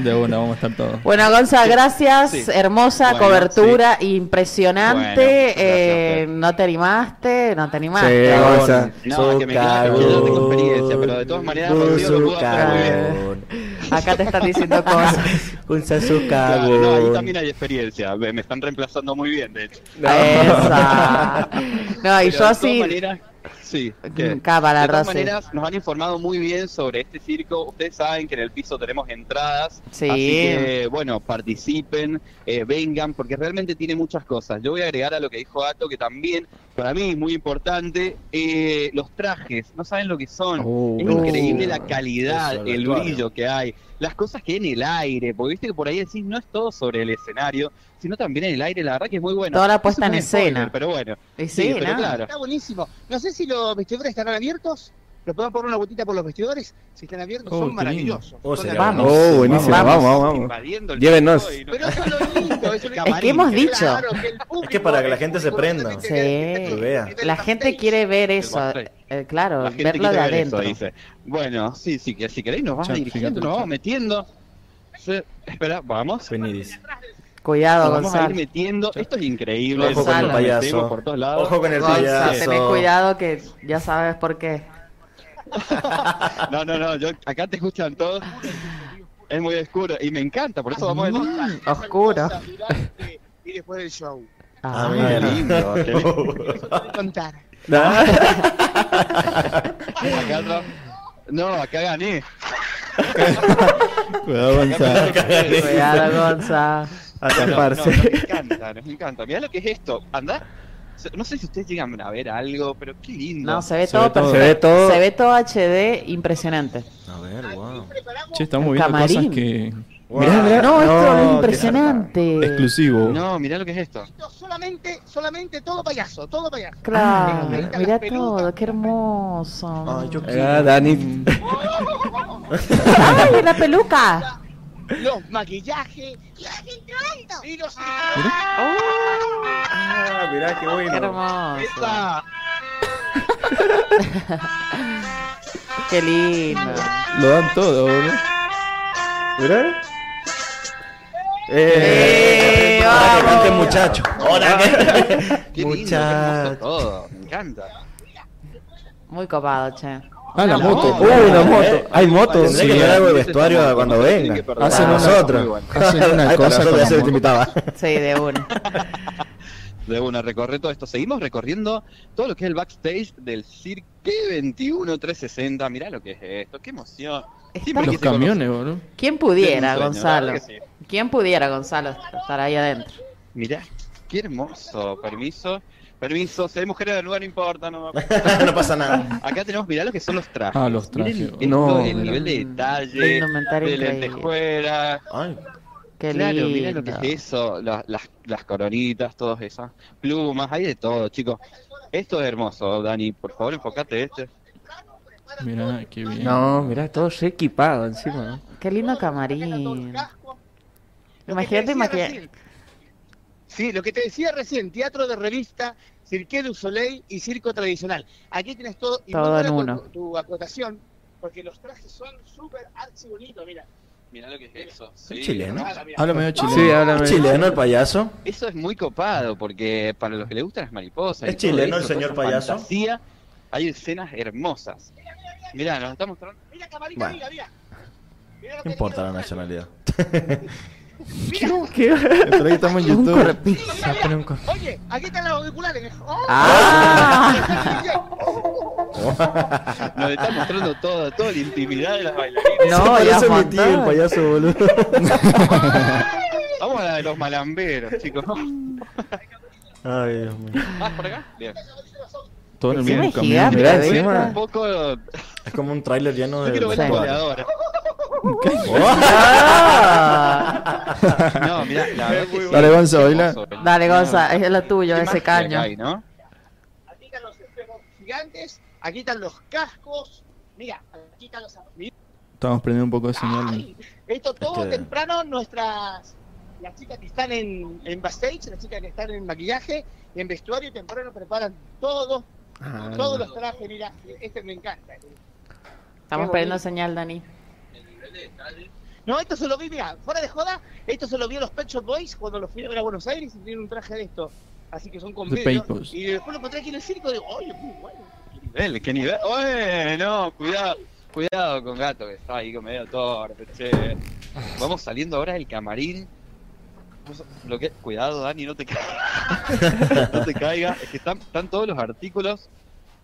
[SPEAKER 7] De una, vamos a estar todos.
[SPEAKER 4] Bueno, Gonza, gracias.
[SPEAKER 9] Sí.
[SPEAKER 4] Hermosa
[SPEAKER 9] Bueno,
[SPEAKER 4] cobertura, impresionante.
[SPEAKER 9] Bueno, muchas gracias a
[SPEAKER 4] eh,
[SPEAKER 9] ustedes.
[SPEAKER 4] no te animaste, no te
[SPEAKER 3] Sí,
[SPEAKER 4] animaste.
[SPEAKER 3] Gonza.
[SPEAKER 9] No, que me queda que yo no tengo experiencia, pero de todas maneras Rocío lo pudo hacer muy bien.
[SPEAKER 4] Acá te están
[SPEAKER 9] [laughs]
[SPEAKER 4] diciendo cosas.
[SPEAKER 6] Con
[SPEAKER 9] Claro,
[SPEAKER 6] Sasukago.
[SPEAKER 9] no, ahí también hay experiencia. Me me están reemplazando muy bien, de hecho.
[SPEAKER 4] Esa. No, y
[SPEAKER 9] Pero
[SPEAKER 4] yo
[SPEAKER 9] de todas
[SPEAKER 4] sí.
[SPEAKER 9] maneras, sí. ¿qué?
[SPEAKER 4] Cábala,
[SPEAKER 9] de todas
[SPEAKER 4] Rosy.
[SPEAKER 9] maneras, nos han informado muy bien sobre este circo. Ustedes saben que en el piso tenemos entradas.
[SPEAKER 4] Sí.
[SPEAKER 9] Así que, bueno, participen, eh, vengan, porque realmente tiene muchas cosas. Yo voy a agregar a lo que dijo Ato, que también para mí es muy importante, eh, los trajes. No saben lo que son.
[SPEAKER 3] Uh,
[SPEAKER 9] es
[SPEAKER 4] uh,
[SPEAKER 9] increíble la calidad,
[SPEAKER 6] eso, el
[SPEAKER 9] el
[SPEAKER 6] vestuario.
[SPEAKER 9] brillo que hay, las cosas que hay en el aire. Porque viste que por ahí decís, no es todo sobre el escenario, sino también en el aire. La verdad que es muy bueno.
[SPEAKER 4] Toda la
[SPEAKER 9] Eso es
[SPEAKER 4] puesta
[SPEAKER 9] un
[SPEAKER 4] en
[SPEAKER 9] spoiler,
[SPEAKER 4] escena.
[SPEAKER 9] Pero bueno.
[SPEAKER 4] Y
[SPEAKER 9] Sí,
[SPEAKER 4] sí,
[SPEAKER 9] pero
[SPEAKER 4] ¿no?
[SPEAKER 9] claro.
[SPEAKER 1] Está buenísimo. No sé si los vestidores estarán abiertos. ¿Los podemos poner una botita por los vestidores? Si están abiertos,
[SPEAKER 7] Oh, qué
[SPEAKER 1] son
[SPEAKER 7] lindo.
[SPEAKER 1] maravillosos.
[SPEAKER 6] Oh,
[SPEAKER 1] Son
[SPEAKER 6] sería
[SPEAKER 1] hermosos.
[SPEAKER 6] bueno.
[SPEAKER 3] Oh, buenísimo. Vamos, vamos, vamos.
[SPEAKER 9] invadiendo el
[SPEAKER 3] Llévenos.
[SPEAKER 9] circo y no-
[SPEAKER 1] Pero eso es lo lindo, eso es lo
[SPEAKER 4] Es que hemos dicho.
[SPEAKER 1] Claro, que el público-
[SPEAKER 6] Es que para que la gente se prenda.
[SPEAKER 1] Sí.
[SPEAKER 4] Sí.
[SPEAKER 6] vea.
[SPEAKER 4] La gente quiere ver eso.
[SPEAKER 9] backstage.
[SPEAKER 4] eh, claro,
[SPEAKER 9] La gente
[SPEAKER 4] verlo de
[SPEAKER 9] quiere ver eso,
[SPEAKER 4] adentro.
[SPEAKER 9] dice. Bueno, sí, sí, que si queréis nos vamos
[SPEAKER 7] Chan,
[SPEAKER 9] dirigiendo,
[SPEAKER 7] fíjate,
[SPEAKER 9] nos vamos
[SPEAKER 7] chan.
[SPEAKER 9] metiendo. Sí, espera, vamos.
[SPEAKER 6] Venidis.
[SPEAKER 4] Cuidado,
[SPEAKER 9] Nos vamos a ir
[SPEAKER 4] Gonzalo.
[SPEAKER 9] metiendo. Esto es increíble.
[SPEAKER 6] Ojo con el
[SPEAKER 4] Gonzalo.
[SPEAKER 9] Metemos
[SPEAKER 6] payaso.
[SPEAKER 9] Por todos lados.
[SPEAKER 6] Ojo con el
[SPEAKER 4] Gonza, tenés
[SPEAKER 6] payaso.
[SPEAKER 4] cuidado que ya sabes por qué.
[SPEAKER 9] No, no, no. yo- acá te escuchan todos. Es muy oscuro y me encanta. Por eso vamos. a-
[SPEAKER 4] Oscuro.
[SPEAKER 1] durante Y después del show.
[SPEAKER 4] Ah.
[SPEAKER 6] Ah,
[SPEAKER 9] Qué
[SPEAKER 6] mira.
[SPEAKER 9] lindo. qué lindo.
[SPEAKER 4] [laughs]
[SPEAKER 1] Eso te voy a contar.
[SPEAKER 4] Ah.
[SPEAKER 9] [laughs] Acá atrás- No,
[SPEAKER 4] [laughs]
[SPEAKER 9] acá gané.
[SPEAKER 7] Cuidado, Gonza.
[SPEAKER 4] [laughs] Cuidado, Gonza.
[SPEAKER 3] A
[SPEAKER 9] No, no,
[SPEAKER 3] taparse.
[SPEAKER 9] no, me encanta, nos encanta. Mirá lo que es esto. Andá. No sé si ustedes llegan a ver algo, pero qué lindo.
[SPEAKER 4] No, se ve
[SPEAKER 7] Se
[SPEAKER 4] todo
[SPEAKER 7] ve todo.
[SPEAKER 4] perfecto.
[SPEAKER 3] Se ve todo.
[SPEAKER 4] Se ve todo HD, impresionante.
[SPEAKER 6] A ver, wow.
[SPEAKER 7] Che, estamos viendo
[SPEAKER 4] Camarín.
[SPEAKER 7] cosas que,
[SPEAKER 3] Mirá, mirá.
[SPEAKER 4] No, esto es
[SPEAKER 3] qué
[SPEAKER 4] impresionante.
[SPEAKER 7] Exclusivo.
[SPEAKER 9] No, mirá lo que es esto.
[SPEAKER 1] Esto solamente, solamente todo payaso, todo payaso.
[SPEAKER 4] Claro,
[SPEAKER 1] Las pelucas,
[SPEAKER 4] mira
[SPEAKER 1] las pelucas.
[SPEAKER 4] todo, qué hermoso.
[SPEAKER 6] Ay, yo
[SPEAKER 3] Ah,
[SPEAKER 6] quiero.
[SPEAKER 3] Dani.
[SPEAKER 4] [laughs] ¡Ay, la
[SPEAKER 1] [laughs]
[SPEAKER 4] peluca!
[SPEAKER 1] Los maquillajes. Y los...
[SPEAKER 6] Ah, mirá, qué
[SPEAKER 4] ¡Qué
[SPEAKER 6] bueno.
[SPEAKER 4] hermoso!
[SPEAKER 1] ¡Esa!
[SPEAKER 4] ¡Qué lindo!
[SPEAKER 7] Lo dan todo, boludo.
[SPEAKER 3] Mirá.
[SPEAKER 6] ¡Eh!
[SPEAKER 4] ¡Eh,
[SPEAKER 6] Ahora que
[SPEAKER 4] vamos!
[SPEAKER 6] cante, muchacho. Ahora
[SPEAKER 4] [laughs]
[SPEAKER 9] Qué
[SPEAKER 7] [laughs]
[SPEAKER 9] lindo, qué
[SPEAKER 6] que.
[SPEAKER 9] hermoso
[SPEAKER 6] Muchacho.
[SPEAKER 9] todo. Me encanta.
[SPEAKER 4] Muy copado, che.
[SPEAKER 7] Ah, la moto.
[SPEAKER 3] Uh, una
[SPEAKER 4] Eh,
[SPEAKER 3] moto. Hay motos.
[SPEAKER 6] Tendré que
[SPEAKER 3] Sí.
[SPEAKER 6] ver algo de vestuario cuando venga.
[SPEAKER 7] Hacen
[SPEAKER 6] Ah,
[SPEAKER 7] una-
[SPEAKER 6] nosotros.
[SPEAKER 7] hacen una
[SPEAKER 6] Ay, para
[SPEAKER 7] cosa con
[SPEAKER 6] nosotros ya
[SPEAKER 7] la
[SPEAKER 6] se
[SPEAKER 7] moto.
[SPEAKER 6] te invitaba.
[SPEAKER 4] Sí, de una.
[SPEAKER 9] De una, recorrer todo esto. Seguimos recorriendo todo lo que es el backstage del Cirque 21 360. Mirá lo que es esto. Qué emoción. Siempre
[SPEAKER 7] Los
[SPEAKER 9] quise conocer-
[SPEAKER 7] camiones, boludo.
[SPEAKER 4] ¿Quién
[SPEAKER 9] Tiene un
[SPEAKER 4] pudiera,
[SPEAKER 9] sueño,
[SPEAKER 4] Gonzalo?
[SPEAKER 9] la verdad que sí.
[SPEAKER 4] ¿Quién pudiera, Gonzalo, estar ahí adentro?
[SPEAKER 9] Mirá, qué hermoso. Permiso. Permiso, si hay mujeres del lugar no importa, no me
[SPEAKER 6] No pasa nada.
[SPEAKER 9] Acá tenemos, mirá lo que son los trajes.
[SPEAKER 7] Ah, los trajes.
[SPEAKER 9] Miren
[SPEAKER 7] boludo.
[SPEAKER 9] esto,
[SPEAKER 3] No,
[SPEAKER 9] el
[SPEAKER 3] mirá.
[SPEAKER 9] nivel de
[SPEAKER 4] La
[SPEAKER 9] detalle,
[SPEAKER 4] indumentaria
[SPEAKER 9] de
[SPEAKER 4] increíble.
[SPEAKER 9] lentejuela.
[SPEAKER 6] Ay,
[SPEAKER 4] Qué
[SPEAKER 9] claro, mirá
[SPEAKER 4] lindo.
[SPEAKER 9] lo que es eso, la- las, las coronitas, todas esas plumas, hay de todo, chicos. Esto es hermoso, Dani, por favor enfócate este.
[SPEAKER 7] Mirá, qué bien.
[SPEAKER 3] No, mirá, todo re equipado encima. ¿no?
[SPEAKER 4] Qué lindo camarín. Imagínate, imagínate.
[SPEAKER 1] Sí, lo que te decía recién, teatro de revista, Cirque du Soleil y circo tradicional. Aquí tienes todo. y
[SPEAKER 4] Todo
[SPEAKER 1] muy
[SPEAKER 4] en
[SPEAKER 1] buena
[SPEAKER 4] uno.
[SPEAKER 1] Tu, tu acotación, porque los trajes son súper archi bonitos, mira.
[SPEAKER 9] Mirá lo que es eso.
[SPEAKER 6] ¿Soy chileno?
[SPEAKER 1] Ah, mira.
[SPEAKER 7] Habla medio chileno.
[SPEAKER 3] Sí, háblame.
[SPEAKER 6] chileno el payaso.
[SPEAKER 9] Eso es muy copado, porque para los que les gustan las mariposas. y
[SPEAKER 6] ¿Es
[SPEAKER 9] todo
[SPEAKER 6] chileno el
[SPEAKER 9] eso,
[SPEAKER 6] señor
[SPEAKER 9] toda esa
[SPEAKER 6] payaso?
[SPEAKER 9] fantasía, hay escenas hermosas. Mirá, nos está mostrando.
[SPEAKER 1] Mira, camarita,
[SPEAKER 6] Bueno.
[SPEAKER 1] mira, mira. Mira lo que
[SPEAKER 6] No importa la
[SPEAKER 1] tiene.
[SPEAKER 6] nacionalidad.
[SPEAKER 7] Pero ahí estamos en YouTube.
[SPEAKER 1] Mira, mira. Oye, aquí están los auriculares. ¡Oh!
[SPEAKER 7] Ah.
[SPEAKER 1] Ah.
[SPEAKER 9] [laughs] Nos está mostrando todo, toda la intimidad de las bailarinas.
[SPEAKER 4] No, ya
[SPEAKER 6] Parece mi tío el
[SPEAKER 4] aguantaba.
[SPEAKER 6] payaso, boludo.
[SPEAKER 9] Vamos a la de los malamberos, chicos.
[SPEAKER 6] Ay, Dios mío.
[SPEAKER 9] ¿Más por acá? Bien.
[SPEAKER 7] Todo en el
[SPEAKER 4] Encima
[SPEAKER 7] mismo
[SPEAKER 4] es
[SPEAKER 7] camión.
[SPEAKER 4] gigante,
[SPEAKER 7] Mirá,
[SPEAKER 3] Mirá
[SPEAKER 4] ¿ves?
[SPEAKER 9] Un
[SPEAKER 3] encima.
[SPEAKER 9] poco. Yo
[SPEAKER 6] Es como un tráiler lleno de.
[SPEAKER 9] quiero ver la
[SPEAKER 4] Sí.
[SPEAKER 9] goleadora.
[SPEAKER 4] Ah.
[SPEAKER 9] No, mirá, la verdad que sí.
[SPEAKER 7] Dale, Gonza, baila.
[SPEAKER 9] Hermoso. eh.
[SPEAKER 4] Dale, Gonza, es lo tuyo,
[SPEAKER 9] Qué
[SPEAKER 4] ese
[SPEAKER 9] magia
[SPEAKER 4] caño.
[SPEAKER 9] que hay, ¿no?
[SPEAKER 1] Aquí están los espejos gigantes, aquí están los cascos. Mira, aquí están los. mira.
[SPEAKER 7] Estamos prendiendo un poco de señal.
[SPEAKER 1] Ay, Esto todo
[SPEAKER 6] Este-
[SPEAKER 1] temprano, nuestras. Las chicas que están en, en backstage, las chicas que están en maquillaje, en vestuario, temprano preparan todo,
[SPEAKER 7] Ah,
[SPEAKER 1] todos los trajes. Mira, este me encanta.
[SPEAKER 4] Estamos perdiendo señal, Dani.
[SPEAKER 1] No, esto se lo vi, mira, fuera de joda, esto se lo vi a los Pet Shop Boys cuando los fui a ver a Buenos Aires y tienen un traje de esto. Así que son con
[SPEAKER 7] The
[SPEAKER 1] vidrio.
[SPEAKER 7] Papers.
[SPEAKER 1] Y después lo encontré aquí en el circo y digo, oye, muy bueno.
[SPEAKER 9] Nivel, ¿Qué nivel? ¡Oye! No, cuidado. Cuidado con gato que está ahí con medio torpe, che. Vamos saliendo ahora del camarín. Vamos a- Lo que... Cuidado, Dani, no te caigas. [laughs] no te caigas. Es que están, están todos los artículos,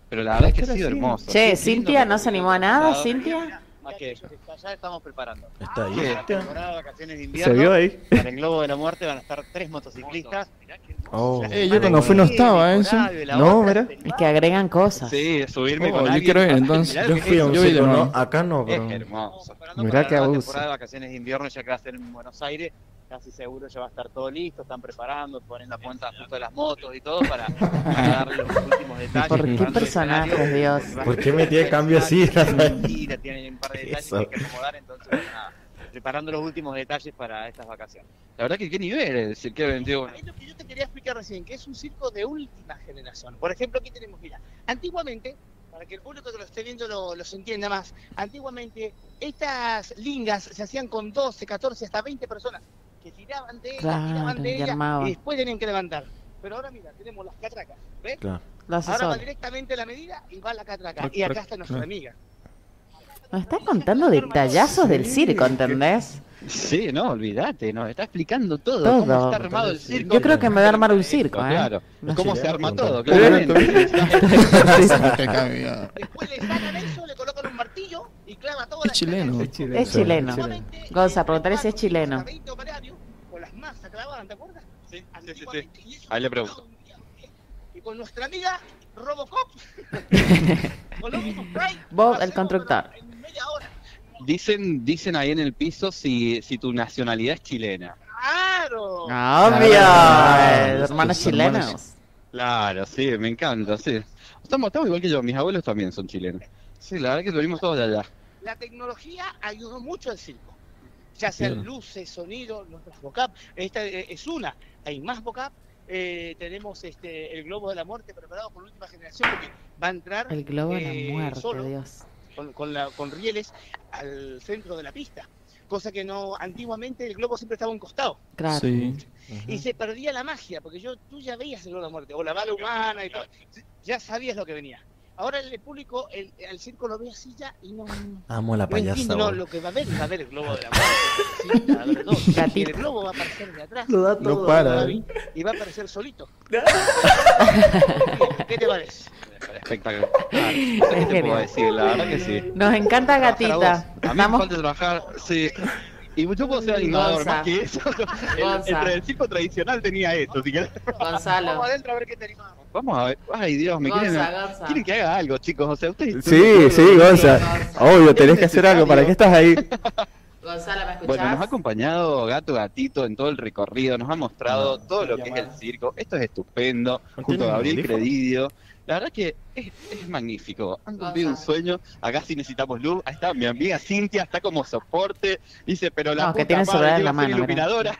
[SPEAKER 9] pero la verdad es que ha sido hermoso. Qué
[SPEAKER 4] Che,
[SPEAKER 9] lindo
[SPEAKER 4] Cintia
[SPEAKER 9] que-
[SPEAKER 4] no se animó a
[SPEAKER 9] Ah,
[SPEAKER 4] nada, Cintia.
[SPEAKER 9] Más que eso.
[SPEAKER 1] Ya estamos preparando. Ah,
[SPEAKER 6] Está ahí.
[SPEAKER 1] La temporada de vacaciones de
[SPEAKER 3] Se
[SPEAKER 1] invierno.
[SPEAKER 3] vio ahí.
[SPEAKER 1] Para el Globo de la Muerte van a estar tres motociclistas.
[SPEAKER 6] Oh.
[SPEAKER 7] Eh, yo cuando fui no estaba, ¿eh? Eso.
[SPEAKER 3] No, mira.
[SPEAKER 4] Es que agregan cosas.
[SPEAKER 9] Sí, subirme
[SPEAKER 7] Oh,
[SPEAKER 9] con
[SPEAKER 7] yo
[SPEAKER 9] alguien.
[SPEAKER 7] quiero ir, entonces.
[SPEAKER 9] Mirá lo
[SPEAKER 6] Yo
[SPEAKER 9] que es
[SPEAKER 6] fui a un
[SPEAKER 7] Yo vi de
[SPEAKER 6] circo,
[SPEAKER 7] nuevo.
[SPEAKER 6] no, acá no,
[SPEAKER 9] Es
[SPEAKER 4] Eh,
[SPEAKER 6] pero.
[SPEAKER 9] hermoso.
[SPEAKER 3] Mirá qué
[SPEAKER 1] la
[SPEAKER 3] abuso.
[SPEAKER 1] temporada de vacaciones de invierno ya que va a ser en Buenos Aires, casi seguro ya va a estar todo listo, están preparando, ponen la cuenta justo de las motos y todo para, para darle los últimos detalles.
[SPEAKER 4] ¿Por qué
[SPEAKER 1] preparando el
[SPEAKER 4] personajes,
[SPEAKER 1] escenario.
[SPEAKER 4] Dios?
[SPEAKER 6] ¿Por qué metí el cambio así?
[SPEAKER 1] Y le tienen un par de detalles
[SPEAKER 6] Eso.
[SPEAKER 1] que hay que acomodar, entonces bueno, nada, preparando los últimos detalles para estas vacaciones.
[SPEAKER 9] La verdad que qué nivel es el Cirque 21.
[SPEAKER 1] Es lo que yo te quería explicar recién, que es un circo de última generación. Por ejemplo, aquí tenemos, mira, antiguamente, para que el público que lo esté viendo lo- los entienda más, antiguamente estas lingas se hacían con 12, 14, hasta 20 personas que tiraban de ella,
[SPEAKER 4] Claro,
[SPEAKER 1] tiraban de
[SPEAKER 4] y
[SPEAKER 1] ella
[SPEAKER 4] armaban.
[SPEAKER 1] y después tenían que levantar. Pero ahora mira, tenemos las catracas, ¿ves?
[SPEAKER 6] Claro.
[SPEAKER 4] Lo hace
[SPEAKER 1] Ahora va
[SPEAKER 4] solo.
[SPEAKER 1] directamente la medida y va la catraca.
[SPEAKER 7] Claro,
[SPEAKER 1] Y acá
[SPEAKER 7] Ah, claro,
[SPEAKER 1] está nuestra
[SPEAKER 7] claro.
[SPEAKER 1] amiga.
[SPEAKER 4] Nos está contando detallazos del circo, ¿entendés?
[SPEAKER 9] Sí, no, olvídate, nos está explicando todo,
[SPEAKER 4] Todo.
[SPEAKER 9] cómo está armado el circo.
[SPEAKER 4] Yo creo que me voy a armar un circo, ¿eh?
[SPEAKER 9] Claro,
[SPEAKER 4] No
[SPEAKER 9] cómo
[SPEAKER 6] sé.
[SPEAKER 9] se arma todo,
[SPEAKER 7] Pero era [laughs]
[SPEAKER 9] claramente.
[SPEAKER 1] Después le sacan eso, le colocan un martillo y clava toda
[SPEAKER 7] Es
[SPEAKER 1] la
[SPEAKER 7] chileno.
[SPEAKER 1] catraca.
[SPEAKER 7] Es
[SPEAKER 3] chileno.
[SPEAKER 4] Es chileno.
[SPEAKER 1] Antiguamente,
[SPEAKER 4] Gonza,
[SPEAKER 1] eh,
[SPEAKER 4] preguntale si es
[SPEAKER 1] preparan
[SPEAKER 4] chileno.
[SPEAKER 1] hasta 20 operarios con las masas clavadas, ¿te acuerdas?
[SPEAKER 9] Sí, sí, sí, sí.
[SPEAKER 1] Antiguamente, y eso
[SPEAKER 9] Ahí le
[SPEAKER 1] se
[SPEAKER 9] pregunto.
[SPEAKER 1] usaba un día, un día. Y con nuestra amiga
[SPEAKER 4] [laughs]
[SPEAKER 1] Robocop. con los mismos spray,
[SPEAKER 4] Bob, el
[SPEAKER 1] hacemos,
[SPEAKER 4] constructor.
[SPEAKER 1] pero En media hora.
[SPEAKER 9] Dicen, dicen ahí en el piso si, si tu nacionalidad es chilena.
[SPEAKER 4] Ah,
[SPEAKER 1] ¡Claro!
[SPEAKER 4] Obvio,
[SPEAKER 6] Tus
[SPEAKER 4] hermanos
[SPEAKER 6] hermanos-
[SPEAKER 4] chilenos.
[SPEAKER 9] Claro, sí, me encanta, sí. Estamos, estamos igual que yo, mis abuelos también son chilenos. Sí, la verdad que venimos todos de allá.
[SPEAKER 1] La tecnología ayudó mucho al circo. Ya sean
[SPEAKER 6] Claro.
[SPEAKER 1] luces, sonido, nuestras vocab. Esta eh, es una. Hay más vocab. Eh, tenemos este, el globo de la muerte preparado por última generación porque va a entrar
[SPEAKER 4] El globo de
[SPEAKER 1] eh,
[SPEAKER 4] la muerte,
[SPEAKER 1] solo.
[SPEAKER 4] Dios.
[SPEAKER 1] con, con la- con rieles al centro de la pista. Cosa que no antiguamente el globo siempre estaba a un costado.
[SPEAKER 4] Claro.
[SPEAKER 7] Sí.
[SPEAKER 1] Y se perdía la magia, porque yo, tú ya veías el globo de la muerte, o la bala humana y todo. Ya sabías lo que venía. Ahora el público, el, al circo lo ve así ya y no,
[SPEAKER 6] Amo a la
[SPEAKER 1] no entiende,
[SPEAKER 6] payasa,
[SPEAKER 1] no,
[SPEAKER 6] boludo.
[SPEAKER 1] lo que va a ver, va a ver el globo de la muerte. Sí, va a
[SPEAKER 6] [laughs]
[SPEAKER 1] haber dos. Y el
[SPEAKER 4] Gatito.
[SPEAKER 1] globo va a aparecer de atrás
[SPEAKER 6] No para. ¿eh?
[SPEAKER 1] Gaby, y va a aparecer
[SPEAKER 6] [laughs]
[SPEAKER 1] solito. ¿Qué te parece?
[SPEAKER 9] Espectacular. ¿Qué te puedo
[SPEAKER 4] genial.
[SPEAKER 9] decir? La verdad que sí.
[SPEAKER 4] Nos encanta
[SPEAKER 9] Trabajar a
[SPEAKER 4] gatita.
[SPEAKER 9] vos. A mí me
[SPEAKER 4] Estamos
[SPEAKER 9] falta trabajar, sí. Y yo puedo ser animador
[SPEAKER 4] Gonza.
[SPEAKER 9] más que eso. El,
[SPEAKER 4] Gonza.
[SPEAKER 9] el, circo tradicional tenía esto. así que-
[SPEAKER 4] Gonzalo.
[SPEAKER 1] Vamos adentro a ver qué te animamos.
[SPEAKER 9] Vamos a ver. Ay, Dios, me quieren,
[SPEAKER 4] Gonza, Gonza.
[SPEAKER 9] quieren que haga algo, chicos. O sea, ustedes.
[SPEAKER 3] Sí, sí, Gonza. Obvio, tenés que hacer algo. ¿Para qué estás ahí?
[SPEAKER 4] Gonzalo, ¿me escuchás?
[SPEAKER 9] Bueno, nos ha acompañado Gato Gatito en todo el recorrido, nos ha mostrado
[SPEAKER 7] Ah,
[SPEAKER 9] todo lo que es el circo. Esto es estupendo, junto a Gabriel
[SPEAKER 6] audífono?
[SPEAKER 9] Credidio. La verdad que es, es magnífico. Han cumplido un
[SPEAKER 4] Gonza.
[SPEAKER 9] sueño. Acá sí necesitamos luz. Ahí está mi amiga Cintia, está como soporte. Dice, pero la
[SPEAKER 4] No, que
[SPEAKER 9] puta
[SPEAKER 4] tiene
[SPEAKER 9] madre,
[SPEAKER 4] celular en
[SPEAKER 9] iba
[SPEAKER 4] la
[SPEAKER 9] a ser
[SPEAKER 4] mano,
[SPEAKER 9] iluminadora.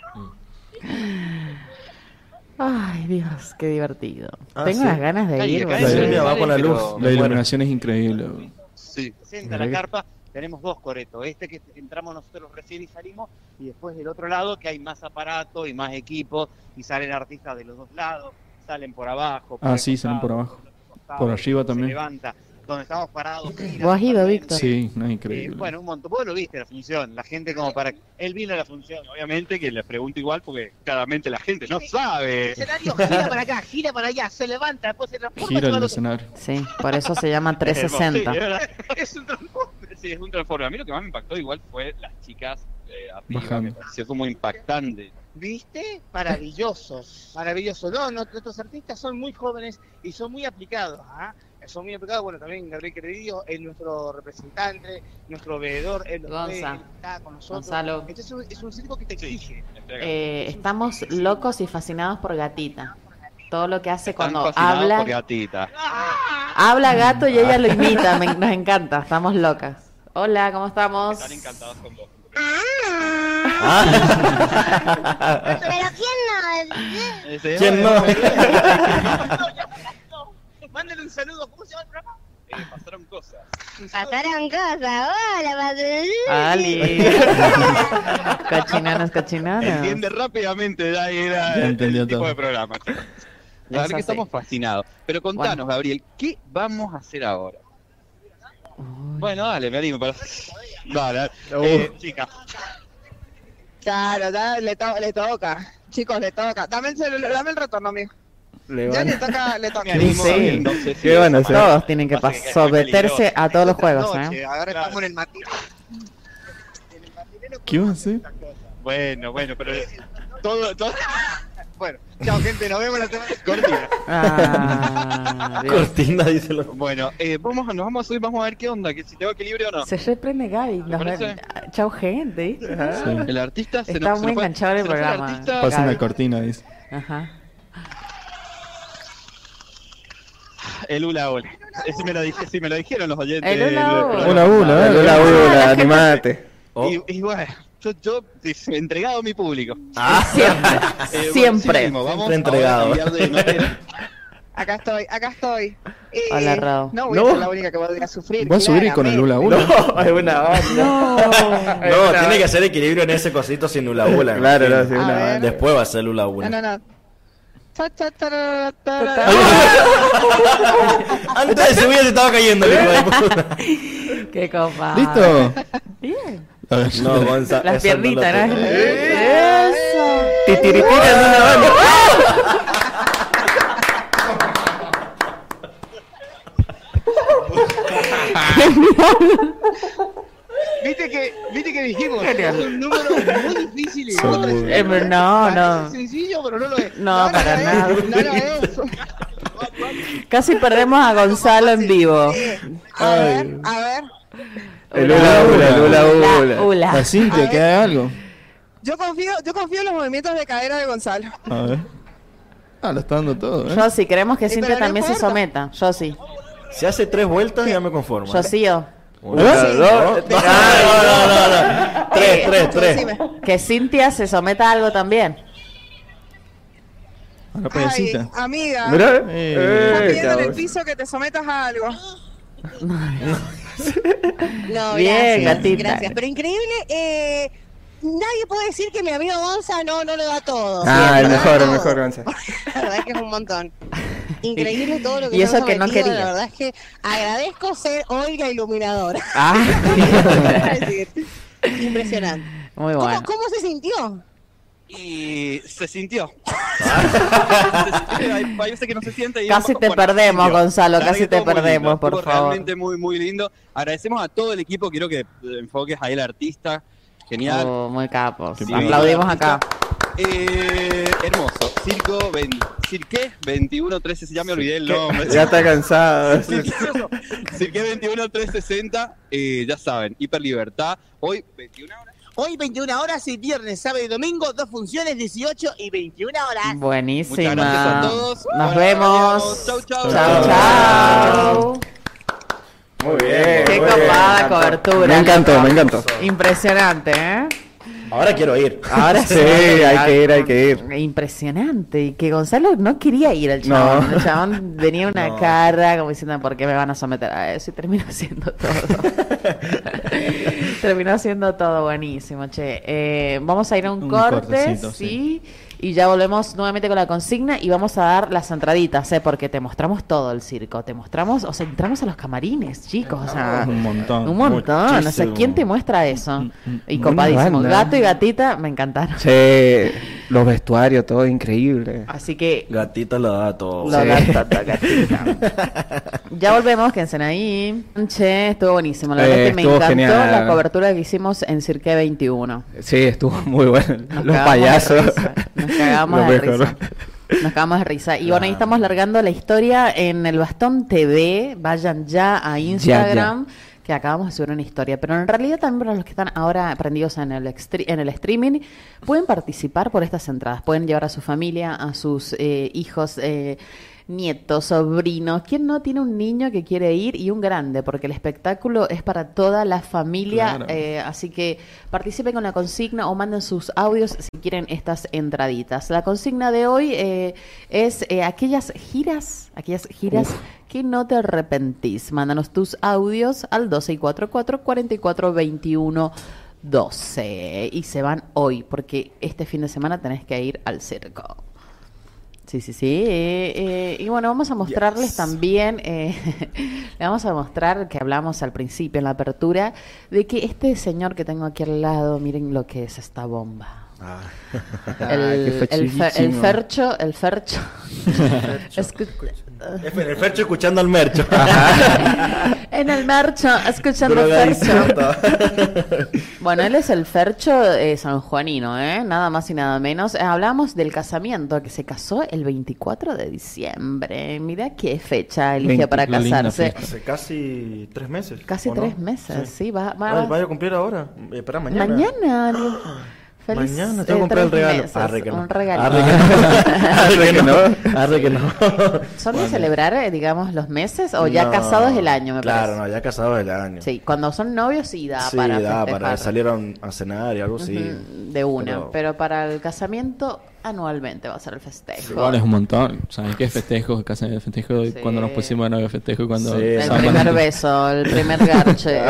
[SPEAKER 4] Ay, Dios, qué divertido.
[SPEAKER 6] Ah,
[SPEAKER 4] Tengo
[SPEAKER 6] sí.
[SPEAKER 4] las ganas de
[SPEAKER 9] Ay,
[SPEAKER 4] ir.
[SPEAKER 9] acá
[SPEAKER 7] La
[SPEAKER 4] boludo.
[SPEAKER 9] hay
[SPEAKER 7] iluminación
[SPEAKER 6] Silvia va
[SPEAKER 9] lugares,
[SPEAKER 6] con la luz.
[SPEAKER 9] pero-
[SPEAKER 7] La iluminación es increíble. bro.
[SPEAKER 9] Sí.
[SPEAKER 1] Presenta la carpa, tenemos dos coretos, este que entramos nosotros recién y salimos, y después del otro lado que hay más aparato y más equipo, y salen artistas de los dos lados, salen por abajo. por
[SPEAKER 7] Ah,
[SPEAKER 1] el
[SPEAKER 7] sí, salen por abajo.
[SPEAKER 1] por el otro costado,
[SPEAKER 7] Por arriba
[SPEAKER 1] se
[SPEAKER 7] también.
[SPEAKER 1] levanta, donde estamos parados. gira
[SPEAKER 4] ¿Vos has ido,
[SPEAKER 1] totalmente.
[SPEAKER 4] Víctor?
[SPEAKER 7] Sí, no es
[SPEAKER 1] Eh,
[SPEAKER 7] increíble.
[SPEAKER 1] bueno, un montón. Vos lo viste la función, la gente como para... Él vino a la función.
[SPEAKER 9] Obviamente que les pregunto igual porque claramente la gente no
[SPEAKER 1] El
[SPEAKER 9] sabe.
[SPEAKER 1] escenario gira para acá, gira para allá, se levanta, después se transforma. y se
[SPEAKER 7] Gira
[SPEAKER 1] va
[SPEAKER 7] el
[SPEAKER 1] a otro-
[SPEAKER 7] escenario.
[SPEAKER 4] Sí, por eso se [laughs] llama
[SPEAKER 9] Sí,
[SPEAKER 4] 360.
[SPEAKER 9] es verdad. [laughs] es un transforme. Sí, es un transforme. A mí lo que más me impactó igual fue las chicas eh, arriba.
[SPEAKER 7] Bajando.
[SPEAKER 9] Me pareció como impactante.
[SPEAKER 1] ¿Viste? Maravilloso, maravilloso. No, no, nuestros artistas son muy jóvenes y son muy aplicados. ¿ah? Son muy aplicados. Bueno, también Gabriel Credidio es nuestro representante, nuestro veedor, él, nos ve,
[SPEAKER 4] Gonza.
[SPEAKER 1] él está con nosotros.
[SPEAKER 4] Gonzalo,
[SPEAKER 1] Este es un, es un circo que te
[SPEAKER 9] Sí.
[SPEAKER 1] exige.
[SPEAKER 9] Estoy acá.
[SPEAKER 4] eh, estamos locos y fascinados por Gatita. Todo lo que hace
[SPEAKER 9] Están
[SPEAKER 4] cuando
[SPEAKER 9] fascinados por
[SPEAKER 4] habla.
[SPEAKER 9] gatita.
[SPEAKER 4] Habla gato y ella lo
[SPEAKER 13] Ah.
[SPEAKER 4] imita.
[SPEAKER 13] [laughs]
[SPEAKER 4] me- nos encanta, estamos locas. Hola, ¿cómo estamos?
[SPEAKER 9] Están encantados con vos.
[SPEAKER 4] [laughs]
[SPEAKER 14] Pero ¿quién no?
[SPEAKER 9] Ese-
[SPEAKER 6] ¿Quién no?
[SPEAKER 1] [laughs] Mándale un saludo. ¿Cómo se llama el programa?
[SPEAKER 9] Eh, pasaron cosas.
[SPEAKER 14] Pasaron cosas, hola, pasaron...
[SPEAKER 4] Ali. [laughs] cochinanos, cochinanos.
[SPEAKER 9] Entiende rápidamente ya era
[SPEAKER 7] Ya
[SPEAKER 9] el-
[SPEAKER 7] entendió
[SPEAKER 9] el tipo
[SPEAKER 7] todo.
[SPEAKER 9] de programa. La verdad
[SPEAKER 4] Eso
[SPEAKER 9] que
[SPEAKER 4] sí.
[SPEAKER 9] estamos fascinados. Pero contanos, Gabriel, ¿qué vamos a hacer ahora? Bueno, dale, me animo para.
[SPEAKER 7] Uh.
[SPEAKER 9] Dale, dale. Eh, chica.
[SPEAKER 2] Claro, da- le, to- le toca. Chicos, le toca. Dame el, celu- dame el retorno, amigo.
[SPEAKER 6] Le
[SPEAKER 2] Ya
[SPEAKER 6] van-
[SPEAKER 2] le toca, le toca.
[SPEAKER 9] Me animo
[SPEAKER 4] Sí.
[SPEAKER 9] a ir, no sé si
[SPEAKER 3] ¿Qué van a
[SPEAKER 9] es-
[SPEAKER 3] hacer?
[SPEAKER 4] Todos tienen que
[SPEAKER 9] Pasa
[SPEAKER 4] pas-
[SPEAKER 9] que es
[SPEAKER 4] someterse
[SPEAKER 9] peligroso.
[SPEAKER 4] a todos los juegos,
[SPEAKER 2] Noche,
[SPEAKER 4] ¿eh?
[SPEAKER 2] Ahora estamos en el matinal.
[SPEAKER 7] ¿Qué vas a hacer?
[SPEAKER 9] Bueno, bueno, pero. Todo, todo.
[SPEAKER 2] Bueno, chao, gente, nos vemos la semana.
[SPEAKER 9] Cortina.
[SPEAKER 7] [laughs]
[SPEAKER 4] Ah, Dios.
[SPEAKER 6] Cortina, dice lo-
[SPEAKER 9] Bueno, eh, vamos a, nos vamos a subir, vamos a ver qué onda, que si tengo equilibrio o no.
[SPEAKER 4] Se reprende Gaby. nos
[SPEAKER 9] ¿Te parece?
[SPEAKER 4] ve- Ah, Chau, gente.
[SPEAKER 7] Sí.
[SPEAKER 9] El artista se
[SPEAKER 4] Está
[SPEAKER 9] nos, se
[SPEAKER 4] muy
[SPEAKER 9] nos fue-
[SPEAKER 4] enganchado el
[SPEAKER 9] se nos fue
[SPEAKER 4] programa.
[SPEAKER 9] artista.
[SPEAKER 7] Pásame
[SPEAKER 4] Gaby.
[SPEAKER 7] la cortina, dice.
[SPEAKER 4] Ajá.
[SPEAKER 9] El hula hula. Eh, sí me lo dije, sí me lo dijeron los oyentes.
[SPEAKER 4] El hula
[SPEAKER 9] del
[SPEAKER 4] hula.
[SPEAKER 9] programa.
[SPEAKER 3] Una a una, ¿eh? Una a
[SPEAKER 9] "Ah,
[SPEAKER 3] una, animate.
[SPEAKER 6] Oh.
[SPEAKER 9] Y, y bueno, yo, yo des- entregado a mi público.
[SPEAKER 4] [laughs] Siempre.
[SPEAKER 9] Eh,
[SPEAKER 4] Siempre.
[SPEAKER 9] buenísimo, Vamos
[SPEAKER 6] Siempre entregado.
[SPEAKER 9] ahora a cambiar de manera.
[SPEAKER 2] Acá estoy, acá estoy. Y
[SPEAKER 4] Hola, Rao.
[SPEAKER 2] No voy a ser la única que va a sufrir.
[SPEAKER 7] Voy a subir y con el hula hula.
[SPEAKER 3] No, es una banda.
[SPEAKER 6] [laughs] No, tiene que hacer equilibrio en ese cosito sin hula hula.
[SPEAKER 3] Claro, no, sí,
[SPEAKER 6] imagino.
[SPEAKER 2] A
[SPEAKER 3] una
[SPEAKER 2] ver.
[SPEAKER 3] banda.
[SPEAKER 6] Después va a ser hula
[SPEAKER 2] No,
[SPEAKER 6] hula.
[SPEAKER 2] no, no. Cha, cha, cha, ta, ta, ta.
[SPEAKER 6] Antes de subir se estaba cayendo el hijo de puta.
[SPEAKER 4] [laughs] Qué copa.
[SPEAKER 7] ¿Listo?
[SPEAKER 4] Bien.
[SPEAKER 7] A ver.
[SPEAKER 6] No, Gonza,
[SPEAKER 4] Las
[SPEAKER 6] eso no lo
[SPEAKER 4] piernitas, ¿no? [laughs]
[SPEAKER 6] tengo.
[SPEAKER 4] Eso.
[SPEAKER 3] Titiritira en una banda.
[SPEAKER 1] [laughs] ¿Viste que, viste que dijimos?
[SPEAKER 4] Genial.
[SPEAKER 1] Es un número muy difícil. y
[SPEAKER 7] Seguro.
[SPEAKER 1] muy
[SPEAKER 4] Eh, pero no, no.
[SPEAKER 1] Parece sencillo, pero no lo es.
[SPEAKER 4] No, para nada.
[SPEAKER 2] No, no, eso.
[SPEAKER 4] Casi perdemos a Gonzalo en vivo.
[SPEAKER 2] A ver, a ver.
[SPEAKER 3] El hula hula, el hula hula.
[SPEAKER 4] hula.
[SPEAKER 7] La Cintia, que haga
[SPEAKER 4] [laughs]
[SPEAKER 7] algo.
[SPEAKER 2] Yo confío, yo confío en los movimientos de cadera de Gonzalo.
[SPEAKER 7] A ver. Ah, lo está dando todo, ¿eh?
[SPEAKER 4] Rosy, queremos que
[SPEAKER 2] Eh,
[SPEAKER 4] Cintia
[SPEAKER 2] pero no
[SPEAKER 4] también se
[SPEAKER 2] importa.
[SPEAKER 4] someta. Rosy.
[SPEAKER 6] Si hace tres vueltas, ya me conformo. ¿eh?
[SPEAKER 4] Rocío.
[SPEAKER 6] Una,
[SPEAKER 3] Sí.
[SPEAKER 6] dos, tres. Ah, no, no, no, no. Tres, tres, tres.
[SPEAKER 2] Decime.
[SPEAKER 4] Que Cintia se someta a algo también.
[SPEAKER 7] Ahora
[SPEAKER 6] pues,
[SPEAKER 2] Ay,
[SPEAKER 7] payasita.
[SPEAKER 2] amiga.
[SPEAKER 3] Mirá,
[SPEAKER 7] Eh,
[SPEAKER 2] Estás
[SPEAKER 3] eh,
[SPEAKER 2] pidiendo en el
[SPEAKER 3] chavos.
[SPEAKER 2] piso que te sometas a algo.
[SPEAKER 13] No,
[SPEAKER 4] Bien,
[SPEAKER 13] gracias,
[SPEAKER 4] gatita.
[SPEAKER 13] gracias. Pero increíble, eh, nadie puede decir que mi amigo Gonza no, no lo da todo.
[SPEAKER 3] Ah, el
[SPEAKER 13] Lo da
[SPEAKER 3] mejor, el
[SPEAKER 13] todo.
[SPEAKER 3] mejor, Gonza.
[SPEAKER 13] La verdad es que es un
[SPEAKER 4] [laughs]
[SPEAKER 13] montón. Increíble todo lo que
[SPEAKER 4] Y eso
[SPEAKER 13] Gonza
[SPEAKER 4] que no
[SPEAKER 13] me dijo,
[SPEAKER 4] quería.
[SPEAKER 13] La verdad es que agradezco ser hoy la iluminadora.
[SPEAKER 4] Ah.
[SPEAKER 13] Es decir, [laughs] Impresionante.
[SPEAKER 4] [laughs] Muy
[SPEAKER 13] ¿Cómo,
[SPEAKER 4] bueno.
[SPEAKER 13] ¿Cómo se sintió?
[SPEAKER 9] Y se sintió. [laughs] hay, hay veces que no se siente. Y
[SPEAKER 4] Casi te perdemos, Gonzalo, casi te perdemos, por
[SPEAKER 9] Estuvo
[SPEAKER 4] favor.
[SPEAKER 9] Realmente muy, muy lindo. Agradecemos a todo el equipo. Quiero que eh, enfoques ahí al artista. Genial.
[SPEAKER 4] Oh, muy capos.
[SPEAKER 7] Qué
[SPEAKER 4] Aplaudimos acá.
[SPEAKER 9] Eh, hermoso. Circo, 20, Cirque 2113. Ya me olvidé el nombre.
[SPEAKER 3] Ya está cansado.
[SPEAKER 9] Cirque 21360. Eh, ya saben, Hiperlibertad. Hoy, 21 horas.
[SPEAKER 8] [laughs] Hoy 21 horas y viernes, sábado y domingo, dos funciones, 18 y 21 horas.
[SPEAKER 4] Buenísima.
[SPEAKER 9] Muchas gracias a todos.
[SPEAKER 4] Nos
[SPEAKER 9] Buenas
[SPEAKER 4] vemos.
[SPEAKER 9] tardes. Chau, chau.
[SPEAKER 4] Chau, chau.
[SPEAKER 6] Muy bien.
[SPEAKER 4] Qué
[SPEAKER 6] muy bien.
[SPEAKER 4] copada cobertura.
[SPEAKER 3] Me encantó, me encantó.
[SPEAKER 4] Impresionante, ¿eh?
[SPEAKER 6] Ahora quiero ir.
[SPEAKER 4] Ahora
[SPEAKER 3] Sí, hay que ir, hay que ir.
[SPEAKER 4] Impresionante. Y que Gonzalo no quería ir al chabón. El chabón tenía una
[SPEAKER 6] No.
[SPEAKER 4] cara como diciendo, ¿por qué me van a someter a eso? Y terminó haciendo todo. terminó haciendo todo buenísimo, che. Eh, vamos a ir a un,
[SPEAKER 7] Un
[SPEAKER 4] corte,
[SPEAKER 7] cortecito,
[SPEAKER 4] ¿sí? Y ya volvemos nuevamente con la consigna y vamos a dar las entraditas, ¿eh? Porque te mostramos todo el circo. Te mostramos, o sea, entramos a los camarines, chicos. O sea,
[SPEAKER 7] Un montón.
[SPEAKER 4] un montón. O sea,
[SPEAKER 6] Muchísimo.
[SPEAKER 4] ¿quién te muestra eso?
[SPEAKER 7] Mm, mm,
[SPEAKER 4] Y
[SPEAKER 3] Buena
[SPEAKER 4] copadísimo.
[SPEAKER 3] banda.
[SPEAKER 4] Gato y gatita me encantaron.
[SPEAKER 3] Sí, los vestuarios, todo increíble.
[SPEAKER 4] Así que
[SPEAKER 6] Gatita lo da todo.
[SPEAKER 4] Lo
[SPEAKER 3] Sí.
[SPEAKER 4] gata,
[SPEAKER 3] [laughs]
[SPEAKER 4] ta, gatita. ya volvemos, quédense ahí. Che, estuvo buenísimo. La verdad
[SPEAKER 3] Eh,
[SPEAKER 4] es que me
[SPEAKER 3] estuvo
[SPEAKER 4] encantó
[SPEAKER 3] genial.
[SPEAKER 4] la cobertura que hicimos en Cirque 21.
[SPEAKER 3] Sí, estuvo muy bueno.
[SPEAKER 4] Nos cagamos
[SPEAKER 3] los
[SPEAKER 4] de
[SPEAKER 3] payasos.
[SPEAKER 4] risa, Nos cagamos
[SPEAKER 3] Lo
[SPEAKER 4] de
[SPEAKER 3] mejor.
[SPEAKER 4] risa. Nos cagamos de risa. Y
[SPEAKER 3] Ah.
[SPEAKER 4] bueno, ahí estamos largando la historia en el Bastón TV. Vayan ya a Instagram. Que acabamos de subir una historia, pero en realidad también para los que están ahora prendidos en el, extre- en el streaming, pueden participar por estas entradas. Pueden llevar a su familia, a sus eh, hijos, eh, nietos, sobrinos. ¿Quién no tiene un niño que quiere ir y un grande? Porque el espectáculo es para toda la familia.
[SPEAKER 7] Claro.
[SPEAKER 4] eh, eh, así que participen con la consigna o manden sus audios si quieren estas entraditas. La consigna de hoy eh, es eh, aquellas giras, aquellas giras que no te arrepentís. Mándanos tus audios al 1244 4421 12 y se van hoy porque este fin de semana tenés que ir al circo. Sí, sí, sí. Eh, eh, y bueno, vamos a mostrarles también, eh, [laughs] le vamos a mostrar que hablamos al principio, en la apertura, de que este señor que tengo aquí al lado, miren lo que es esta bomba.
[SPEAKER 6] Ah.
[SPEAKER 3] [laughs] Ay, qué
[SPEAKER 4] El, el, fer- el
[SPEAKER 3] fachillísimo.
[SPEAKER 4] fercho, el
[SPEAKER 3] [laughs]
[SPEAKER 4] fercho. Escu-
[SPEAKER 6] Espera, el Fercho escuchando
[SPEAKER 4] [laughs]
[SPEAKER 6] al Mercho.
[SPEAKER 4] en el marcho, escuchando el fercho.
[SPEAKER 6] Drogadicto.
[SPEAKER 4] [laughs] Bueno, él es el Fercho eh, sanjuanino, ¿eh? Nada más y nada menos. Eh, hablamos del casamiento, que se casó el 24 de diciembre. Mira qué fecha eligió
[SPEAKER 3] 20,
[SPEAKER 4] para
[SPEAKER 7] qué linda
[SPEAKER 4] casarse.
[SPEAKER 7] fecha.
[SPEAKER 6] Hace casi tres meses.
[SPEAKER 4] Casi
[SPEAKER 6] ¿o no?
[SPEAKER 4] tres meses, sí, va- va-
[SPEAKER 6] Ay, vaya a cumplir ahora. Eh, espera, mañana. Ah,
[SPEAKER 4] Mañana. Ariel. Feliz,
[SPEAKER 6] Mañana
[SPEAKER 4] eh,
[SPEAKER 6] tengo que comprar el
[SPEAKER 4] tres
[SPEAKER 6] regalo.
[SPEAKER 4] meses,
[SPEAKER 6] Arre que no.
[SPEAKER 4] Un regalito.
[SPEAKER 6] Arre
[SPEAKER 4] [laughs]
[SPEAKER 6] que no. Arre que no. Arre que no.
[SPEAKER 4] ¿Son de celebrar, eh, digamos, los meses o ya
[SPEAKER 6] No.
[SPEAKER 4] casados el año, me
[SPEAKER 6] Claro,
[SPEAKER 4] parece?
[SPEAKER 6] no, ya casados el año.
[SPEAKER 4] Sí, cuando son novios sí da
[SPEAKER 6] Sí,
[SPEAKER 4] para
[SPEAKER 6] da,
[SPEAKER 4] festejar.
[SPEAKER 6] para salieron a cenar y algo así.
[SPEAKER 4] Ujú, de una, pero...
[SPEAKER 6] Pero-
[SPEAKER 4] para el casamiento anualmente va a ser el festejo.
[SPEAKER 7] Igual es un montón. ¿Sabes qué festejos? casa- Festejo
[SPEAKER 4] Sí.
[SPEAKER 7] cuando nos pusimos de novio, festejo cuando.
[SPEAKER 6] Sí.
[SPEAKER 4] El
[SPEAKER 7] San
[SPEAKER 4] primer
[SPEAKER 7] Valentín.
[SPEAKER 4] beso,
[SPEAKER 7] [laughs]
[SPEAKER 4] el primer garche. eh,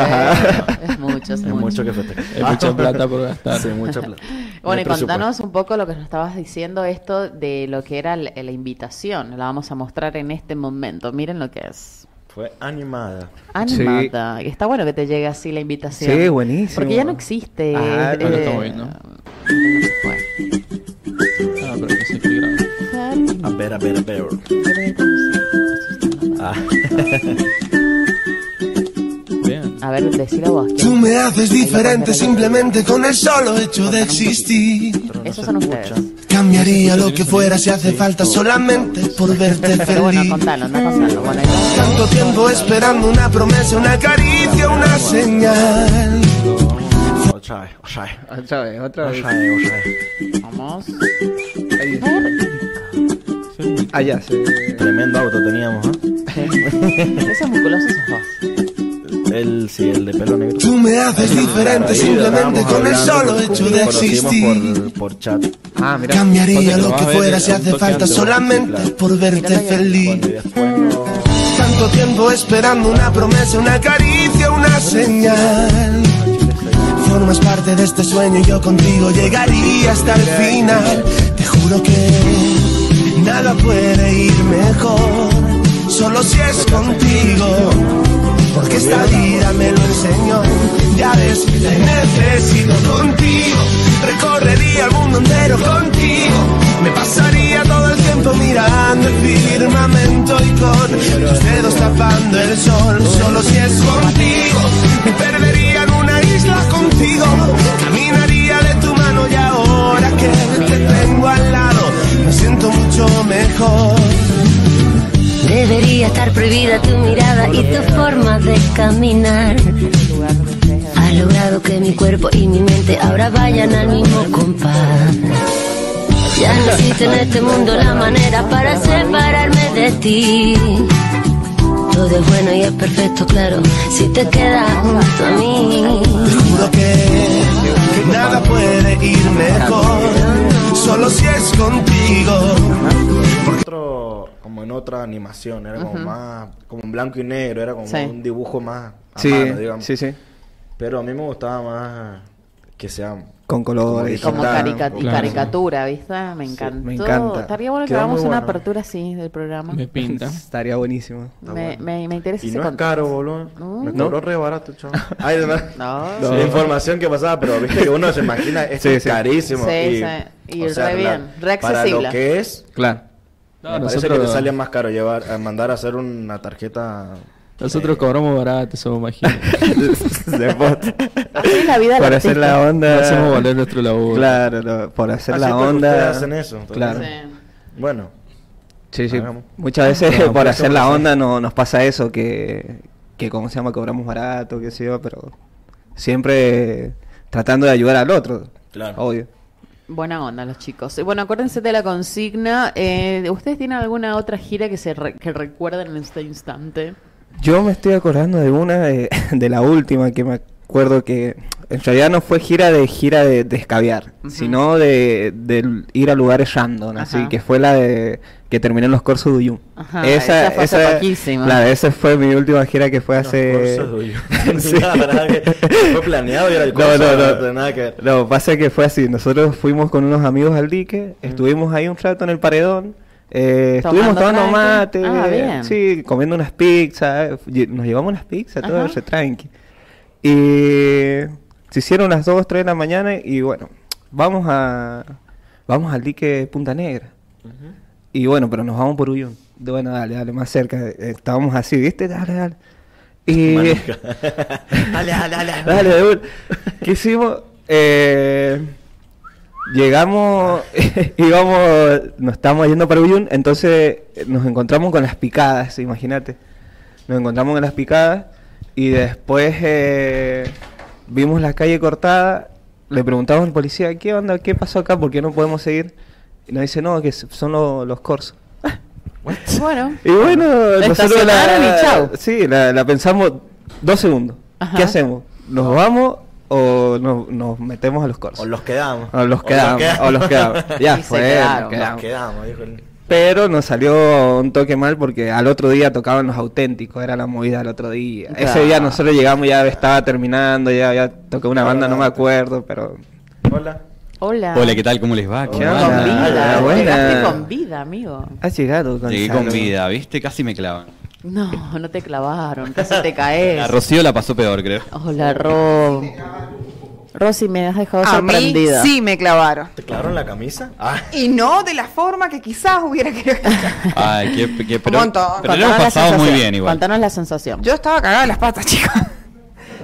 [SPEAKER 4] es mucho, es
[SPEAKER 6] Es
[SPEAKER 4] mucho.
[SPEAKER 6] mucho que festejar.
[SPEAKER 7] Es [laughs]
[SPEAKER 6] [laughs]
[SPEAKER 7] mucha plata por gastar.
[SPEAKER 6] Sí, mucha plata.
[SPEAKER 4] [laughs] Bueno, y
[SPEAKER 6] No hay
[SPEAKER 4] contanos un poco lo que nos estabas diciendo, esto de lo que era la, la invitación. La vamos a mostrar en este momento. Miren lo que es.
[SPEAKER 6] presupuesto. Fue animada.
[SPEAKER 4] Animada. Y Está bueno que te llegue así la invitación.
[SPEAKER 3] Sí, buenísimo.
[SPEAKER 4] Porque ya no existe.
[SPEAKER 3] Ah,
[SPEAKER 7] Ahora
[SPEAKER 4] eh,
[SPEAKER 7] está bueno.
[SPEAKER 4] bueno.
[SPEAKER 7] Ah, pero no sé qué grabo.
[SPEAKER 6] A ver, a ver, a ver. [laughs] Ah.
[SPEAKER 7] Vean.
[SPEAKER 4] A ver, decilo vos. ¿quién?
[SPEAKER 2] Tú me haces
[SPEAKER 4] Ahí lo puedes ver, ahí
[SPEAKER 2] diferente
[SPEAKER 4] lo puedes ver.
[SPEAKER 2] simplemente con el solo hecho de existir.
[SPEAKER 6] Pero no
[SPEAKER 4] Esos
[SPEAKER 6] se
[SPEAKER 4] son
[SPEAKER 6] escucha.
[SPEAKER 4] ustedes.
[SPEAKER 10] Cambiaría lo que fuera si hace falta solamente por verte
[SPEAKER 4] Pero
[SPEAKER 10] feliz.
[SPEAKER 4] bueno, contalo, no contalo. Bueno,
[SPEAKER 10] Tanto tiempo esperando una promesa, una caricia, una señal.
[SPEAKER 6] Otra vez, otra vez.
[SPEAKER 3] Otra vez, otra vez.
[SPEAKER 4] Vamos.
[SPEAKER 3] Allá, sí.
[SPEAKER 6] Tremendo auto teníamos, ¿eh?
[SPEAKER 4] Esos musculosos ojos.
[SPEAKER 6] El, sí, el de pelo negro.
[SPEAKER 10] Tú me haces
[SPEAKER 6] Sí,
[SPEAKER 10] diferente
[SPEAKER 6] ahí
[SPEAKER 10] simplemente
[SPEAKER 6] estábamos
[SPEAKER 10] con el
[SPEAKER 6] hablando,
[SPEAKER 10] solo
[SPEAKER 6] nos
[SPEAKER 10] hecho de
[SPEAKER 6] conocimos
[SPEAKER 10] existir.
[SPEAKER 6] Por, por chat.
[SPEAKER 3] Ah, mira.
[SPEAKER 10] Cambiaría lo que
[SPEAKER 3] eh,
[SPEAKER 10] fuera si hace falta solamente por verte feliz. Tanto tiempo esperando una promesa, una caricia, una señal. Formas parte de este sueño y yo contigo llegaría hasta el final. Te juro que nada puede ir mejor, solo si es contigo. Porque esta vida me lo enseñó, ya ves, te necesito contigo. Recorrería el mundo entero contigo. Me pasaría todo el tiempo mirando el firmamento y con tus dedos tapando el sol. Solo si es contigo, me perdería en una isla contigo. Caminaría de tu mano y ahora que te tengo al lado, me siento mucho mejor.
[SPEAKER 12] [laughs] Debería estar prohibida tu mirada y tu forma de caminar. Ha logrado que mi cuerpo y mi mente ahora vayan al mismo compás. Ya no existe en este mundo la manera para separarme de ti. Todo es bueno y es perfecto, claro, si te quedas junto a mí.
[SPEAKER 10] Juro que nada puede ir mejor, solo si es contigo.
[SPEAKER 6] Otro, como en otra animación, era como
[SPEAKER 10] Ujú.
[SPEAKER 6] más. Como en blanco y negro, era como
[SPEAKER 10] Sí.
[SPEAKER 6] un dibujo más. A
[SPEAKER 3] Sí,
[SPEAKER 6] mano, digamos.
[SPEAKER 3] sí, sí.
[SPEAKER 6] Pero a mí me gustaba más que sea.
[SPEAKER 3] Con colores.
[SPEAKER 6] digital,
[SPEAKER 4] Como carica- y
[SPEAKER 6] claro.
[SPEAKER 4] caricatura, ¿viste? Me encantó.
[SPEAKER 3] me encanta.
[SPEAKER 4] Estaría bueno que
[SPEAKER 3] Quedó
[SPEAKER 4] hagamos
[SPEAKER 3] muy
[SPEAKER 4] una
[SPEAKER 3] bueno.
[SPEAKER 4] apertura así del programa.
[SPEAKER 3] [laughs] Estaría buenísimo.
[SPEAKER 4] Me, me, me interesa
[SPEAKER 6] Y
[SPEAKER 4] ese Uh.
[SPEAKER 6] no es
[SPEAKER 4] contexto.
[SPEAKER 6] caro, boludo. Me
[SPEAKER 4] No.
[SPEAKER 6] cobró re
[SPEAKER 4] [laughs]
[SPEAKER 6] barato, chaval. Ay, de verdad.
[SPEAKER 4] No.
[SPEAKER 6] Sí, Información que pasaba, pero viste que uno se imagina, esto
[SPEAKER 3] Sí,
[SPEAKER 6] es
[SPEAKER 3] sí.
[SPEAKER 6] carísimo.
[SPEAKER 4] Sí,
[SPEAKER 6] y,
[SPEAKER 4] sí. Y
[SPEAKER 6] o sea,
[SPEAKER 4] re
[SPEAKER 6] la-
[SPEAKER 4] bien, re
[SPEAKER 6] Para lo
[SPEAKER 4] accesible.
[SPEAKER 6] que es,
[SPEAKER 3] Claro.
[SPEAKER 6] me
[SPEAKER 7] No,
[SPEAKER 6] parece
[SPEAKER 7] nosotros-
[SPEAKER 6] que te sale más caro llevar, a mandar a hacer una tarjeta
[SPEAKER 7] Nosotros cobramos barato, somos [laughs] mágicos.
[SPEAKER 3] De pot.
[SPEAKER 4] Así es la vida del
[SPEAKER 3] por hacer
[SPEAKER 4] artista.
[SPEAKER 3] la onda.
[SPEAKER 7] No hacemos valer nuestro labor.
[SPEAKER 3] Claro, lo- por hacer
[SPEAKER 6] Ah, sí,
[SPEAKER 3] la
[SPEAKER 6] porque
[SPEAKER 3] onda.
[SPEAKER 6] ustedes hacen eso, entonces.
[SPEAKER 3] Claro.
[SPEAKER 6] Bueno.
[SPEAKER 3] Sí, sí.
[SPEAKER 6] Hagamos.
[SPEAKER 3] Muchas veces
[SPEAKER 6] No,
[SPEAKER 3] por
[SPEAKER 6] pero
[SPEAKER 3] hacer
[SPEAKER 6] eso
[SPEAKER 3] la
[SPEAKER 6] no sé.
[SPEAKER 3] onda no, nos pasa eso, que, que como se llama, cobramos barato, qué sé yo, pero siempre tratando de ayudar al otro.
[SPEAKER 6] Claro.
[SPEAKER 3] Obvio.
[SPEAKER 4] Buena onda los chicos. Y Bueno, acuérdense de la consigna. Eh, ¿Ustedes tienen alguna otra gira que se re- que recuerden en este instante?
[SPEAKER 3] Yo me estoy acordando de una, de, [laughs] de la última, que me acuerdo que en realidad no fue gira de gira de, de escabiar, sino de, de ir a lugares random, así
[SPEAKER 4] Ajá.
[SPEAKER 3] que fue la de que terminé en los Corsos de Uyum.
[SPEAKER 4] Ajá, esa fue hace poquísimo.
[SPEAKER 3] Claro, esa fue mi última gira que fue hace...
[SPEAKER 6] Corsos de Uyum.
[SPEAKER 3] [laughs]
[SPEAKER 6] [laughs]
[SPEAKER 3] Sí.
[SPEAKER 6] La verdad que fue planeado y era el corso,
[SPEAKER 3] No, no,
[SPEAKER 6] no
[SPEAKER 3] no.
[SPEAKER 6] tenía nada que ver.
[SPEAKER 3] No, pasa que fue así. Nosotros fuimos con unos amigos al dique, estuvimos ahí un rato en el paredón, eh,
[SPEAKER 2] Tomando
[SPEAKER 3] estuvimos tomando
[SPEAKER 2] tranqui.
[SPEAKER 3] mate,
[SPEAKER 2] Ah, bien.
[SPEAKER 3] sí, comiendo unas pizzas, eh, lle- nos llevamos unas pizzas, todo
[SPEAKER 2] Ajá.
[SPEAKER 3] re tranqui. Y se hicieron las 2, 3 de la mañana y bueno, vamos a vamos al dique Punta Negra. Y bueno, pero nos vamos por Uyun. De, Bueno, dale, dale, más cerca. Eh, Estábamos así, ¿viste? Dale, dale. Y...
[SPEAKER 6] Manica.
[SPEAKER 3] dale, dale, dale. [laughs] Dale, de una. ¿Qué hicimos? Eh, llegamos, [laughs] íbamos, nos estábamos yendo para Uyun, entonces eh, nos encontramos con las picadas, imagínate. Nos encontramos con las picadas y después eh, vimos la calle cortada, le preguntamos al policía, ¿qué onda? ¿Qué pasó acá? ¿Por qué no podemos seguir? Y nos dice, no, que s- son lo- los corsos.
[SPEAKER 4] Bueno.
[SPEAKER 3] Y bueno, nosotros
[SPEAKER 4] Estacionaron
[SPEAKER 3] la,
[SPEAKER 4] y chau.
[SPEAKER 3] Sí, la, la pensamos dos segundos.
[SPEAKER 4] Ajá.
[SPEAKER 3] ¿Qué hacemos? ¿Nos vamos o nos, nos metemos a los corsos? O
[SPEAKER 6] los quedamos.
[SPEAKER 3] O los quedamos, o los
[SPEAKER 6] [laughs]
[SPEAKER 3] quedamos. [laughs]
[SPEAKER 6] Y
[SPEAKER 3] ya
[SPEAKER 6] se
[SPEAKER 3] fue,
[SPEAKER 6] quedaron.
[SPEAKER 3] nos quedamos.
[SPEAKER 6] Nos quedamos, dijo el-
[SPEAKER 3] Pero nos salió un toque mal porque al otro día tocaban los auténticos, era la movida del otro día. Ese día
[SPEAKER 6] Claro.
[SPEAKER 3] nosotros llegamos, ya estaba terminando, ya, ya tocó una banda, no me acuerdo, pero...
[SPEAKER 6] Hola.
[SPEAKER 4] Hola.
[SPEAKER 15] Hola, ¿qué tal? ¿Cómo les va? ¿Cómo
[SPEAKER 3] Hola.
[SPEAKER 15] andan?
[SPEAKER 3] Con vida.
[SPEAKER 4] Hola,
[SPEAKER 3] buena.
[SPEAKER 4] llegaste con vida, amigo.
[SPEAKER 3] Has llegado, Gonzalo.
[SPEAKER 15] Llegué con vida, ¿viste? Casi me clavan.
[SPEAKER 4] No, no te clavaron, casi te caes.
[SPEAKER 15] La Rocío la pasó peor, creo.
[SPEAKER 4] Hola, Ro. Rosy, me has dejado
[SPEAKER 5] A mí
[SPEAKER 4] sorprendida.
[SPEAKER 5] sí me clavaron.
[SPEAKER 6] ¿Te clavaron la camisa? Ah.
[SPEAKER 5] Y no de la forma que quizás hubiera querido.
[SPEAKER 15] Ay, qué, qué pero,
[SPEAKER 5] montón.
[SPEAKER 15] pero lo hemos
[SPEAKER 5] Contanos la
[SPEAKER 15] pasado muy
[SPEAKER 5] sensación.
[SPEAKER 15] bien igual.
[SPEAKER 4] Contanos la sensación. [laughs]
[SPEAKER 5] Yo estaba cagada de las patas, chicos.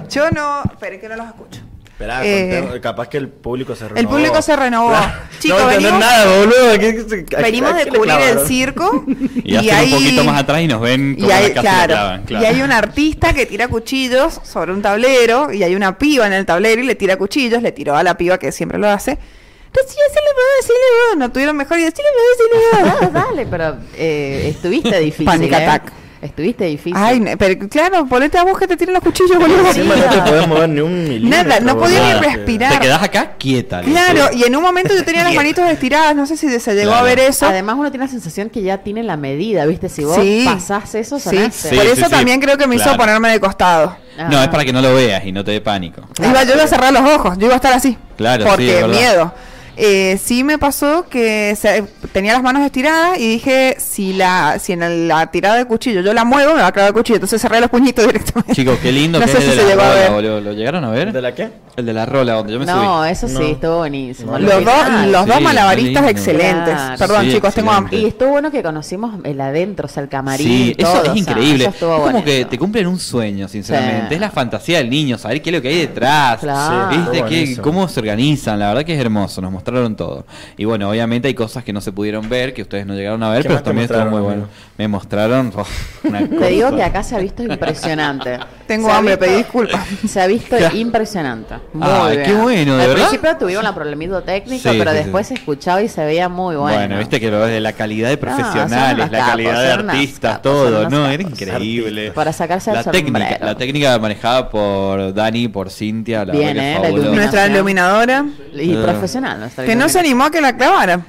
[SPEAKER 5] Yo no. Pero es que no los escucho.
[SPEAKER 6] Esperá,
[SPEAKER 5] Eh,
[SPEAKER 6] contemos, capaz que el público se renovó.
[SPEAKER 5] El público se renovó. Chicos,
[SPEAKER 6] no
[SPEAKER 5] venimos,
[SPEAKER 6] entendés nada, boludo. ¿Qué- qué- a-
[SPEAKER 5] venimos
[SPEAKER 6] a-
[SPEAKER 5] de
[SPEAKER 6] qué le
[SPEAKER 5] cubrir el
[SPEAKER 6] clavaron? [laughs]
[SPEAKER 5] circo
[SPEAKER 9] [laughs] Y,
[SPEAKER 5] y,
[SPEAKER 9] hacen
[SPEAKER 5] hay,
[SPEAKER 9] un poquito más atrás y nos ven como
[SPEAKER 5] y hay-
[SPEAKER 9] la casa
[SPEAKER 5] claro,
[SPEAKER 9] le clavan, claro.
[SPEAKER 5] y [laughs] hay un artista que tira cuchillos sobre un tablero y hay una piba en el tablero y le tira cuchillos, le tiró a la piba que siempre lo hace. Entonces yo se le voy a decirle, no tuvieron mejor y decirle, voy a decirle,
[SPEAKER 4] Dale, pero eh,
[SPEAKER 9] [laughs]
[SPEAKER 4] estuviste difícil.
[SPEAKER 5] Panic
[SPEAKER 4] eh.
[SPEAKER 5] attack.
[SPEAKER 4] Estuviste difícil.
[SPEAKER 5] Ay, ne- pero claro, ponete a vos que te tiren los cuchillos, boludo.
[SPEAKER 6] Encima no te podés mover ni un milímetro.
[SPEAKER 5] Nada, no podía ni
[SPEAKER 6] boludo.
[SPEAKER 5] respirar.
[SPEAKER 9] Te quedás acá quieta. le
[SPEAKER 5] Claro,
[SPEAKER 9] dice.
[SPEAKER 5] y en un momento yo tenía las manitos estiradas, no sé si se llegó a ver eso.
[SPEAKER 4] Además, uno tiene la sensación que ya tiene la medida, ¿viste? Si vos
[SPEAKER 5] Sí.
[SPEAKER 4] pasás eso,
[SPEAKER 5] Sí.
[SPEAKER 4] sonaste.
[SPEAKER 9] Sí,
[SPEAKER 5] Por eso
[SPEAKER 9] sí,
[SPEAKER 5] también creo que me hizo
[SPEAKER 9] claro.
[SPEAKER 5] ponerme de costado.
[SPEAKER 9] No, es para que no lo veas y no te dé pánico.
[SPEAKER 5] Iba, yo iba a cerrar los ojos, yo iba a estar así.
[SPEAKER 9] Ah, Claro, sí,
[SPEAKER 5] porque
[SPEAKER 9] es verdad.
[SPEAKER 5] miedo. Eh, sí me pasó que se- tenía las manos estiradas y dije, si la si en el- la tirada de cuchillo yo la muevo, me va a clavar el cuchillo. Entonces cerré los puñitos [laughs] directamente.
[SPEAKER 9] Chicos, qué lindo
[SPEAKER 5] No
[SPEAKER 9] que
[SPEAKER 5] sé
[SPEAKER 9] es
[SPEAKER 5] si
[SPEAKER 9] el
[SPEAKER 5] se
[SPEAKER 9] de
[SPEAKER 5] llegó a
[SPEAKER 9] la rola,
[SPEAKER 5] ver.
[SPEAKER 9] boludo. ¿Lo llegaron a ver?
[SPEAKER 6] ¿De la qué?
[SPEAKER 9] El de la rola, donde yo me subí.
[SPEAKER 4] No, eso sí,
[SPEAKER 9] No.
[SPEAKER 4] estuvo buenísimo.
[SPEAKER 5] Los
[SPEAKER 4] Lo
[SPEAKER 5] dos-
[SPEAKER 4] original.
[SPEAKER 5] los dos Sí, malabaristas qué lindo. excelentes. Perdón, chicos, tengo hambre.
[SPEAKER 4] Y estuvo bueno que conocimos el adentro, o sea, el camarín.
[SPEAKER 9] Sí, eso
[SPEAKER 4] todo, o sea,
[SPEAKER 9] es increíble.
[SPEAKER 4] eso estuvo
[SPEAKER 9] es como
[SPEAKER 4] bueno.
[SPEAKER 9] que te cumplen un sueño, sinceramente.
[SPEAKER 4] Sí.
[SPEAKER 9] Es la fantasía del niño, saber qué es lo que hay detrás.
[SPEAKER 4] Claro. Sí,
[SPEAKER 9] ¿Viste?
[SPEAKER 4] está
[SPEAKER 9] qué-
[SPEAKER 4] buenísimo.
[SPEAKER 9] cómo se organizan. La verdad que es hermoso. Nos mostraron todo. Y bueno, obviamente hay cosas que no se pudieron ver, que ustedes no llegaron a ver,
[SPEAKER 6] ¿Qué
[SPEAKER 9] pero
[SPEAKER 6] más te
[SPEAKER 9] también estuvo muy
[SPEAKER 6] mostraron,
[SPEAKER 9] bueno. Me mostraron. [laughs] oh, una
[SPEAKER 4] Te
[SPEAKER 9] cosa.
[SPEAKER 4] digo que acá se ha visto impresionante.
[SPEAKER 5] [laughs] Tengo
[SPEAKER 4] Se ha
[SPEAKER 5] hambre,
[SPEAKER 4] visto-
[SPEAKER 5] pedí disculpas.
[SPEAKER 4] Se ha visto impresionante. Muy
[SPEAKER 9] Ay,
[SPEAKER 4] bien.
[SPEAKER 9] qué bueno, ¿de
[SPEAKER 4] Al
[SPEAKER 9] verdad?
[SPEAKER 4] principio tuvieron la problemito técnico,
[SPEAKER 9] Sí,
[SPEAKER 4] pero
[SPEAKER 9] sí, sí.
[SPEAKER 4] después se escuchaba y se veía muy bueno.
[SPEAKER 9] Bueno, viste que lo de la calidad de
[SPEAKER 4] son
[SPEAKER 9] profesionales,
[SPEAKER 4] unos
[SPEAKER 9] la
[SPEAKER 4] capos,
[SPEAKER 9] calidad de
[SPEAKER 4] son unos
[SPEAKER 9] artistas,
[SPEAKER 4] capos, son
[SPEAKER 9] todo,
[SPEAKER 4] unos
[SPEAKER 9] ¿no?
[SPEAKER 4] capos.
[SPEAKER 9] Era increíble.
[SPEAKER 4] Para sacarse
[SPEAKER 9] la
[SPEAKER 4] el
[SPEAKER 9] técnica,
[SPEAKER 4] sombrero.
[SPEAKER 9] la técnica manejada por Dani, por Cintia, la
[SPEAKER 4] Bien,
[SPEAKER 9] verdad que
[SPEAKER 4] ¿eh? La
[SPEAKER 9] fabuloso.
[SPEAKER 5] Nuestra iluminadora.
[SPEAKER 4] Y
[SPEAKER 9] Ah.
[SPEAKER 4] profesional. nuestra
[SPEAKER 5] Que no se animó a que la clavara.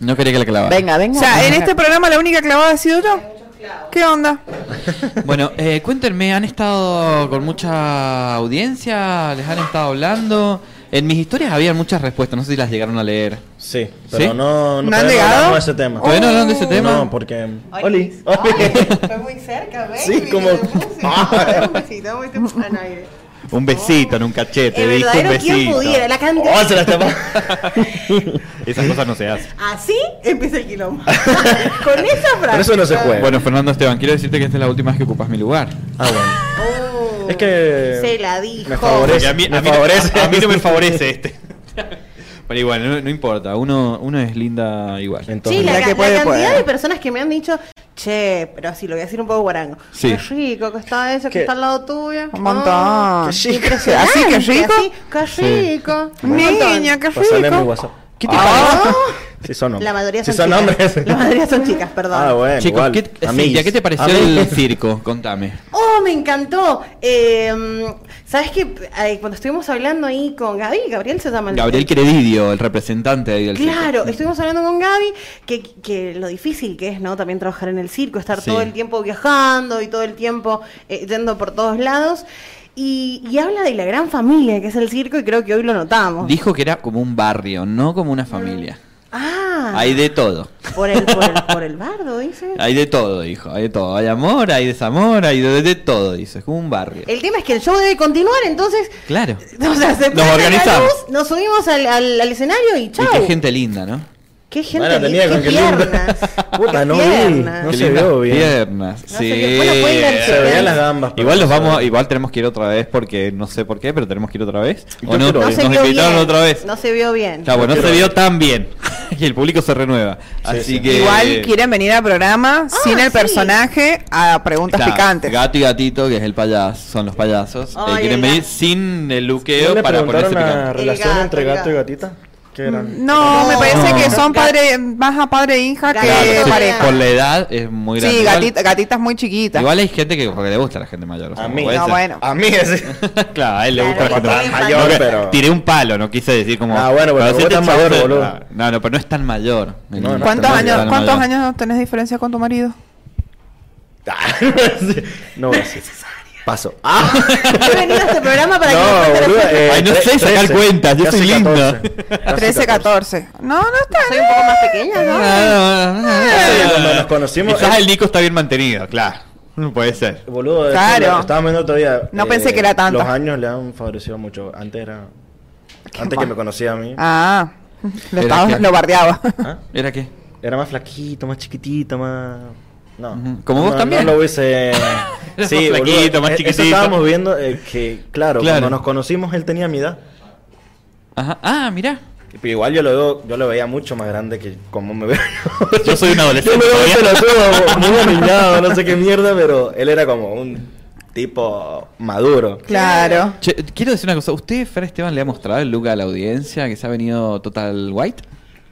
[SPEAKER 9] No quería que la clavara.
[SPEAKER 4] Venga, venga.
[SPEAKER 5] O sea, en este programa la única clavada ha sido yo. ¿Qué onda?
[SPEAKER 9] Bueno, eh, cuéntenme, ¿han estado con mucha audiencia? ¿Les han estado hablando? En mis historias había muchas respuestas, no sé si las llegaron a leer.
[SPEAKER 6] Sí, pero no, no,
[SPEAKER 9] ¿No han
[SPEAKER 6] todavía
[SPEAKER 9] llegado?
[SPEAKER 6] hablamos de ese tema.
[SPEAKER 9] ¿Todavía no hablan de ese tema?
[SPEAKER 6] No, porque. Oli.
[SPEAKER 16] Fue muy cerca, ¿ves?
[SPEAKER 6] Sí, como- Ah,
[SPEAKER 16] Un besito, muy temprano aire.
[SPEAKER 9] [laughs] Un besito en un cachete,
[SPEAKER 16] El
[SPEAKER 9] ¿viste? Un
[SPEAKER 16] verdadero quien
[SPEAKER 9] besito.
[SPEAKER 16] pudiera, la canta.
[SPEAKER 9] Oh, se la tapa. Esas cosas no se hacen.
[SPEAKER 16] Así empieza el quilombo. Con esa frase.
[SPEAKER 9] Bueno, Fernando Esteban, quiero decirte que esta es la última vez que ocupas mi lugar. Ah, bueno.
[SPEAKER 6] Es que.
[SPEAKER 16] Oh. Se la dijo.
[SPEAKER 6] Me favorece.
[SPEAKER 9] a mí,
[SPEAKER 6] me
[SPEAKER 9] a mí-
[SPEAKER 6] favorece.
[SPEAKER 9] a mí no me
[SPEAKER 6] [laughs]
[SPEAKER 9] favorece este. Pero igual, no, no importa, uno, uno es linda igual.
[SPEAKER 16] Sí, la, ca- la cantidad de personas que me han dicho, che, pero sí, lo voy a decir un poco guarango.
[SPEAKER 9] Sí.
[SPEAKER 16] Qué rico que está eso, que
[SPEAKER 5] Qué-
[SPEAKER 16] está al lado tuyo.
[SPEAKER 5] Un montón.
[SPEAKER 16] Qué
[SPEAKER 5] Qué rico.
[SPEAKER 16] impresionante,
[SPEAKER 5] Así, qué rico.
[SPEAKER 16] así, qué
[SPEAKER 5] Sí.
[SPEAKER 16] rico. Un montón.
[SPEAKER 5] Niña, qué
[SPEAKER 6] Pasale mi
[SPEAKER 5] rico. Ah.
[SPEAKER 6] WhatsApp.
[SPEAKER 9] ¿Qué
[SPEAKER 6] te Si son hombres.
[SPEAKER 16] La mayoría
[SPEAKER 6] si
[SPEAKER 16] son,
[SPEAKER 6] son
[SPEAKER 16] chicas.
[SPEAKER 6] hombres.
[SPEAKER 16] La mayoría son chicas, perdón.
[SPEAKER 6] Ah, bueno.
[SPEAKER 9] Chicos,
[SPEAKER 6] igual.
[SPEAKER 9] ¿qué,
[SPEAKER 6] Amiguis.
[SPEAKER 9] Cintia, ¿qué te pareció el
[SPEAKER 6] Amiguis.
[SPEAKER 9] circo? Contame.
[SPEAKER 16] Oh, me encantó. Eh, ¿Sabes qué? Ay, Cuando estuvimos hablando ahí con Gaby, Gabriel se llama el-
[SPEAKER 9] Gabriel Credidio, el representante ahí del
[SPEAKER 16] Claro,
[SPEAKER 9] circo. Mm.
[SPEAKER 16] estuvimos hablando con Gaby que, que lo difícil que es, ¿no? También trabajar en el circo, estar
[SPEAKER 9] Sí.
[SPEAKER 16] todo el tiempo viajando y todo el tiempo eh, yendo por todos lados. Y, y habla de la gran familia que es el circo y creo que hoy lo notamos.
[SPEAKER 9] Dijo que era como un barrio, no como una familia.
[SPEAKER 16] Ah,
[SPEAKER 9] Hay de todo.
[SPEAKER 16] por, el, por, el, por el bardo, dice.
[SPEAKER 9] Hay de todo, dijo. Hay de todo. Hay amor, hay desamor, hay de, de todo, dice. Es como un barrio.
[SPEAKER 16] El tema es que el show debe continuar, entonces
[SPEAKER 9] Claro.
[SPEAKER 16] o sea, se prende
[SPEAKER 9] Nos
[SPEAKER 16] la
[SPEAKER 9] organizamos.
[SPEAKER 16] luz, nos subimos al, al- al escenario y chau.
[SPEAKER 9] Y qué gente linda, ¿no?
[SPEAKER 16] Qué gente
[SPEAKER 6] Bueno, tenía
[SPEAKER 16] linda,
[SPEAKER 6] con
[SPEAKER 16] qué
[SPEAKER 6] qué linda.
[SPEAKER 16] piernas.
[SPEAKER 6] Puta, no vi.
[SPEAKER 16] Piernas.
[SPEAKER 6] No
[SPEAKER 9] Qué
[SPEAKER 6] se
[SPEAKER 9] lindas
[SPEAKER 6] vio bien.
[SPEAKER 9] Piernas. sí.
[SPEAKER 6] vio. Bueno, pueden ir al Se veían chequear. las gambas, pero
[SPEAKER 9] Igual los
[SPEAKER 6] no se
[SPEAKER 9] vamos,
[SPEAKER 6] ve.
[SPEAKER 9] igual tenemos que ir otra vez porque no sé por qué, pero tenemos que ir otra vez. O no,
[SPEAKER 6] quiero
[SPEAKER 9] nos
[SPEAKER 6] ir.
[SPEAKER 16] se vio
[SPEAKER 9] invitaron
[SPEAKER 16] bien.
[SPEAKER 9] otra vez.
[SPEAKER 16] No se vio bien.
[SPEAKER 9] Claro, bueno, no
[SPEAKER 6] quiero
[SPEAKER 9] se vio
[SPEAKER 6] ir.
[SPEAKER 9] tan bien. [laughs] y el público se renueva. Así que
[SPEAKER 5] Igual quieren venir al programa
[SPEAKER 4] Ah,
[SPEAKER 5] sin el personaje a preguntas
[SPEAKER 9] Está,
[SPEAKER 5] picantes.
[SPEAKER 9] Gato y gatito, que es el payaso, son los payasos. eh,
[SPEAKER 5] Ay,
[SPEAKER 9] quieren
[SPEAKER 5] el
[SPEAKER 9] venir sin el
[SPEAKER 6] ¿No
[SPEAKER 9] luqueo
[SPEAKER 6] le
[SPEAKER 9] para ponerse
[SPEAKER 6] preguntaron la
[SPEAKER 9] picante.
[SPEAKER 6] relación
[SPEAKER 16] gato,
[SPEAKER 6] entre
[SPEAKER 16] el
[SPEAKER 6] gato y gatita? ¿Qué
[SPEAKER 5] Mm.
[SPEAKER 6] eran?
[SPEAKER 5] No, me parece
[SPEAKER 9] No.
[SPEAKER 5] que son padre, más a padre e hija que
[SPEAKER 9] Claro, sí,
[SPEAKER 5] pareja.
[SPEAKER 9] por la edad es muy grande.
[SPEAKER 5] Sí,
[SPEAKER 9] Igual-
[SPEAKER 5] gatita, gatitas muy chiquitas.
[SPEAKER 9] Igual hay gente que porque le gusta a la gente mayor. o sea,
[SPEAKER 6] A mí.
[SPEAKER 9] puede
[SPEAKER 5] No,
[SPEAKER 9] ser.
[SPEAKER 5] bueno.
[SPEAKER 6] A mí es.
[SPEAKER 9] [laughs] claro, a él le
[SPEAKER 6] Claro,
[SPEAKER 9] gusta la
[SPEAKER 6] porque
[SPEAKER 9] gente
[SPEAKER 6] es mayor,
[SPEAKER 9] No, que-
[SPEAKER 6] pero-
[SPEAKER 9] Tiré un palo, no quise decir como.
[SPEAKER 6] Ah,
[SPEAKER 9] para
[SPEAKER 6] bueno, pero vos
[SPEAKER 9] hacerte
[SPEAKER 6] estás mayor,
[SPEAKER 9] chance-
[SPEAKER 6] boludo.
[SPEAKER 9] No, no, pero no es tan mayor.
[SPEAKER 6] no es
[SPEAKER 5] ¿Cuántos,
[SPEAKER 9] tan
[SPEAKER 5] años,
[SPEAKER 9] tan
[SPEAKER 5] ¿cuántos
[SPEAKER 9] mayor.
[SPEAKER 5] años tenés diferencia con tu marido?
[SPEAKER 6] No voy a decir. Paso. Ah,
[SPEAKER 16] He venido a este programa para
[SPEAKER 6] No,
[SPEAKER 16] que me
[SPEAKER 6] boluda,
[SPEAKER 16] cuentes
[SPEAKER 6] eh,
[SPEAKER 9] Ay, no
[SPEAKER 6] tre-
[SPEAKER 9] sé sacar
[SPEAKER 6] trece,
[SPEAKER 9] cuentas, yo
[SPEAKER 6] casi
[SPEAKER 9] soy linda.
[SPEAKER 5] 13, 14. No, no está.
[SPEAKER 16] Soy un poco más pequeña, ¿no?
[SPEAKER 6] Cuando nos conocimos.
[SPEAKER 9] Quizás el Nico está bien mantenido, claro. Puede ser.
[SPEAKER 6] Boludo,
[SPEAKER 5] Claro.
[SPEAKER 6] claro. estábamos viendo todavía.
[SPEAKER 5] No pensé que era tanto.
[SPEAKER 6] Los años le han favorecido mucho. Antes era. Antes que me conocía a mí.
[SPEAKER 5] Ah,
[SPEAKER 9] [laughs]
[SPEAKER 5] lo,
[SPEAKER 6] Era
[SPEAKER 5] estaba-
[SPEAKER 6] que-
[SPEAKER 5] lo bardeaba.
[SPEAKER 9] ¿Ah? ¿Era qué?
[SPEAKER 6] ¿Ah? Era más flaquito, más chiquitito, más. No.
[SPEAKER 9] Como vos
[SPEAKER 6] No,
[SPEAKER 9] también.
[SPEAKER 6] No
[SPEAKER 9] [laughs]
[SPEAKER 6] lo hubiese.
[SPEAKER 9] más
[SPEAKER 6] boludo,
[SPEAKER 9] flaquito, más
[SPEAKER 6] eh,
[SPEAKER 9] chiquitito.
[SPEAKER 6] Eso estábamos viendo eh, que, claro,
[SPEAKER 9] Claro.
[SPEAKER 6] cuando nos conocimos él tenía mi edad.
[SPEAKER 9] Ajá. Ah, mirá.
[SPEAKER 6] Pero igual yo lo, veo- yo lo veía mucho más grande que como me veo.
[SPEAKER 9] Yo soy un adolescente
[SPEAKER 6] Yo me veo
[SPEAKER 9] todavía.
[SPEAKER 6] pelotudo, [laughs] muy aniñado, no sé qué mierda, pero él era como un tipo maduro.
[SPEAKER 5] Claro.
[SPEAKER 9] Che, quiero decir una cosa. ¿Usted, Fer Esteban, le ha mostrado el look a la audiencia que se ha venido Total White?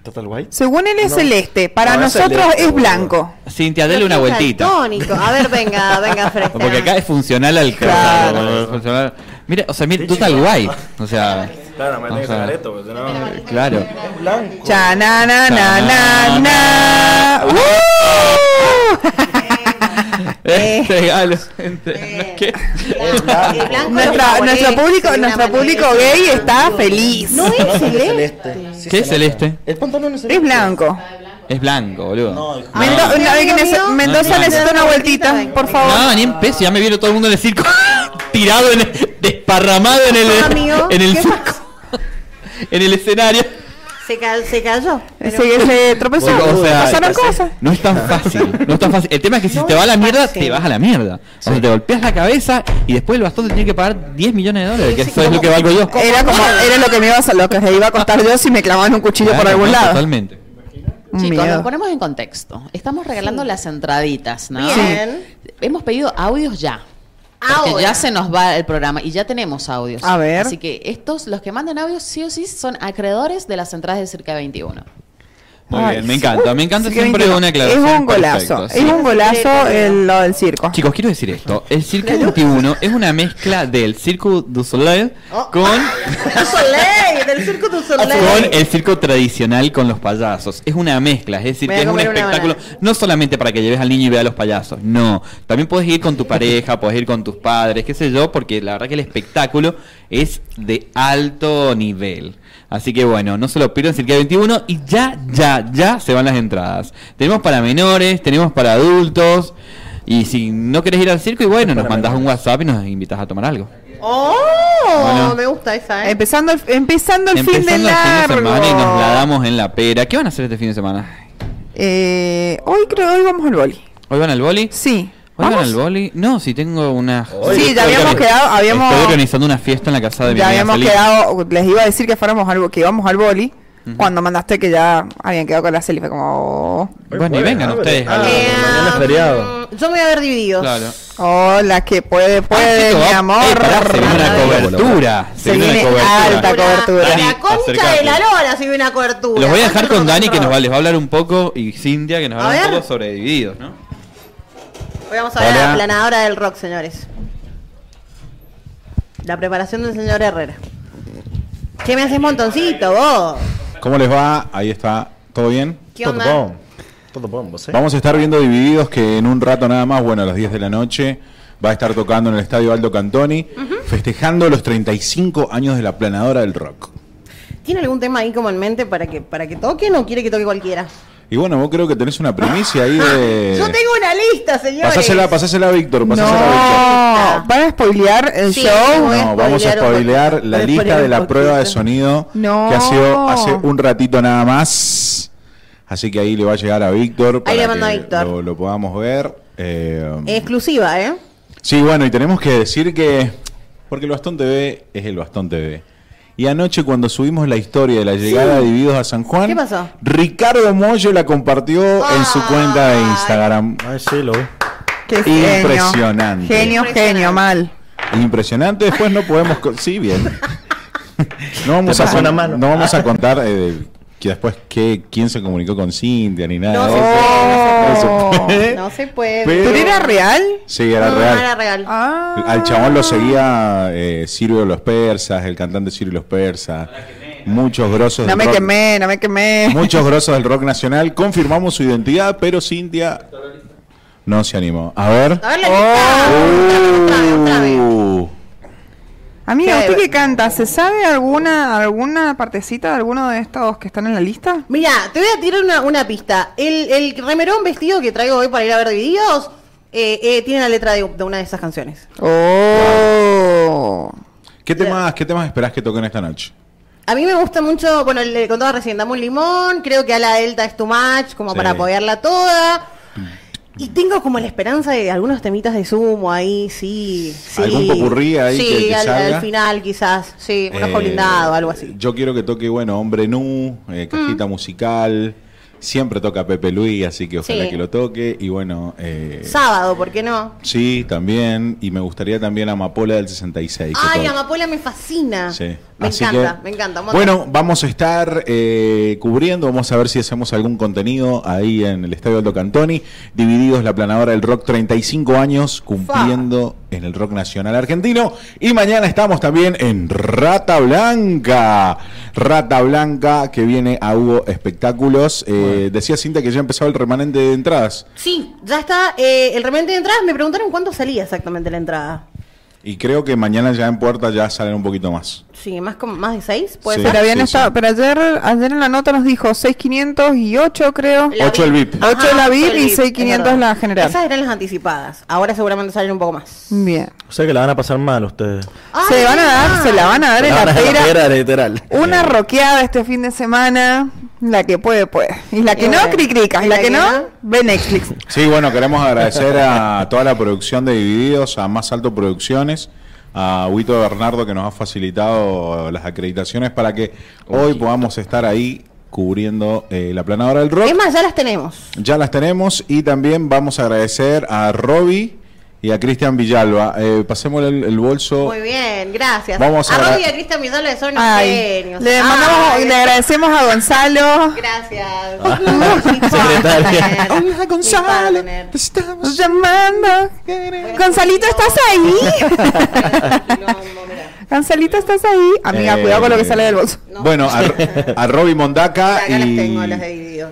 [SPEAKER 6] ¿Total White?
[SPEAKER 5] Según él es
[SPEAKER 9] No.
[SPEAKER 5] celeste, para
[SPEAKER 9] No, es
[SPEAKER 5] nosotros
[SPEAKER 9] celeste,
[SPEAKER 5] es,
[SPEAKER 9] boludo.
[SPEAKER 5] blanco.
[SPEAKER 9] Cintia, dele una vueltita.
[SPEAKER 16] Tónico. A ver, venga, venga,
[SPEAKER 9] [laughs]
[SPEAKER 16] Fred.
[SPEAKER 9] Porque acá es funcional al funcional. Mira, o sea, mira, Total White. O sea.
[SPEAKER 6] Claro, me
[SPEAKER 9] o
[SPEAKER 6] tengo que
[SPEAKER 9] sea,
[SPEAKER 6] sacar esto, porque si no.
[SPEAKER 9] Claro.
[SPEAKER 6] Blanco.
[SPEAKER 5] Cha na na na na na.
[SPEAKER 9] Eh, regalo, gente. ¿Qué?
[SPEAKER 16] Eh,
[SPEAKER 5] Nuestra- nuestro público, nuestro público gay está feliz.
[SPEAKER 16] No es celeste.
[SPEAKER 9] ¿Qué es celeste?
[SPEAKER 6] El pantalón es
[SPEAKER 5] Es blanco.
[SPEAKER 9] Es blanco, boludo. No,
[SPEAKER 5] Mendo- una vez que nece- Mendoza
[SPEAKER 9] No, no.
[SPEAKER 5] necesita una vueltita, por favor.
[SPEAKER 9] No, Ah, ni en peso, ya me vieron todo el mundo en el circo [laughs] tirado, en el- desparramado en el,
[SPEAKER 16] Amigo,
[SPEAKER 9] en el
[SPEAKER 16] ¿qué
[SPEAKER 9] surco, [laughs] en el escenario.
[SPEAKER 16] Se, cal- se cayó. pero-
[SPEAKER 5] Se,
[SPEAKER 9] [laughs]
[SPEAKER 5] se tropezó.
[SPEAKER 9] Bueno, o sea,
[SPEAKER 5] Pasaron
[SPEAKER 9] entonces,
[SPEAKER 5] cosas.
[SPEAKER 9] No es tan fácil, no es tan fácil. El tema es que si
[SPEAKER 5] No
[SPEAKER 9] te va a la
[SPEAKER 5] es
[SPEAKER 9] mierda,
[SPEAKER 5] fácil.
[SPEAKER 9] te vas a la mierda. O sea, te golpeas la cabeza y después el bastón te tiene que pagar 10 millones de dólares, que eso es pues, lo que valgo yo.
[SPEAKER 5] Era como, era lo que me iba a, lo que me iba a costar yo si me clavaban un cuchillo por
[SPEAKER 9] Claro,
[SPEAKER 5] algún
[SPEAKER 9] no,
[SPEAKER 5] lado.
[SPEAKER 9] Totalmente.
[SPEAKER 5] Un
[SPEAKER 4] Chicos,
[SPEAKER 5] miedo.
[SPEAKER 4] lo ponemos en contexto. Estamos regalando las entraditas, ¿no?
[SPEAKER 16] Bien.
[SPEAKER 4] Hemos pedido audios ya. Porque
[SPEAKER 16] Ahora.
[SPEAKER 4] ya se nos va el programa y ya tenemos audios.
[SPEAKER 5] A ver.
[SPEAKER 4] Así que estos, los que mandan audios, sí o sí, son acreedores de las entradas de Circa 21.
[SPEAKER 9] Muy
[SPEAKER 5] Ay,
[SPEAKER 9] bien, me encanta, me encanta
[SPEAKER 5] sí que
[SPEAKER 9] siempre
[SPEAKER 5] 21.
[SPEAKER 9] una
[SPEAKER 5] Es
[SPEAKER 9] aclaración.
[SPEAKER 5] un golazo,
[SPEAKER 9] Perfecto, sí.
[SPEAKER 5] es un golazo el, lo del circo.
[SPEAKER 9] Chicos, quiero decir esto. El Circo 21 es una mezcla del Circo du Soleil
[SPEAKER 5] Oh.
[SPEAKER 9] con,
[SPEAKER 5] [laughs]
[SPEAKER 16] Tu Soleil, del Circo du
[SPEAKER 9] con
[SPEAKER 16] Soleil.
[SPEAKER 9] el circo tradicional con los payasos. Es una mezcla, es decir,
[SPEAKER 16] Me
[SPEAKER 9] que es
[SPEAKER 16] voy
[SPEAKER 9] un
[SPEAKER 16] a comer una
[SPEAKER 9] espectáculo no solamente para que lleves al niño y vea a los payasos, no. También puedes ir con tu pareja, puedes ir con tus padres, qué sé yo, porque la verdad que el espectáculo es de alto nivel. Así que bueno, no se lo pierdan, Cirque 21 y ya, ya, ya se van las entradas. Tenemos para menores, tenemos para adultos. Y si no querés ir al circo, y bueno, nos mandás un WhatsApp y nos invitas a tomar algo.
[SPEAKER 16] Oh,
[SPEAKER 9] Bueno.
[SPEAKER 16] me gusta esa, ¿eh?
[SPEAKER 5] Empezando el, empezando el fin de
[SPEAKER 9] Empezando el fin de
[SPEAKER 5] largo.
[SPEAKER 9] semana y nos la damos en la pera. ¿Qué van a hacer este fin de semana?
[SPEAKER 5] Eh, hoy creo hoy vamos al boli.
[SPEAKER 9] ¿Hoy van al boli?
[SPEAKER 5] Sí.
[SPEAKER 9] ¿Hoy van
[SPEAKER 5] ¿Vamos?
[SPEAKER 9] al boli? No, si tengo una...
[SPEAKER 5] Sí, ya habíamos quedado- habíamos-
[SPEAKER 9] Estoy organizando una fiesta en la casa de mi
[SPEAKER 5] Ya
[SPEAKER 9] amiga
[SPEAKER 5] habíamos
[SPEAKER 9] Celina.
[SPEAKER 5] quedado, les iba a decir que fuéramos al, bo- que íbamos al boli cuando mandaste que ya habían quedado con la selfie como oh.
[SPEAKER 9] Bueno, y vengan ustedes. al-
[SPEAKER 16] Ah, mañana es
[SPEAKER 5] Em,
[SPEAKER 16] feriado. Yo me voy a ver dividido.
[SPEAKER 9] Claro. Ah,
[SPEAKER 5] Hola, que puede, puede,
[SPEAKER 9] Chicos,
[SPEAKER 5] mi
[SPEAKER 9] va- eh,
[SPEAKER 5] amor.
[SPEAKER 9] pará, se viene una cobertura. Se,
[SPEAKER 5] Se
[SPEAKER 9] viene una
[SPEAKER 5] viene
[SPEAKER 9] cobertura.
[SPEAKER 5] alta cobertura.
[SPEAKER 9] Dani,
[SPEAKER 16] La concha
[SPEAKER 9] acércate.
[SPEAKER 16] de la lora si ve una cobertura.
[SPEAKER 9] Los voy a dejar con Dani que nos va, les va a hablar un poco y Cintia que nos
[SPEAKER 16] A
[SPEAKER 9] va a hablar un
[SPEAKER 16] ver.
[SPEAKER 9] poco sobre divididos, ¿no?
[SPEAKER 16] Hoy vamos a hablar de
[SPEAKER 9] Hola.
[SPEAKER 16] la planadora del rock, señores. La preparación del señor Herrera. ¿Qué me haces montoncito vos?
[SPEAKER 17] ¿Cómo les va? Ahí está. ¿Todo bien?
[SPEAKER 16] ¿Qué onda?
[SPEAKER 6] Todo bombo, ¿sí?
[SPEAKER 17] Vamos a estar viendo Divididos que en un rato nada más, bueno, a las 10 de la noche, va a estar tocando en el Estadio Aldo Cantoni, festejando los 35 años de la planadora del rock.
[SPEAKER 16] ¿Tiene algún tema ahí como en mente para que, para que toquen o quiere que toque cualquiera?
[SPEAKER 17] Y bueno, vos creo que tenés una primicia ahí de...
[SPEAKER 16] Ah, Yo tengo una lista, señores.
[SPEAKER 17] Pasásela, pasásela, Víctor, pasásela,
[SPEAKER 5] No, van a spoilear el
[SPEAKER 16] Sí,
[SPEAKER 5] show.
[SPEAKER 17] Víctor. No, vamos a spoilear la lista de la prueba de sonido
[SPEAKER 5] No.
[SPEAKER 17] que ha sido hace un ratito nada más. Así que ahí le va a llegar a Víctor para
[SPEAKER 16] le
[SPEAKER 17] que
[SPEAKER 16] mando a Víctor.
[SPEAKER 17] lo, lo podamos ver. Eh,
[SPEAKER 16] Exclusiva, ¿eh?
[SPEAKER 17] Sí, bueno, y tenemos que decir que. Porque el Bastón TV es el Bastón TV. Y anoche, cuando subimos la historia de la llegada de Dividos a San Juan,
[SPEAKER 16] ¿Qué pasó?
[SPEAKER 17] Ricardo Moyo la compartió en su cuenta de Instagram. Ay, sí, lo
[SPEAKER 5] Qué genio.
[SPEAKER 17] Impresionante.
[SPEAKER 5] Genio, genio, mal.
[SPEAKER 17] Impresionante. Después no podemos. co- Sí, bien. No vamos,
[SPEAKER 6] Te
[SPEAKER 17] a,
[SPEAKER 6] pasó
[SPEAKER 17] con-
[SPEAKER 6] la mano.
[SPEAKER 17] no vamos a contar eh, que después qué, quién se comunicó con Cintia ni nada.
[SPEAKER 16] No
[SPEAKER 17] de
[SPEAKER 16] se
[SPEAKER 17] eso. No
[SPEAKER 16] puede,
[SPEAKER 17] se puede.
[SPEAKER 16] No se puede.
[SPEAKER 17] Pero- ¿Pero era
[SPEAKER 5] real? Ah.
[SPEAKER 17] Sí, era
[SPEAKER 16] no,
[SPEAKER 17] real.
[SPEAKER 16] No, era real.
[SPEAKER 17] [laughs] Al chabón lo seguía eh, Sirio de los Persas, el cantante Sirio de los Persas, muchos grosos
[SPEAKER 5] No
[SPEAKER 17] del
[SPEAKER 5] me
[SPEAKER 17] rock,
[SPEAKER 5] quemé, no me quemé.
[SPEAKER 16] [laughs]
[SPEAKER 17] muchos
[SPEAKER 5] [laughs]
[SPEAKER 17] grosos del rock nacional. Confirmamos su identidad, pero Cintia no se animó. A ver.
[SPEAKER 16] A ver la lista. Otra vez,
[SPEAKER 17] Uh,
[SPEAKER 5] Amigo,
[SPEAKER 16] ¿Qué?
[SPEAKER 5] ¿usted qué canta? ¿Se sabe alguna alguna partecita de alguno de estos que están en la lista?
[SPEAKER 16] Mira, te voy a tirar una, una pista. El, el remerón vestido que traigo hoy para ir a ver divididos eh, eh, tiene la letra de, de una de esas canciones.
[SPEAKER 5] Oh.
[SPEAKER 17] ¿Qué temas, qué temas esperás que toquen esta noche?
[SPEAKER 16] A mí me gusta mucho, bueno, le contaba recién, dame un limón, creo que a la delta es too much, como
[SPEAKER 17] Sí. Mm.
[SPEAKER 16] para apoyarla toda. Y tengo como la esperanza de algunos temitas de sumo ahí, sí. sí.
[SPEAKER 17] ¿Algún popurrí ahí
[SPEAKER 16] Sí,
[SPEAKER 17] que- que
[SPEAKER 16] al,
[SPEAKER 17] salga?
[SPEAKER 16] al final quizás. Sí, un ojo
[SPEAKER 17] Eh,
[SPEAKER 16] blindado, algo así.
[SPEAKER 17] Yo quiero que toque, bueno, Hombre Nu,
[SPEAKER 16] Mm.
[SPEAKER 17] eh, Cajita Musical. Siempre toca Pepe Luis, así que ojalá
[SPEAKER 16] Sí.
[SPEAKER 17] que lo toque. Y bueno, eh,
[SPEAKER 16] Sábado, ¿por qué no?
[SPEAKER 17] sí, también. Y me gustaría también Amapola del 66. que
[SPEAKER 16] Ay,
[SPEAKER 17] toque.
[SPEAKER 16] Amapola me fascina.
[SPEAKER 17] Sí.
[SPEAKER 16] Me
[SPEAKER 17] Así
[SPEAKER 16] encanta,
[SPEAKER 17] que-
[SPEAKER 16] me encanta. un montón.
[SPEAKER 17] Bueno, vamos a estar eh, cubriendo, vamos a ver si hacemos algún contenido ahí en el Estadio Aldo Cantoni. Divididos la planadora del rock, 35 años cumpliendo en el rock nacional argentino. Y mañana estamos también en Rata Blanca. Rata Blanca que viene a Hugo Espectáculos. Eh, Decía Cinta que ya empezaba el remanente de entradas.
[SPEAKER 16] Sí, ya está. eh, el remanente de entradas, me preguntaron cuánto salía exactamente la entrada.
[SPEAKER 17] Y creo que mañana ya en puerta ya salen un poquito más.
[SPEAKER 16] Sí, más, como, más de seis, puede
[SPEAKER 17] Sí,
[SPEAKER 16] ser.
[SPEAKER 5] pero habían
[SPEAKER 17] sí,
[SPEAKER 5] estado, Ah, pero ayer, ayer en la nota nos dijo 6.500 y 8 creo.
[SPEAKER 17] 8 el VIP.
[SPEAKER 6] Ah.
[SPEAKER 5] 8
[SPEAKER 16] Ajá,
[SPEAKER 5] la VIP
[SPEAKER 16] ocho
[SPEAKER 5] y
[SPEAKER 16] es
[SPEAKER 5] 6.500
[SPEAKER 16] verdad.
[SPEAKER 5] la general.
[SPEAKER 16] Ah, Esas eran las anticipadas. Ahora seguramente salen un poco más.
[SPEAKER 5] Bien.
[SPEAKER 6] O sea que la van a pasar mal ustedes.
[SPEAKER 5] se van a
[SPEAKER 16] ah.
[SPEAKER 5] dar, se la van a dar en la
[SPEAKER 6] La van a
[SPEAKER 5] pera.
[SPEAKER 6] pera, literal.
[SPEAKER 5] Una roqueada este fin de semana. La que puede, puede. Y la que
[SPEAKER 16] Y
[SPEAKER 5] no,
[SPEAKER 16] bueno.
[SPEAKER 5] cricricas. Y la que no, ve Netflix.
[SPEAKER 17] Sí, bueno, queremos agradecer a toda la producción de Divididos, a Más Alto Producciones, a Huito Bernardo que nos ha facilitado las acreditaciones para que hoy podamos estar ahí cubriendo eh, la planadora del rock.
[SPEAKER 16] Es más, ya las tenemos.
[SPEAKER 17] Ya las tenemos y también vamos a agradecer a Roby y a Cristian Villalba. Eh, pasemos el, el bolso.
[SPEAKER 16] Muy bien, gracias.
[SPEAKER 17] Vamos a
[SPEAKER 16] a Robbie y
[SPEAKER 17] agra-
[SPEAKER 16] a Cristian Villalba son unos
[SPEAKER 5] Ay,
[SPEAKER 16] genios.
[SPEAKER 5] le mandamos
[SPEAKER 16] Ay,
[SPEAKER 5] y le agradecemos a Gonzalo.
[SPEAKER 16] Gracias.
[SPEAKER 17] Ah. [laughs]
[SPEAKER 16] [laughs]
[SPEAKER 5] Hola Gonzalo, te estamos llamando. Gonzalito, ¿estás ahí? [laughs] Gonzalito, ¿estás ahí? Amiga,
[SPEAKER 17] Eh,
[SPEAKER 5] cuidado con lo que sale del bolso.
[SPEAKER 17] Bueno, a, a Roby Mondaca y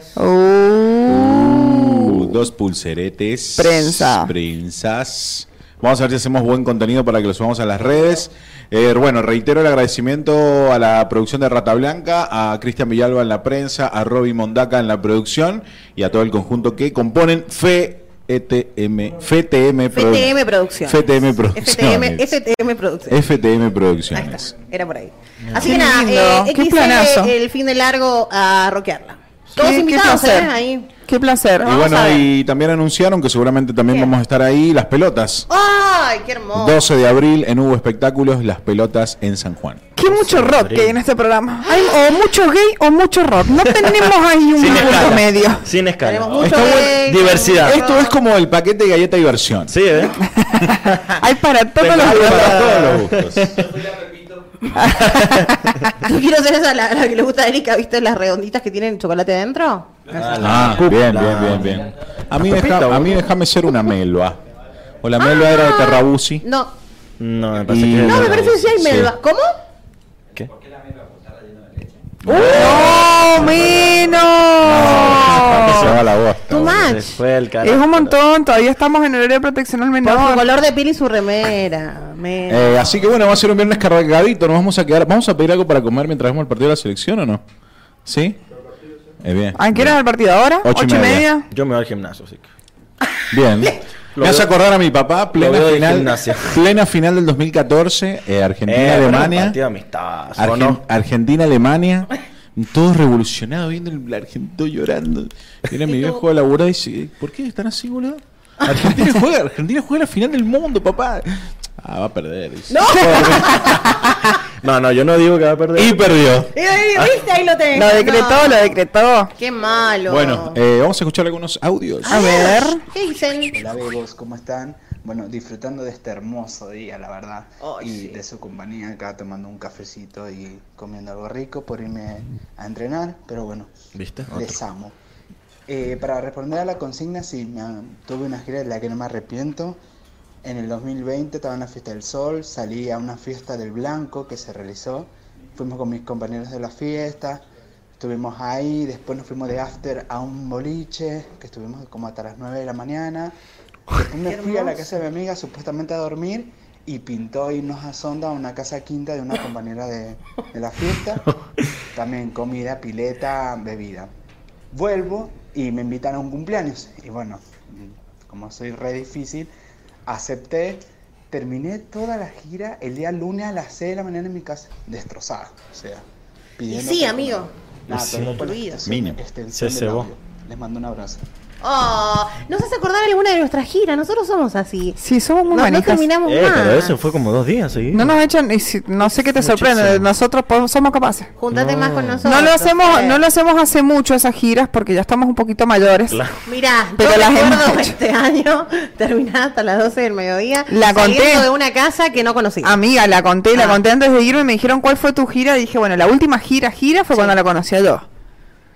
[SPEAKER 17] Uh, dos pulseretes.
[SPEAKER 5] Prensa.
[SPEAKER 17] Prensas. Vamos a ver si hacemos buen contenido para que lo subamos a las redes. Eh, bueno, reitero el agradecimiento a la producción de Rata Blanca, a Cristian Villalba en la prensa, a Roby Mondaca en la producción y a todo el conjunto que componen E FETM, FTM, Produ-
[SPEAKER 16] FTM Producciones.
[SPEAKER 17] FTM
[SPEAKER 16] FTM,
[SPEAKER 17] Producciones.
[SPEAKER 16] FTM Producciones.
[SPEAKER 17] FTM Producciones.
[SPEAKER 16] Era por ahí. Así
[SPEAKER 5] Qué
[SPEAKER 16] que nada,
[SPEAKER 5] lindo,
[SPEAKER 16] eh,
[SPEAKER 5] qué
[SPEAKER 16] XL,
[SPEAKER 5] planazo.
[SPEAKER 16] el fin de largo a rockearla. Todos
[SPEAKER 5] Qué- qué
[SPEAKER 16] invitados,
[SPEAKER 5] placer.
[SPEAKER 16] ¿eh? Ahí.
[SPEAKER 5] Qué placer.
[SPEAKER 17] Y bueno, y también anunciaron que seguramente también vamos a estar ahí las pelotas.
[SPEAKER 16] ¡Ay, qué hermoso!
[SPEAKER 17] 12 de abril en Hubo Espectáculos, Las Pelotas en San Juan.
[SPEAKER 5] Qué mucho rock que hay en este programa. Hay o mucho gay o mucho rock. No tenemos ahí un
[SPEAKER 6] Sin
[SPEAKER 5] punto
[SPEAKER 6] escala.
[SPEAKER 5] medio.
[SPEAKER 6] Sin escala.
[SPEAKER 5] Tenemos mucho
[SPEAKER 6] bueno.
[SPEAKER 5] gay,
[SPEAKER 6] Diversidad.
[SPEAKER 17] Esto es como el paquete de galleta diversión.
[SPEAKER 6] Sí,
[SPEAKER 16] [laughs]
[SPEAKER 6] ¿eh?
[SPEAKER 5] Hay para todos los
[SPEAKER 17] Algo para
[SPEAKER 5] gustos.
[SPEAKER 17] todos los
[SPEAKER 5] [laughs]
[SPEAKER 17] gustos.
[SPEAKER 16] [laughs] Yo quiero ser esa la, la que le gusta a Erika, ¿viste? Las redonditas que tienen chocolate adentro.
[SPEAKER 17] Ah, bien, bien, bien, bien. A mí, deja- a mí déjame ser una melva. O la melva era de Terrabusi.
[SPEAKER 16] No,
[SPEAKER 6] No, me parece
[SPEAKER 17] Y-
[SPEAKER 6] que.
[SPEAKER 16] Ah. no, me parece que sí hay
[SPEAKER 17] Sí.
[SPEAKER 16] melva. ¿Cómo? ¡Uh!
[SPEAKER 5] ¡No, menos!
[SPEAKER 17] Se va [laughs] la voz.
[SPEAKER 16] Too much.
[SPEAKER 6] Fue el
[SPEAKER 5] Es un montón. Todavía estamos en horario proteccional
[SPEAKER 16] Por su
[SPEAKER 5] menor.
[SPEAKER 16] color de piel y su remera. Me-
[SPEAKER 17] Eh, así que bueno, va a ser un viernes cargadito. Nos vamos a quedar. ¿Vamos a pedir algo para comer mientras vemos el partido de la selección o no? ¿Sí? Eh, bien.
[SPEAKER 16] Ah,
[SPEAKER 5] ¿A qué hora es Ah, el partido ahora?
[SPEAKER 17] Ocho y
[SPEAKER 5] ¿Ocho y
[SPEAKER 17] media.
[SPEAKER 5] media?
[SPEAKER 6] Yo me voy al gimnasio, así que.
[SPEAKER 17] Bien.
[SPEAKER 6] Lo
[SPEAKER 17] Me hace
[SPEAKER 6] veo-
[SPEAKER 17] acordar a mi papá, plena
[SPEAKER 6] veo de
[SPEAKER 17] final,
[SPEAKER 6] [laughs] gimnasia.
[SPEAKER 17] [laughs] plena final del 2014, eh,
[SPEAKER 6] Eh,
[SPEAKER 17] Argentina-Alemania.
[SPEAKER 6] partido de amistad, ¿o
[SPEAKER 17] Argen-
[SPEAKER 6] no?
[SPEAKER 17] Argentina-Alemania. Todos revolucionados, viendo el argentino llorando. Viene mi viejo a laburar y dice, ¿por qué están así, boludo? Argentina
[SPEAKER 6] [laughs]
[SPEAKER 17] juega, Argentina juega la final del mundo, papá. Ah, va a perder. dice.
[SPEAKER 6] [laughs] No, no, yo no digo que va a perder. Ah.
[SPEAKER 17] Y perdió.
[SPEAKER 16] Eh, eh, ¿Viste? Ahí lo tengo.
[SPEAKER 5] Lo ah. decretó, lo decretó.
[SPEAKER 16] Qué malo.
[SPEAKER 17] Bueno, eh, vamos a escuchar algunos audios.
[SPEAKER 5] A ver.
[SPEAKER 16] ¿Qué dicen?
[SPEAKER 18] Hola bebos, ¿cómo están? Bueno, disfrutando de este hermoso día, la verdad. y de su compañía acá tomando un cafecito y comiendo algo rico por irme a entrenar, pero bueno,
[SPEAKER 6] ¿Viste?
[SPEAKER 18] les amo. Eh, para responder a la consigna, sí, me ha- tuve una gira de la que no me arrepiento. En el 2020 estaba en la fiesta del sol, salí a una fiesta del blanco que se realizó. Fuimos con mis compañeros de la fiesta, estuvimos ahí, después nos fuimos de after a un boliche, que estuvimos como hasta las 9 de la mañana. Después me
[SPEAKER 16] Qué
[SPEAKER 18] fui a la
[SPEAKER 16] hermoso.
[SPEAKER 18] casa de mi amiga supuestamente a dormir y pintó irnos a Sonda a una casa quinta de una compañera de, de la fiesta. También comida, pileta, bebida. Vuelvo y me invitan a un cumpleaños. Y bueno, como soy re difícil, acepté. Terminé toda la gira el día lunes a las 6 de la mañana en mi casa, destrozada. O sea,
[SPEAKER 16] Y
[SPEAKER 18] pidiendo.
[SPEAKER 16] sí,
[SPEAKER 18] que-
[SPEAKER 16] amigo.
[SPEAKER 18] Nada,
[SPEAKER 6] Pues Sí.
[SPEAKER 18] perdón por la
[SPEAKER 6] Olvida.
[SPEAKER 18] extensión-
[SPEAKER 6] Mínimo.
[SPEAKER 18] extensión
[SPEAKER 6] Se
[SPEAKER 18] del
[SPEAKER 6] cebó.
[SPEAKER 18] audio. Les mando un abrazo.
[SPEAKER 16] Oh, nos hace acordar alguna de nuestras giras. Nosotros somos así.
[SPEAKER 5] Sí, somos muy
[SPEAKER 16] no, no
[SPEAKER 5] manijas.
[SPEAKER 16] terminamos
[SPEAKER 6] Eh,
[SPEAKER 16] más.
[SPEAKER 6] pero eso fue como dos
[SPEAKER 5] [laughs]
[SPEAKER 6] días seguidos.
[SPEAKER 5] No nos echan, y si- no sé qué te sorprende,
[SPEAKER 6] Muchísimo.
[SPEAKER 5] nosotros po- somos capaces.
[SPEAKER 16] Juntate más con nosotros.
[SPEAKER 5] No lo hacemos,
[SPEAKER 16] eh.
[SPEAKER 5] no lo hacemos hace mucho esas giras porque ya estamos un poquito mayores.
[SPEAKER 6] Claro.
[SPEAKER 16] Mirá,
[SPEAKER 5] Pero
[SPEAKER 16] yo
[SPEAKER 5] las
[SPEAKER 16] recuerdo
[SPEAKER 5] hemos hecho.
[SPEAKER 16] este año [laughs] terminada hasta las 12 del mediodía.
[SPEAKER 5] La
[SPEAKER 16] saliendo
[SPEAKER 5] conté.
[SPEAKER 16] de una casa que no Ah. conocía.
[SPEAKER 5] Amiga, la conté, la conté antes de irme, me dijeron cuál fue tu gira, y dije, bueno, la última gira, gira fue cuando la conocí a yo.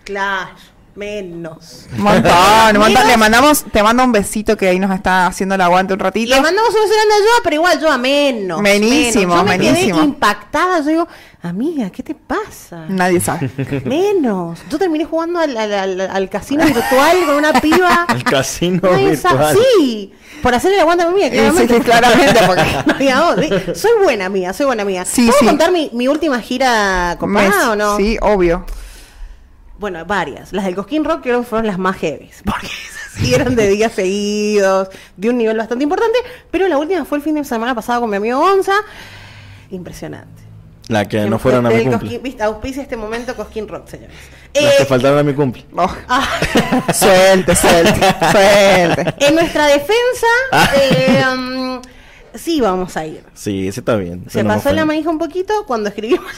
[SPEAKER 16] Claro, menos.
[SPEAKER 5] Montón, montón.
[SPEAKER 16] Amigos.
[SPEAKER 5] Le mandamos, te mando un besito que ahí nos está haciendo el aguante un ratito.
[SPEAKER 16] Le mandamos un saludo a yo, pero igual yo a menos.
[SPEAKER 5] Menísimo,
[SPEAKER 16] menos. Yo me
[SPEAKER 5] menísimo.
[SPEAKER 16] quedé impactada. Yo digo, amiga, ¿qué te pasa? [laughs]
[SPEAKER 5] Nadie sabe.
[SPEAKER 16] Menos. Yo terminé jugando al, al- al- al casino virtual con una piba.
[SPEAKER 6] El casino
[SPEAKER 16] Nadie sabe-
[SPEAKER 6] virtual.
[SPEAKER 16] Sí, por hacerle la guanta a mi amiga,
[SPEAKER 5] Sí, sí,
[SPEAKER 16] claramente.
[SPEAKER 5] sí, claramente,
[SPEAKER 16] [laughs]
[SPEAKER 5] porque-
[SPEAKER 16] No había dónde. soy buena amiga, soy buena amiga.
[SPEAKER 5] Sí,
[SPEAKER 16] ¿Puedo
[SPEAKER 5] sí.
[SPEAKER 16] contar mi, mi última gira copada
[SPEAKER 5] Me-
[SPEAKER 16] o no?
[SPEAKER 5] Sí, obvio.
[SPEAKER 16] Bueno, varias. Las del Cosquín Rock creo que fueron las más heavies, [laughs] porque esas sí eran de días seguidos, de un nivel bastante importante, pero la última fue el fin de semana pasado con mi amigo Gonza. Impresionante.
[SPEAKER 6] La que no
[SPEAKER 16] Hemos
[SPEAKER 6] fueron a mi
[SPEAKER 16] costel-
[SPEAKER 6] cumple.
[SPEAKER 16] Cosquín- Viste, auspicia este momento Cosquín Rock, señores.
[SPEAKER 6] Las que
[SPEAKER 16] Eh,
[SPEAKER 6] faltaron a mi cumple.
[SPEAKER 16] Ah.
[SPEAKER 6] [laughs]
[SPEAKER 5] Suelte, suelte, suelte.
[SPEAKER 16] en nuestra defensa, eh, um, sí vamos a ir.
[SPEAKER 6] Sí, ese está bien.
[SPEAKER 16] Se
[SPEAKER 6] Eso no me
[SPEAKER 16] pasó la
[SPEAKER 6] ofende.
[SPEAKER 16] manija un poquito cuando escribimos.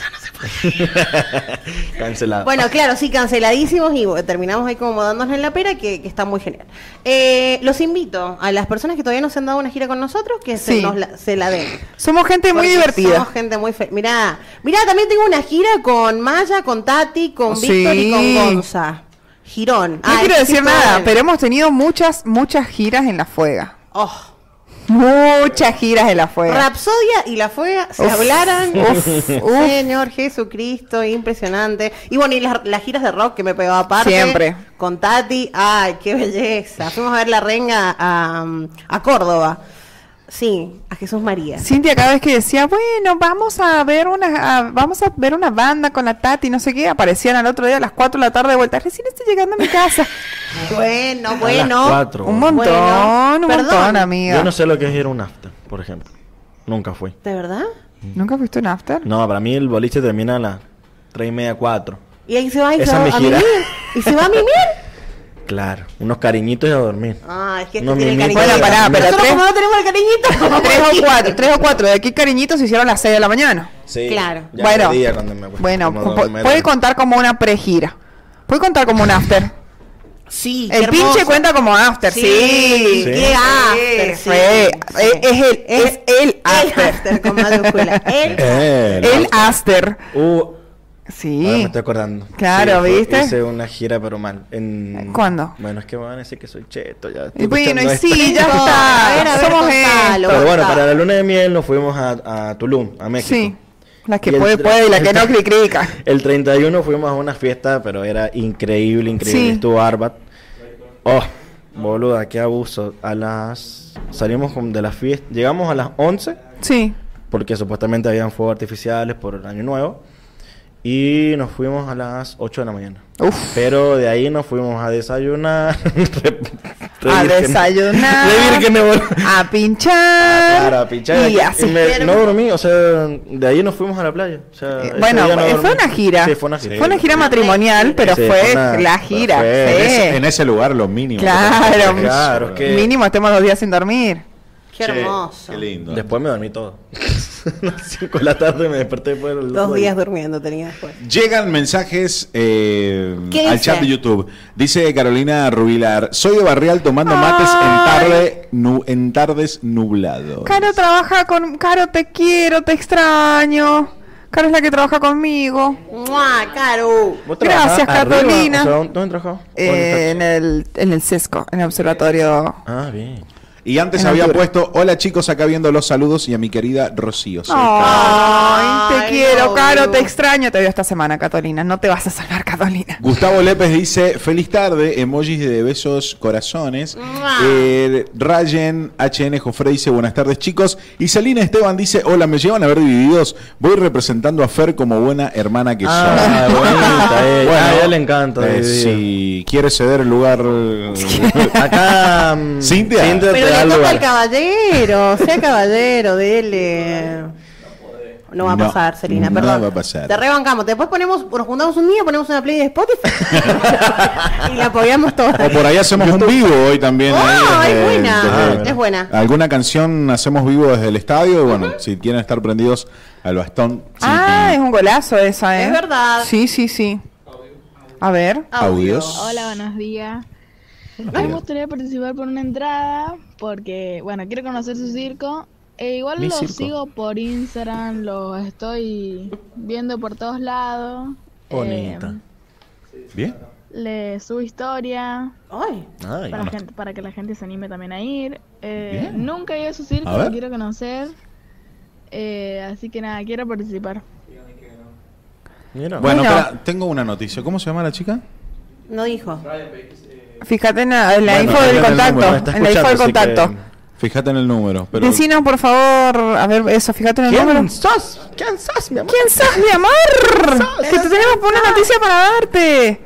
[SPEAKER 6] Cancelado.
[SPEAKER 16] Bueno, claro, sí, canceladísimos y bueno, terminamos ahí como dándonos en la pera, que, que está muy genial. Eh, los invito a las personas que todavía no se han dado una gira con nosotros que se,
[SPEAKER 5] Sí.
[SPEAKER 16] nos la, se la den.
[SPEAKER 5] Somos gente muy
[SPEAKER 16] Porque
[SPEAKER 5] divertida.
[SPEAKER 16] Somos gente muy feliz. Mirá, mirá, también tengo una gira con Maya, con Tati, con
[SPEAKER 5] Sí.
[SPEAKER 16] Víctor y con Gonza. Girón.
[SPEAKER 5] No quiero decir nada, pero hemos tenido muchas, muchas giras en la fuega.
[SPEAKER 16] Oh.
[SPEAKER 5] Muchas giras en la fuega.
[SPEAKER 16] Rapsodia y la fuega se
[SPEAKER 5] Uf,
[SPEAKER 16] hablaran.
[SPEAKER 5] uf, uf.
[SPEAKER 16] Señor Jesucristo, impresionante. Y bueno, y las, las giras de rock que me pegó aparte.
[SPEAKER 5] Siempre.
[SPEAKER 16] Con Tati, ay, qué belleza. Fuimos a ver la renga a, um, a Córdoba. Sí, a Jesús María.
[SPEAKER 5] Cintia cada vez que decía, bueno, vamos a ver una, a- vamos a ver una banda con la Tati, no sé qué, aparecían al otro día a las 4 de la tarde de vuelta. Recién estoy llegando a mi casa.
[SPEAKER 16] [laughs] Bueno,
[SPEAKER 6] las
[SPEAKER 16] bueno.
[SPEAKER 6] cuatro.
[SPEAKER 5] Un montón,
[SPEAKER 16] Bueno,
[SPEAKER 5] un
[SPEAKER 16] perdón.
[SPEAKER 5] montón, amiga.
[SPEAKER 6] Yo no sé lo que es ir a un after, por ejemplo. Nunca fui.
[SPEAKER 16] ¿De verdad?
[SPEAKER 6] Mm.
[SPEAKER 5] ¿Nunca fuiste un after?
[SPEAKER 6] No, para mí el boliche termina a las 3 y media, 4.
[SPEAKER 16] Y ahí se va, y se
[SPEAKER 6] Esa
[SPEAKER 16] va
[SPEAKER 6] es mi
[SPEAKER 16] a
[SPEAKER 6] gira.
[SPEAKER 16] mimir. Y se va
[SPEAKER 5] [laughs]
[SPEAKER 16] a mimir.
[SPEAKER 6] Claro. Unos cariñitos y a dormir.
[SPEAKER 16] Ah, es que este
[SPEAKER 6] No,
[SPEAKER 16] tiene el
[SPEAKER 6] mimir.
[SPEAKER 16] cariñito.
[SPEAKER 6] Bueno, pará, pero
[SPEAKER 16] Nosotros
[SPEAKER 5] tres-
[SPEAKER 16] como no tenemos el cariñito.
[SPEAKER 5] [laughs] Tres o
[SPEAKER 16] [laughs]
[SPEAKER 5] cuatro, tres o cuatro. De aquí cariñitos se hicieron a las 6 de la mañana.
[SPEAKER 6] Sí.
[SPEAKER 16] Claro.
[SPEAKER 6] ya
[SPEAKER 5] Bueno,
[SPEAKER 6] perdía cuando me acuesto,
[SPEAKER 5] Bueno,
[SPEAKER 6] Pues, como
[SPEAKER 5] po-
[SPEAKER 6] dos metros.
[SPEAKER 5] puede contar como una pregira. Puede contar como un after.
[SPEAKER 16] Sí, qué
[SPEAKER 5] El pinche
[SPEAKER 16] hermoso.
[SPEAKER 5] cuenta como after, sí.
[SPEAKER 16] Sí, qué after, sí,
[SPEAKER 5] Fue-
[SPEAKER 16] sí.
[SPEAKER 5] Es, es el, es el after.
[SPEAKER 16] after
[SPEAKER 5] [laughs]
[SPEAKER 16] con mayúscula. El
[SPEAKER 6] Eh, la-
[SPEAKER 5] El after.
[SPEAKER 6] Uh, ahora me
[SPEAKER 5] Sí.
[SPEAKER 6] estoy acordando.
[SPEAKER 5] Claro,
[SPEAKER 6] fue-
[SPEAKER 5] ¿viste?
[SPEAKER 6] Hice una gira, pero mal. En...
[SPEAKER 5] ¿Cuándo?
[SPEAKER 6] Bueno, es que van a decir que soy cheto. Ya estoy
[SPEAKER 5] Y bueno,
[SPEAKER 6] escuchando
[SPEAKER 5] y
[SPEAKER 6] esto. [laughs]
[SPEAKER 5] sí, ya
[SPEAKER 16] Chicos,
[SPEAKER 5] está.
[SPEAKER 16] a ver, a ver,
[SPEAKER 5] Somos
[SPEAKER 16] contalo.
[SPEAKER 5] él.
[SPEAKER 6] Pero bueno,
[SPEAKER 16] basta.
[SPEAKER 6] para la luna de miel nos fuimos a, a Tulum, a México.
[SPEAKER 5] Sí. La que
[SPEAKER 6] Y el
[SPEAKER 5] puede,
[SPEAKER 6] tra-
[SPEAKER 5] puede y la que
[SPEAKER 6] [laughs]
[SPEAKER 5] no, critica.
[SPEAKER 6] El 31 fuimos a una fiesta, pero era increíble, increíble.
[SPEAKER 5] Sí.
[SPEAKER 6] Estuvo Arbat. Oh, boluda, qué abuso. A las. Salimos con- de la fiesta. Llegamos a las 11,
[SPEAKER 5] Sí.
[SPEAKER 6] porque supuestamente habían fuegos artificiales por el año nuevo. Y nos fuimos a las 8 de la mañana.
[SPEAKER 5] Uf.
[SPEAKER 6] Pero de ahí nos fuimos a desayunar. [laughs] re- re
[SPEAKER 5] A
[SPEAKER 6] vírgenes.
[SPEAKER 5] desayunar.
[SPEAKER 6] Re vírgenes, boludo.
[SPEAKER 5] A pinchar.
[SPEAKER 6] Claro, a Ah, pinchar.
[SPEAKER 5] Y así.
[SPEAKER 6] me- no dormí, o sea, de ahí nos fuimos a la playa. o sea, ese
[SPEAKER 5] Bueno,
[SPEAKER 6] día no
[SPEAKER 5] eh, fue
[SPEAKER 6] dormí.
[SPEAKER 5] una gira.
[SPEAKER 6] Sí, fue una gira.
[SPEAKER 5] Fue una gira matrimonial, pero
[SPEAKER 6] Sí,
[SPEAKER 5] fue
[SPEAKER 6] fue una-
[SPEAKER 5] la gira.
[SPEAKER 6] fue-
[SPEAKER 5] sí.
[SPEAKER 17] En ese, en ese lugar lo mínimo.
[SPEAKER 5] Claro.
[SPEAKER 6] [laughs] Claro, que-
[SPEAKER 5] Mínimo estemos dos días sin dormir.
[SPEAKER 16] Qué hermoso.
[SPEAKER 17] Qué lindo.
[SPEAKER 6] Después me dormí todo. A [laughs] las 5 de la tarde me desperté después del
[SPEAKER 16] Dos
[SPEAKER 6] otro
[SPEAKER 16] días
[SPEAKER 6] día.
[SPEAKER 16] durmiendo tenía después.
[SPEAKER 17] Llegan mensajes eh,
[SPEAKER 16] ¿Qué
[SPEAKER 17] al
[SPEAKER 16] dice?
[SPEAKER 17] chat de YouTube. Dice Carolina Rubilar, soy de Barrial tomando mates en, tarde, nu- en tardes nublado.
[SPEAKER 5] Caro trabaja con. Caro, te quiero, te extraño. Caro es la que trabaja conmigo.
[SPEAKER 16] ¡Mua, Caru!
[SPEAKER 6] ¿Vos trabajabas
[SPEAKER 5] Gracias,
[SPEAKER 6] arriba?
[SPEAKER 5] Carolina.
[SPEAKER 6] O sea, ¿dónde dónde trabajabas?
[SPEAKER 5] Eh, en, el, en el CESCO, en el observatorio.
[SPEAKER 6] Ah, bien.
[SPEAKER 17] Y antes
[SPEAKER 5] En
[SPEAKER 17] había
[SPEAKER 5] altura.
[SPEAKER 17] puesto, hola chicos, acá viendo los saludos y a mi querida Rocío. Soy Carlos".
[SPEAKER 5] Ay, te
[SPEAKER 16] Ay,
[SPEAKER 5] quiero,
[SPEAKER 16] no,
[SPEAKER 5] Caro,
[SPEAKER 16] Lu.
[SPEAKER 5] te extraño. Te veo esta semana, Catalina. No te vas a salvar, Catalina.
[SPEAKER 17] Gustavo López dice, feliz tarde, emojis de besos, corazones.
[SPEAKER 16] Mua.
[SPEAKER 17] Eh, Rayen HN Jofre dice, buenas tardes chicos. Y Salina Esteban dice, hola, me llevan a ver divididos. Voy representando a Fer como buena hermana que
[SPEAKER 6] Ah,
[SPEAKER 17] soy.
[SPEAKER 6] bonita,
[SPEAKER 17] [laughs]
[SPEAKER 6] eh.
[SPEAKER 17] Bueno,
[SPEAKER 6] Ah, a ella le encanta.
[SPEAKER 17] Eh,
[SPEAKER 6] dividido.
[SPEAKER 17] si quiere ceder el lugar... eh,
[SPEAKER 6] [laughs] Acá. mm,
[SPEAKER 17] Cintia.
[SPEAKER 6] Cintia
[SPEAKER 16] Pero
[SPEAKER 6] te da
[SPEAKER 16] le toca
[SPEAKER 6] lugar.
[SPEAKER 16] al caballero, sea caballero, dele. No, no va a
[SPEAKER 17] No,
[SPEAKER 16] pasar, Selina,
[SPEAKER 17] no
[SPEAKER 16] perdón.
[SPEAKER 17] va a pasar.
[SPEAKER 16] Te rebancamos. Después ponemos, nos juntamos un día, ponemos una play de Spotify
[SPEAKER 17] [laughs]
[SPEAKER 16] y la apoyamos toda.
[SPEAKER 17] O por ahí hacemos un vivo hoy también.
[SPEAKER 16] Oh,
[SPEAKER 5] Ah,
[SPEAKER 17] ahí
[SPEAKER 16] es
[SPEAKER 17] desde-
[SPEAKER 16] buena,
[SPEAKER 17] desde-
[SPEAKER 16] es buena.
[SPEAKER 17] Alguna canción hacemos vivo desde el estadio. Y bueno, si quieren estar prendidos al bastón.
[SPEAKER 5] Ah, es un golazo esa, ¿eh?
[SPEAKER 4] Es verdad.
[SPEAKER 5] Sí, sí, sí. A ver.
[SPEAKER 17] Audios.
[SPEAKER 4] Hola, buenos días.
[SPEAKER 17] Buenos
[SPEAKER 4] Me
[SPEAKER 17] días.
[SPEAKER 4] gustaría participar por una entrada porque, bueno, quiero conocer su circo. E igual
[SPEAKER 17] Mi
[SPEAKER 4] los
[SPEAKER 17] circo.
[SPEAKER 4] sigo por Instagram, los estoy viendo por todos lados. Eh,
[SPEAKER 17] Bonita. Bien.
[SPEAKER 4] le subo historia.
[SPEAKER 17] Ay,
[SPEAKER 4] para,
[SPEAKER 17] bueno.
[SPEAKER 4] gente- para que la gente se anime también a ir. Eh,
[SPEAKER 17] Bien.
[SPEAKER 4] nunca he ido a su circo,
[SPEAKER 17] A ver.
[SPEAKER 4] lo quiero conocer. Eh, así que nada, quiero participar.
[SPEAKER 17] Bueno,
[SPEAKER 5] Bueno.
[SPEAKER 17] espera, tengo una noticia. ¿Cómo se llama la chica?
[SPEAKER 16] No dijo.
[SPEAKER 5] Fíjate en Ah, la, en la
[SPEAKER 17] Bueno,
[SPEAKER 5] info del
[SPEAKER 17] fíjate en el número,
[SPEAKER 5] contacto.
[SPEAKER 17] está
[SPEAKER 5] En la info del
[SPEAKER 17] escuchando, así
[SPEAKER 5] contacto.
[SPEAKER 17] que Fíjate en el número. Pero
[SPEAKER 5] Decinos, por favor, a ver, eso, fíjate en el
[SPEAKER 17] ¿Quién
[SPEAKER 5] número.
[SPEAKER 17] sos?
[SPEAKER 5] ¿Quién sos, mi amor? ¿Quién sos, mi amor? Que te tenemos por una noticia para darte.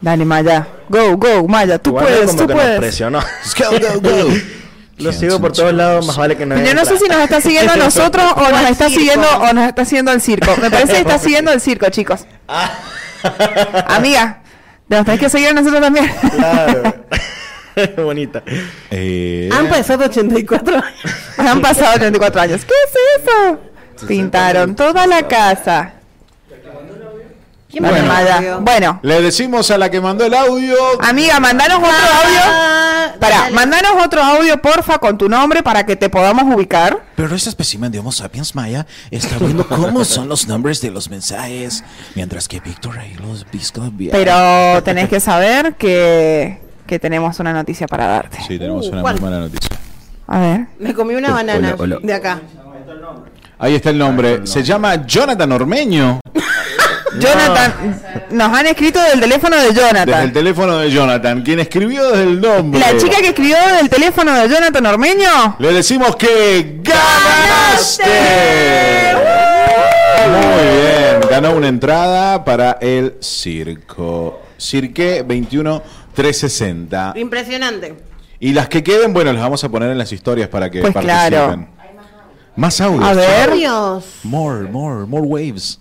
[SPEAKER 5] Dale, Maya. Go, go, Maya. Tú
[SPEAKER 1] Igual
[SPEAKER 5] puedes,
[SPEAKER 1] como
[SPEAKER 5] tú
[SPEAKER 1] que nos
[SPEAKER 5] puedes.
[SPEAKER 1] presionó.
[SPEAKER 5] [laughs] Go, go, go.
[SPEAKER 1] Lo sigo por todos lados, más vale que no
[SPEAKER 5] Yo no sé si nos
[SPEAKER 6] [laughs]
[SPEAKER 5] está siguiendo
[SPEAKER 17] [laughs]
[SPEAKER 5] a nosotros o nos está siguiendo o nos está siguiendo al circo. Me parece
[SPEAKER 6] [laughs]
[SPEAKER 5] que está siguiendo al circo, chicos.
[SPEAKER 17] Ah.
[SPEAKER 5] Amiga, nos tenés que seguir a nosotros también.
[SPEAKER 6] [laughs]
[SPEAKER 1] Bonita.
[SPEAKER 16] Han pasado 84 años.
[SPEAKER 5] [laughs] Han pasado 34 años. ¿Qué es eso? Pintaron toda la casa. Dale, Maya. Bueno,
[SPEAKER 17] Le decimos a la que mandó el audio.
[SPEAKER 5] Amiga, mandanos otro audio. Para, mandanos otro audio, porfa, con tu nombre para que te podamos ubicar.
[SPEAKER 6] Pero ese espécimen de Homo sapiens maya está viendo cómo son los nombres de los mensajes, mientras que Víctor ahí los visca bien.
[SPEAKER 5] Pero tenés que saber que, que tenemos una noticia para darte.
[SPEAKER 17] Sí, tenemos
[SPEAKER 16] Uh,
[SPEAKER 17] una
[SPEAKER 16] ¿cuál?
[SPEAKER 17] muy mala noticia.
[SPEAKER 5] A ver.
[SPEAKER 16] Me comí una
[SPEAKER 17] Hola,
[SPEAKER 16] banana
[SPEAKER 17] hola.
[SPEAKER 16] de acá.
[SPEAKER 17] Ahí está el nombre. Se llama Jonathan [laughs] Ormeño.
[SPEAKER 5] Jonathan, nos han escrito del teléfono de
[SPEAKER 17] Desde
[SPEAKER 5] Jonathan.
[SPEAKER 17] el teléfono de Jonathan. Quien escribió desde el nombre.
[SPEAKER 5] La chica que escribió del teléfono de Jonathan Ormeño.
[SPEAKER 17] Le decimos que ganaste. Muy bien. Ganó una entrada para el circo. Cirque 21 360.
[SPEAKER 16] Impresionante.
[SPEAKER 17] Y las que queden, bueno, las vamos a poner en las historias para que
[SPEAKER 5] Pues
[SPEAKER 17] participen.
[SPEAKER 5] claro.
[SPEAKER 17] Más audios.
[SPEAKER 5] A ver.
[SPEAKER 16] Dios.
[SPEAKER 17] More, more, more waves.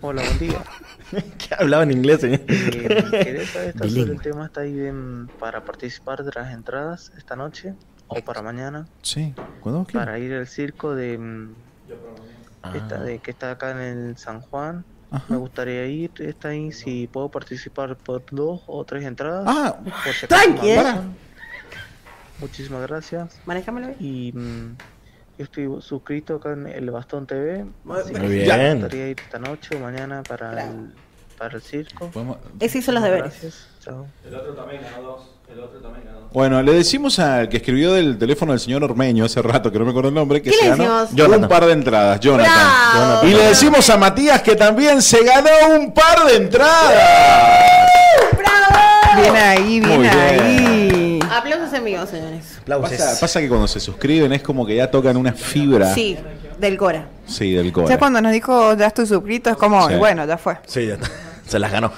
[SPEAKER 1] Hola, buen día.
[SPEAKER 6] ¿Qué hablaba en inglés, señor?
[SPEAKER 1] Eh, quería saber está sobre el
[SPEAKER 6] Bilingüe.
[SPEAKER 1] tema está ahí bien para participar de las entradas esta noche o para mañana
[SPEAKER 17] Sí, ¿cuándo vos quieras.
[SPEAKER 1] para ir al circo de mm,
[SPEAKER 16] Ah.
[SPEAKER 1] esta de que está acá en el San Juan. Me gustaría ir, está ahí si puedo participar por dos o tres entradas.
[SPEAKER 17] Ah,
[SPEAKER 1] por si acaso
[SPEAKER 16] tranqui,
[SPEAKER 1] me
[SPEAKER 16] eh.
[SPEAKER 1] avisan. Muchísimas gracias.
[SPEAKER 16] Manéjamelo bien.
[SPEAKER 1] Y mm, yo estoy suscrito acá en el Bastón TV.
[SPEAKER 16] Muy
[SPEAKER 1] así que
[SPEAKER 16] bien.
[SPEAKER 1] Me gustaría ir esta noche o mañana para el, para el circo.
[SPEAKER 16] Ese hizo los deberes.
[SPEAKER 1] Gracias, chao.
[SPEAKER 7] El otro también ganó dos. El otro también ganó dos.
[SPEAKER 17] Bueno, le decimos al que escribió del teléfono del señor Ormeño hace rato, que no me acuerdo el nombre, que
[SPEAKER 16] ¿Qué
[SPEAKER 17] se
[SPEAKER 16] le
[SPEAKER 17] ganó
[SPEAKER 16] decimos?
[SPEAKER 17] un
[SPEAKER 16] Jonathan.
[SPEAKER 17] par de entradas, Jonathan. Y le decimos a Matías que también se ganó un par de entradas.
[SPEAKER 5] Bien ahí, bien
[SPEAKER 17] Muy bien.
[SPEAKER 5] ahí.
[SPEAKER 16] Aplausos en vivo, señores.
[SPEAKER 17] Pasa, pasa que cuando se suscriben es como que ya tocan una fibra.
[SPEAKER 16] Sí, del Cora.
[SPEAKER 17] Sí, del
[SPEAKER 5] Ya
[SPEAKER 17] core.
[SPEAKER 5] cuando nos dijo ya estoy suscrito, es como,
[SPEAKER 17] Sí.
[SPEAKER 5] y bueno, ya fue.
[SPEAKER 6] Sí, ya está. Se las ganó.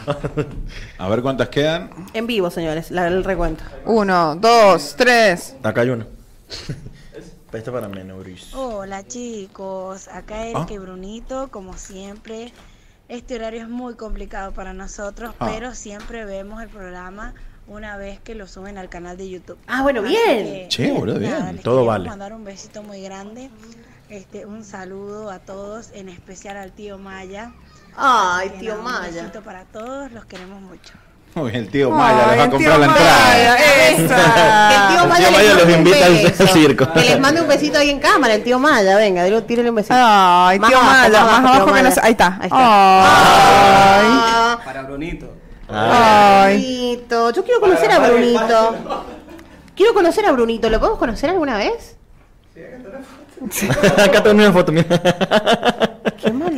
[SPEAKER 17] [laughs] A ver cuántas quedan.
[SPEAKER 16] En vivo, señores, la, el recuento.
[SPEAKER 5] Uno, dos, tres.
[SPEAKER 6] Acá hay una. Esta para menores.
[SPEAKER 18] Hola chicos, acá
[SPEAKER 6] Ah.
[SPEAKER 18] Erika y Brunito, como siempre. Este horario es muy complicado para nosotros,
[SPEAKER 16] Ah.
[SPEAKER 18] pero siempre vemos el programa una vez que lo suben al canal de YouTube.
[SPEAKER 16] Ah, bueno,
[SPEAKER 18] Así
[SPEAKER 16] bien.
[SPEAKER 18] que,
[SPEAKER 6] Che, boludo, bien.
[SPEAKER 18] nada, les
[SPEAKER 6] Todo
[SPEAKER 18] queremos
[SPEAKER 6] vale.
[SPEAKER 18] mandar un besito muy grande. Este, un saludo a todos, en especial al tío Maya.
[SPEAKER 16] Ay,
[SPEAKER 18] Que
[SPEAKER 16] tío
[SPEAKER 18] nada,
[SPEAKER 16] Maya.
[SPEAKER 18] Un besito para todos, los queremos mucho.
[SPEAKER 17] Uy, el tío Maya les va a
[SPEAKER 16] el tío
[SPEAKER 17] comprar la entrada.
[SPEAKER 16] Que el tío
[SPEAKER 17] El
[SPEAKER 16] Maya,
[SPEAKER 17] tío Maya
[SPEAKER 16] les
[SPEAKER 17] los
[SPEAKER 16] mande un
[SPEAKER 17] invita al-
[SPEAKER 16] beso.
[SPEAKER 17] al circo.
[SPEAKER 16] Que les mande un besito ahí en cámara, el tío Maya. Venga, dilo, tírale un besito.
[SPEAKER 5] Ay, tío Maya, más abajo que no se- ahí está. Ay.
[SPEAKER 16] Para Brunito.
[SPEAKER 5] Ay.
[SPEAKER 16] Brunito. Yo quiero conocer a
[SPEAKER 5] Para Mario
[SPEAKER 16] Brunito. Quiero conocer a Brunito. ¿Lo podemos conocer alguna vez?
[SPEAKER 6] [laughs] Acá tengo una foto, mira.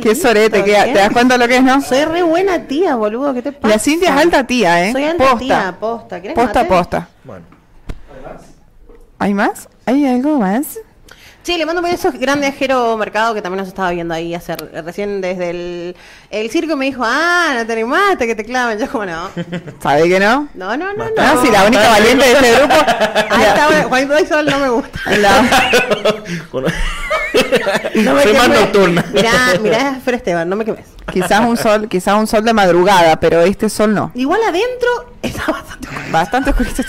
[SPEAKER 5] Qué sorete,
[SPEAKER 16] lindo,
[SPEAKER 5] que,
[SPEAKER 16] ¿eh?
[SPEAKER 5] ¿te das cuenta lo que es, no?
[SPEAKER 16] Soy re buena tía, boludo. ¿Qué te pasa?
[SPEAKER 5] La Cintia es alta tía, ¿eh?
[SPEAKER 16] Soy alta
[SPEAKER 5] Posta.
[SPEAKER 16] tía, posta. ¿Querés
[SPEAKER 5] Posta,
[SPEAKER 16] mate?
[SPEAKER 5] posta.
[SPEAKER 6] Bueno.
[SPEAKER 5] ¿Hay más? ¿Hay algo más?
[SPEAKER 16] Sí, le mando un beso grande a Jero Mercado que también nos estaba viendo ahí hacer eh, recién desde el, el circo. Me dijo, ah, no te animaste que te clavan. Yo, como no.
[SPEAKER 5] ¿Sabés que no?
[SPEAKER 16] No, no, no, no.
[SPEAKER 5] Ah, sí, la única valiente de este grupo.
[SPEAKER 16] Ahí está, bueno, Juanito del Sol no me gusta. No me
[SPEAKER 6] Soy más
[SPEAKER 16] quemé.
[SPEAKER 6] nocturna.
[SPEAKER 16] Mirá, mirá, Fer Esteban, no me quemes.
[SPEAKER 5] Quizás un sol, quizás un sol de madrugada, pero este sol no.
[SPEAKER 16] Igual adentro está
[SPEAKER 5] Bastante oscurito.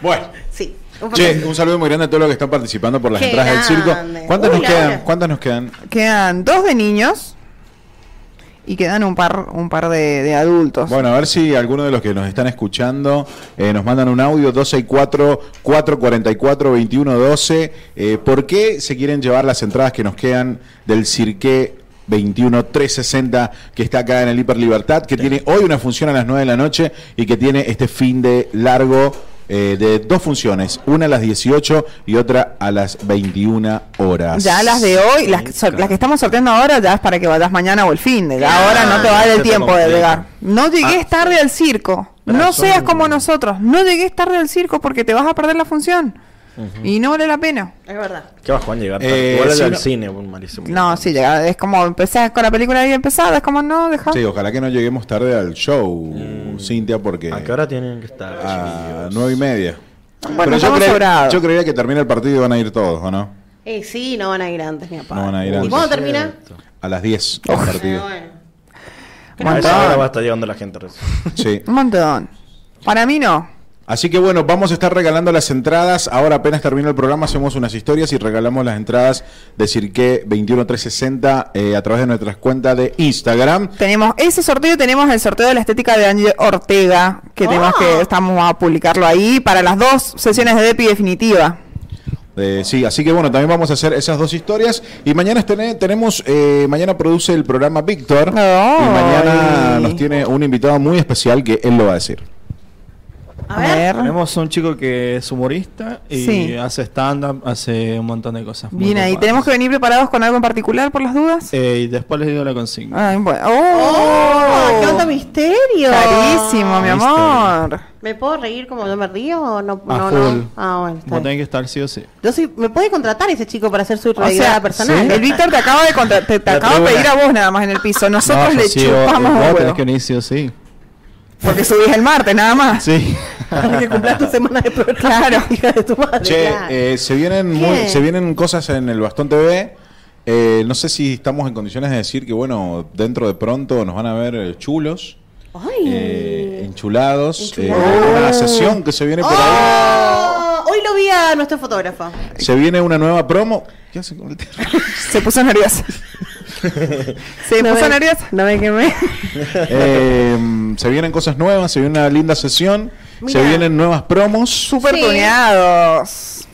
[SPEAKER 17] Bueno.
[SPEAKER 16] Sí.
[SPEAKER 17] Che, un saludo muy grande a todos los que están participando por las
[SPEAKER 5] Qué
[SPEAKER 17] entradas del
[SPEAKER 5] grande.
[SPEAKER 17] circo. ¿Cuántas
[SPEAKER 5] Uy,
[SPEAKER 17] nos
[SPEAKER 5] la
[SPEAKER 17] quedan?
[SPEAKER 5] hora.
[SPEAKER 17] ¿Cuántas nos quedan?
[SPEAKER 5] Quedan dos de niños y quedan un par, un par de, de adultos.
[SPEAKER 17] Bueno, a ver si alguno de los que nos están escuchando eh, nos mandan un audio 264-444-2112. Eh, ¿Por qué se quieren llevar las entradas que nos quedan del Cirque 21360 que está acá en el Hiper Libertad, que tiene hoy una función a las 9 de la noche y que tiene este fin de largo eh, de dos funciones, una a las 18 y otra a las 21 horas?
[SPEAKER 5] Ya las de hoy, las, que sor- las que estamos sorteando ahora, ya es para que vayas mañana o el fin de. Ya ahora no te va a
[SPEAKER 17] se
[SPEAKER 5] dar el
[SPEAKER 17] te Ah,
[SPEAKER 5] tiempo de
[SPEAKER 17] complica.
[SPEAKER 5] llegar. No llegues tarde al circo. No seas como nosotros. No llegues tarde al circo porque te vas a perder la función. Y no vale la pena.
[SPEAKER 16] Es verdad.
[SPEAKER 6] ¿Qué vas, Juan? Llegar
[SPEAKER 17] Eh,
[SPEAKER 6] tarde. Igual el
[SPEAKER 17] sí,
[SPEAKER 6] del
[SPEAKER 17] no-
[SPEAKER 6] cine, un malísimo.
[SPEAKER 5] No, sí, llega- es como empezar con la película bien empezada. Es como no, deja.
[SPEAKER 17] Sí, ojalá que no lleguemos tarde al show, Cintia, porque...
[SPEAKER 6] Mm. ¿A qué hora tienen que estar?
[SPEAKER 17] A nueve y media.
[SPEAKER 5] Bueno,
[SPEAKER 17] Pero yo,
[SPEAKER 5] estamos
[SPEAKER 17] cre-
[SPEAKER 5] sobrados.
[SPEAKER 17] yo creía que termina el partido y van a ir todos, ¿o no?
[SPEAKER 16] Eh, sí, no van a ir antes, mi papá.
[SPEAKER 17] No van a ir
[SPEAKER 16] ¿Y
[SPEAKER 17] antes.
[SPEAKER 16] cuándo termina?
[SPEAKER 17] A las 10 el
[SPEAKER 16] Ah,
[SPEAKER 17] partido.
[SPEAKER 6] A
[SPEAKER 5] Montón.
[SPEAKER 6] esa hora va a estar llegando la gente. recién.
[SPEAKER 17] Sí.
[SPEAKER 5] Un montón. Para mí no.
[SPEAKER 17] Así que bueno, vamos a estar regalando las entradas. Ahora apenas termina el programa, hacemos unas historias y regalamos las entradas de Cirque 21360 eh, a través de nuestras cuentas de Instagram.
[SPEAKER 5] Tenemos ese sorteo y tenemos el sorteo de la estética de Ángel Ortega, que tenemos que
[SPEAKER 16] Ah.
[SPEAKER 5] estamos a publicarlo ahí para las dos sesiones de DEPI definitiva.
[SPEAKER 17] Eh, sí, así que bueno, también vamos a hacer esas dos historias. Y mañana estene- tenemos, eh, mañana produce el programa Víctor. Y mañana nos tiene un invitado muy especial que él lo va a decir.
[SPEAKER 5] A ver.
[SPEAKER 7] Tenemos un chico que es humorista y
[SPEAKER 5] Sí.
[SPEAKER 7] hace stand-up, hace un montón de cosas. muy
[SPEAKER 5] Bien ahí,
[SPEAKER 7] copadas.
[SPEAKER 5] tenemos que venir preparados con algo en particular por las dudas.
[SPEAKER 7] Eh, y después les digo la consigna.
[SPEAKER 5] Ay, bueno.
[SPEAKER 16] ¡Oh!
[SPEAKER 5] ¡Oh!
[SPEAKER 16] ¡Qué onda misterio!
[SPEAKER 5] Carísimo, mi amor.
[SPEAKER 16] ¿Me puedo reír como yo me río o no?
[SPEAKER 7] A
[SPEAKER 16] no,
[SPEAKER 7] full.
[SPEAKER 16] no. Ah, bueno.
[SPEAKER 7] Vos
[SPEAKER 16] está bien.
[SPEAKER 7] tenés que estar sí o sí.
[SPEAKER 16] Yo soy- ¿Me puede contratar ese chico para hacer su
[SPEAKER 5] O
[SPEAKER 16] realidad
[SPEAKER 5] sea,
[SPEAKER 16] personal? [laughs]
[SPEAKER 5] el Víctor te acaba de contra- te, te
[SPEAKER 7] La
[SPEAKER 5] acaba de pedir a
[SPEAKER 7] tribuna.
[SPEAKER 5] vos nada más en el piso. Nosotros
[SPEAKER 7] No, yo
[SPEAKER 5] le
[SPEAKER 7] sí,
[SPEAKER 5] chupamos
[SPEAKER 7] vos-
[SPEAKER 5] un
[SPEAKER 7] vos tenés
[SPEAKER 5] huevo.
[SPEAKER 7] que venir sí o sí.
[SPEAKER 5] Porque subís el martes nada más. [laughs]
[SPEAKER 7] Sí.
[SPEAKER 16] que cumplas tu semana de programa.
[SPEAKER 5] Claro.
[SPEAKER 16] [laughs] hija de tu madre.
[SPEAKER 17] Che,
[SPEAKER 16] claro.
[SPEAKER 17] eh, se, vienen
[SPEAKER 16] ¿Qué?
[SPEAKER 17] muy- se vienen cosas en el Bastón TV. Eh, no sé si estamos en condiciones de decir que, bueno, dentro de pronto nos van a ver eh, chulos, eh, enchulados. eh,
[SPEAKER 16] Enchulados.
[SPEAKER 17] una sesión que se viene por
[SPEAKER 16] Ah, Oh, hoy lo vi a nuestro fotógrafo.
[SPEAKER 17] ahí. Se viene una nueva promo. ¿Qué hace con el té?
[SPEAKER 5] Se puso
[SPEAKER 16] [laughs]
[SPEAKER 5] nerviosa. Se
[SPEAKER 16] No
[SPEAKER 5] puso
[SPEAKER 16] me-
[SPEAKER 5] nerviosa.
[SPEAKER 16] No me quemé.
[SPEAKER 17] Eh, [laughs] se vienen cosas nuevas, se viene una linda sesión,
[SPEAKER 16] Mira.
[SPEAKER 17] se vienen nuevas promos.
[SPEAKER 5] Súper tuneados.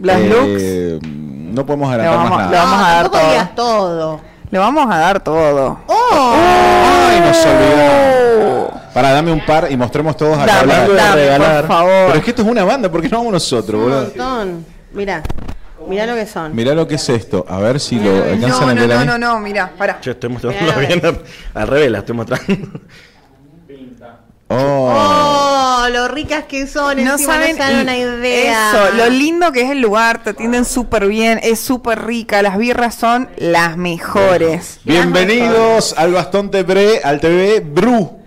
[SPEAKER 5] Los looks.
[SPEAKER 17] Eh, No podemos
[SPEAKER 5] Le
[SPEAKER 17] adelantar
[SPEAKER 5] vamos,
[SPEAKER 17] más
[SPEAKER 5] le
[SPEAKER 17] nada.
[SPEAKER 5] vamos a dar
[SPEAKER 16] Tampoco
[SPEAKER 5] todo.
[SPEAKER 16] digas todo.
[SPEAKER 5] Le vamos a dar todo. Oh.
[SPEAKER 17] Ay, nos olvidamos. Para, dame un par y mostremos todos acá.
[SPEAKER 5] Dame,
[SPEAKER 17] Hablando de
[SPEAKER 5] dame,
[SPEAKER 17] regalar.
[SPEAKER 5] por favor.
[SPEAKER 17] Pero es que esto es una banda, ¿por qué no vamos nosotros,
[SPEAKER 16] Un
[SPEAKER 17] boludo?
[SPEAKER 16] montón. Mirá. Mirá lo que son.
[SPEAKER 17] Mirá lo que es esto, a ver si lo alcanzan
[SPEAKER 5] No,
[SPEAKER 17] a
[SPEAKER 5] no,
[SPEAKER 17] ver
[SPEAKER 5] no,
[SPEAKER 17] ahí.
[SPEAKER 5] no, no, mira, pará.
[SPEAKER 6] Che, estoy mostrando [laughs] bien al- al revés, la estoy mostrando.
[SPEAKER 17] Oh.
[SPEAKER 16] Oh, lo ricas que son.
[SPEAKER 5] No
[SPEAKER 16] encima
[SPEAKER 5] saben
[SPEAKER 16] no se dan
[SPEAKER 5] y-
[SPEAKER 16] una idea.
[SPEAKER 5] Eso, lo lindo que es el lugar, te atienden súper bien, es súper rica, las birras son las mejores.
[SPEAKER 17] Bienvenidos al Bastón TV, al TV Bru.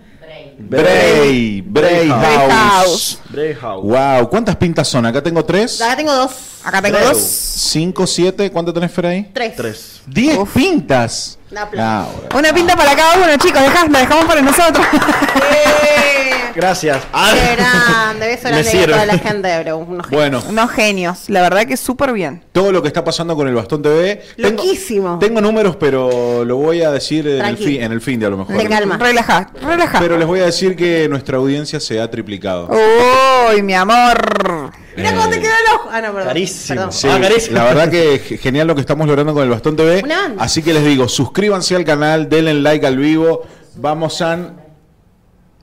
[SPEAKER 17] Bray, Bray
[SPEAKER 5] Bray
[SPEAKER 17] House.
[SPEAKER 6] Bray House.
[SPEAKER 17] Wow, ¿cuántas pintas son? Acá tengo tres.
[SPEAKER 16] Acá tengo dos.
[SPEAKER 5] Acá
[SPEAKER 17] Tres. Cinco, siete. ¿Cuánto tenés, Fer, ahí?
[SPEAKER 16] Tres.
[SPEAKER 17] Diez pintas.
[SPEAKER 16] La
[SPEAKER 17] Ah, bueno.
[SPEAKER 5] Una pinta para cada uno, chicos, dejás, la dejamos
[SPEAKER 17] [laughs]
[SPEAKER 5] para nosotros.
[SPEAKER 17] Ah.
[SPEAKER 6] Gracias.
[SPEAKER 5] Ah.
[SPEAKER 16] Qué grande, beso
[SPEAKER 17] Me
[SPEAKER 16] grande a
[SPEAKER 17] sirve.
[SPEAKER 16] toda la gente de Bro. Unos genios.
[SPEAKER 17] Bueno,
[SPEAKER 5] Unos genios, la verdad que súper bien.
[SPEAKER 17] [laughs] todo lo que está pasando con el Bastón TV. Tengo,
[SPEAKER 16] Loquísimo.
[SPEAKER 17] tengo números, pero lo voy a decir en el,
[SPEAKER 16] Tranquilo.
[SPEAKER 17] fin, en el fin de a lo mejor.
[SPEAKER 5] Te calma. Relajá, relajá.
[SPEAKER 17] Pero les voy a decir que nuestra audiencia se ha triplicado. Eh,
[SPEAKER 5] Uy, mi amor.
[SPEAKER 16] Oh. Mira cómo te quedó el ojo. Ah, no, perdón. Perdón.
[SPEAKER 17] Sí,
[SPEAKER 6] Ah,
[SPEAKER 17] la verdad que ge- genial lo que estamos logrando con el Bastón TV.
[SPEAKER 16] Una banda.
[SPEAKER 17] Así que les digo, suscríbanse al canal, denle like al vivo. Vamos a...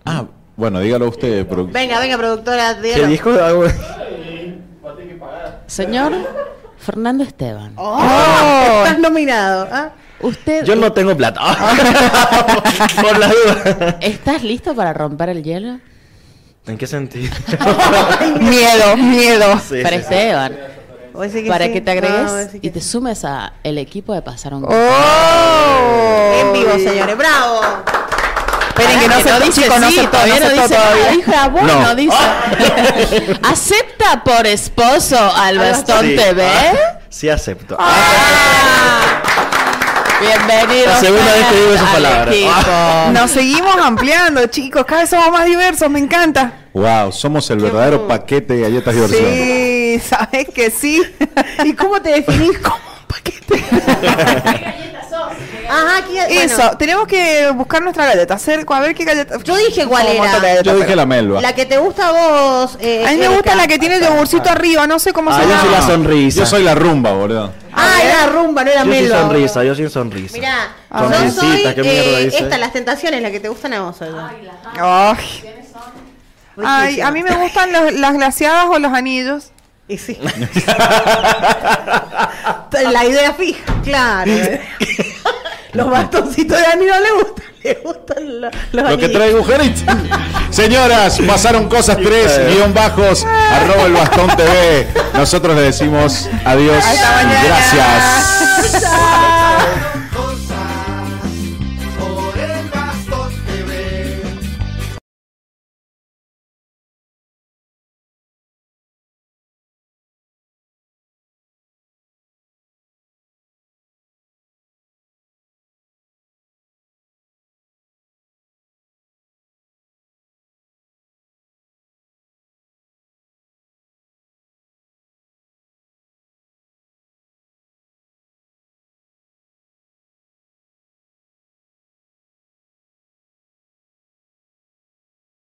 [SPEAKER 17] Ah, bueno, dígalo usted, productor.
[SPEAKER 16] Venga, venga, productora, dígalo.
[SPEAKER 4] Señor Fernando Esteban.
[SPEAKER 16] Oh, Estás nominado. ¿ah?
[SPEAKER 4] Usted
[SPEAKER 6] Yo no tengo
[SPEAKER 5] [laughs]
[SPEAKER 6] plata. Por la duda.
[SPEAKER 4] ¿Estás listo para romper el hielo?
[SPEAKER 6] ¿En qué sentido?
[SPEAKER 4] [laughs]
[SPEAKER 5] Miedo, miedo.
[SPEAKER 6] Sí,
[SPEAKER 4] para
[SPEAKER 6] sí, sí.
[SPEAKER 4] Esteban.
[SPEAKER 16] Vos decís
[SPEAKER 4] para
[SPEAKER 16] sí.
[SPEAKER 4] que te
[SPEAKER 16] No,
[SPEAKER 4] agregues
[SPEAKER 16] vos decís
[SPEAKER 4] y te sumes a el equipo de Pasaron
[SPEAKER 5] ¡Oh!
[SPEAKER 16] Oh. En vivo, señores. ¡Bravo!
[SPEAKER 5] Esperen que no se
[SPEAKER 4] dice
[SPEAKER 5] chico, no
[SPEAKER 4] sí,
[SPEAKER 5] se
[SPEAKER 4] todavía no
[SPEAKER 5] no se
[SPEAKER 4] dice
[SPEAKER 5] todavía.
[SPEAKER 4] nada, dijo, ah, bueno,
[SPEAKER 5] No. [laughs]
[SPEAKER 4] dice. Acepta por esposo al bastón
[SPEAKER 6] Sí.
[SPEAKER 4] TV.
[SPEAKER 6] Ah, sí, acepto.
[SPEAKER 4] Bienvenido.
[SPEAKER 6] La segunda vez que digo esas
[SPEAKER 4] al
[SPEAKER 6] palabras.
[SPEAKER 4] equipo.
[SPEAKER 17] [laughs]
[SPEAKER 6] Ah.
[SPEAKER 5] Nos seguimos ampliando, chicos. Cada vez somos más diversos, me encanta.
[SPEAKER 17] Wow, somos el verdadero paquete de galletas diversión.
[SPEAKER 5] Sí, sabes que sí.
[SPEAKER 16] [laughs] ¿Y cómo te definís como un paquete? Ajá, aquí bueno.
[SPEAKER 5] Eso, tenemos que buscar nuestra galleta. Hacer, a ver qué galleta.
[SPEAKER 16] Yo dije cuál
[SPEAKER 5] Como un montón de
[SPEAKER 16] era.
[SPEAKER 5] galletas,
[SPEAKER 17] Yo dije
[SPEAKER 5] pero-
[SPEAKER 17] la melva.
[SPEAKER 16] La que te gusta a vos. eh,
[SPEAKER 5] A mí me
[SPEAKER 16] Erika.
[SPEAKER 5] gusta la que tiene el yogurcito arriba, no sé cómo
[SPEAKER 6] Ah,
[SPEAKER 5] se
[SPEAKER 6] yo soy la
[SPEAKER 5] llama.
[SPEAKER 6] sonrisa.
[SPEAKER 17] Yo soy la rumba, boludo.
[SPEAKER 16] Ah, era rumba, no era
[SPEAKER 6] Yo sin
[SPEAKER 16] melo.
[SPEAKER 6] sonrisa, yo sin sonrisa.
[SPEAKER 16] Mirá,
[SPEAKER 6] A
[SPEAKER 16] yo
[SPEAKER 6] ver.
[SPEAKER 16] soy
[SPEAKER 6] Sonrisita, qué mierda
[SPEAKER 16] eh,
[SPEAKER 6] dice.
[SPEAKER 16] esta, las tentaciones, la que te gustan a vos. Olga.
[SPEAKER 5] Ay. Ay, a mí me gustan los- las glaciadas o los anillos.
[SPEAKER 16] [laughs] Y sí. la idea fija, claro. ¿eh? los bastoncitos de Dani no le gustan, le gustan lo- los
[SPEAKER 17] Lo que
[SPEAKER 16] anillos.
[SPEAKER 17] trae Bujerit.
[SPEAKER 16] [laughs]
[SPEAKER 17] Señoras, pasaron cosas tres, guión bajos, arroba el bastón TV. Nosotros le decimos adiós. y Gracias.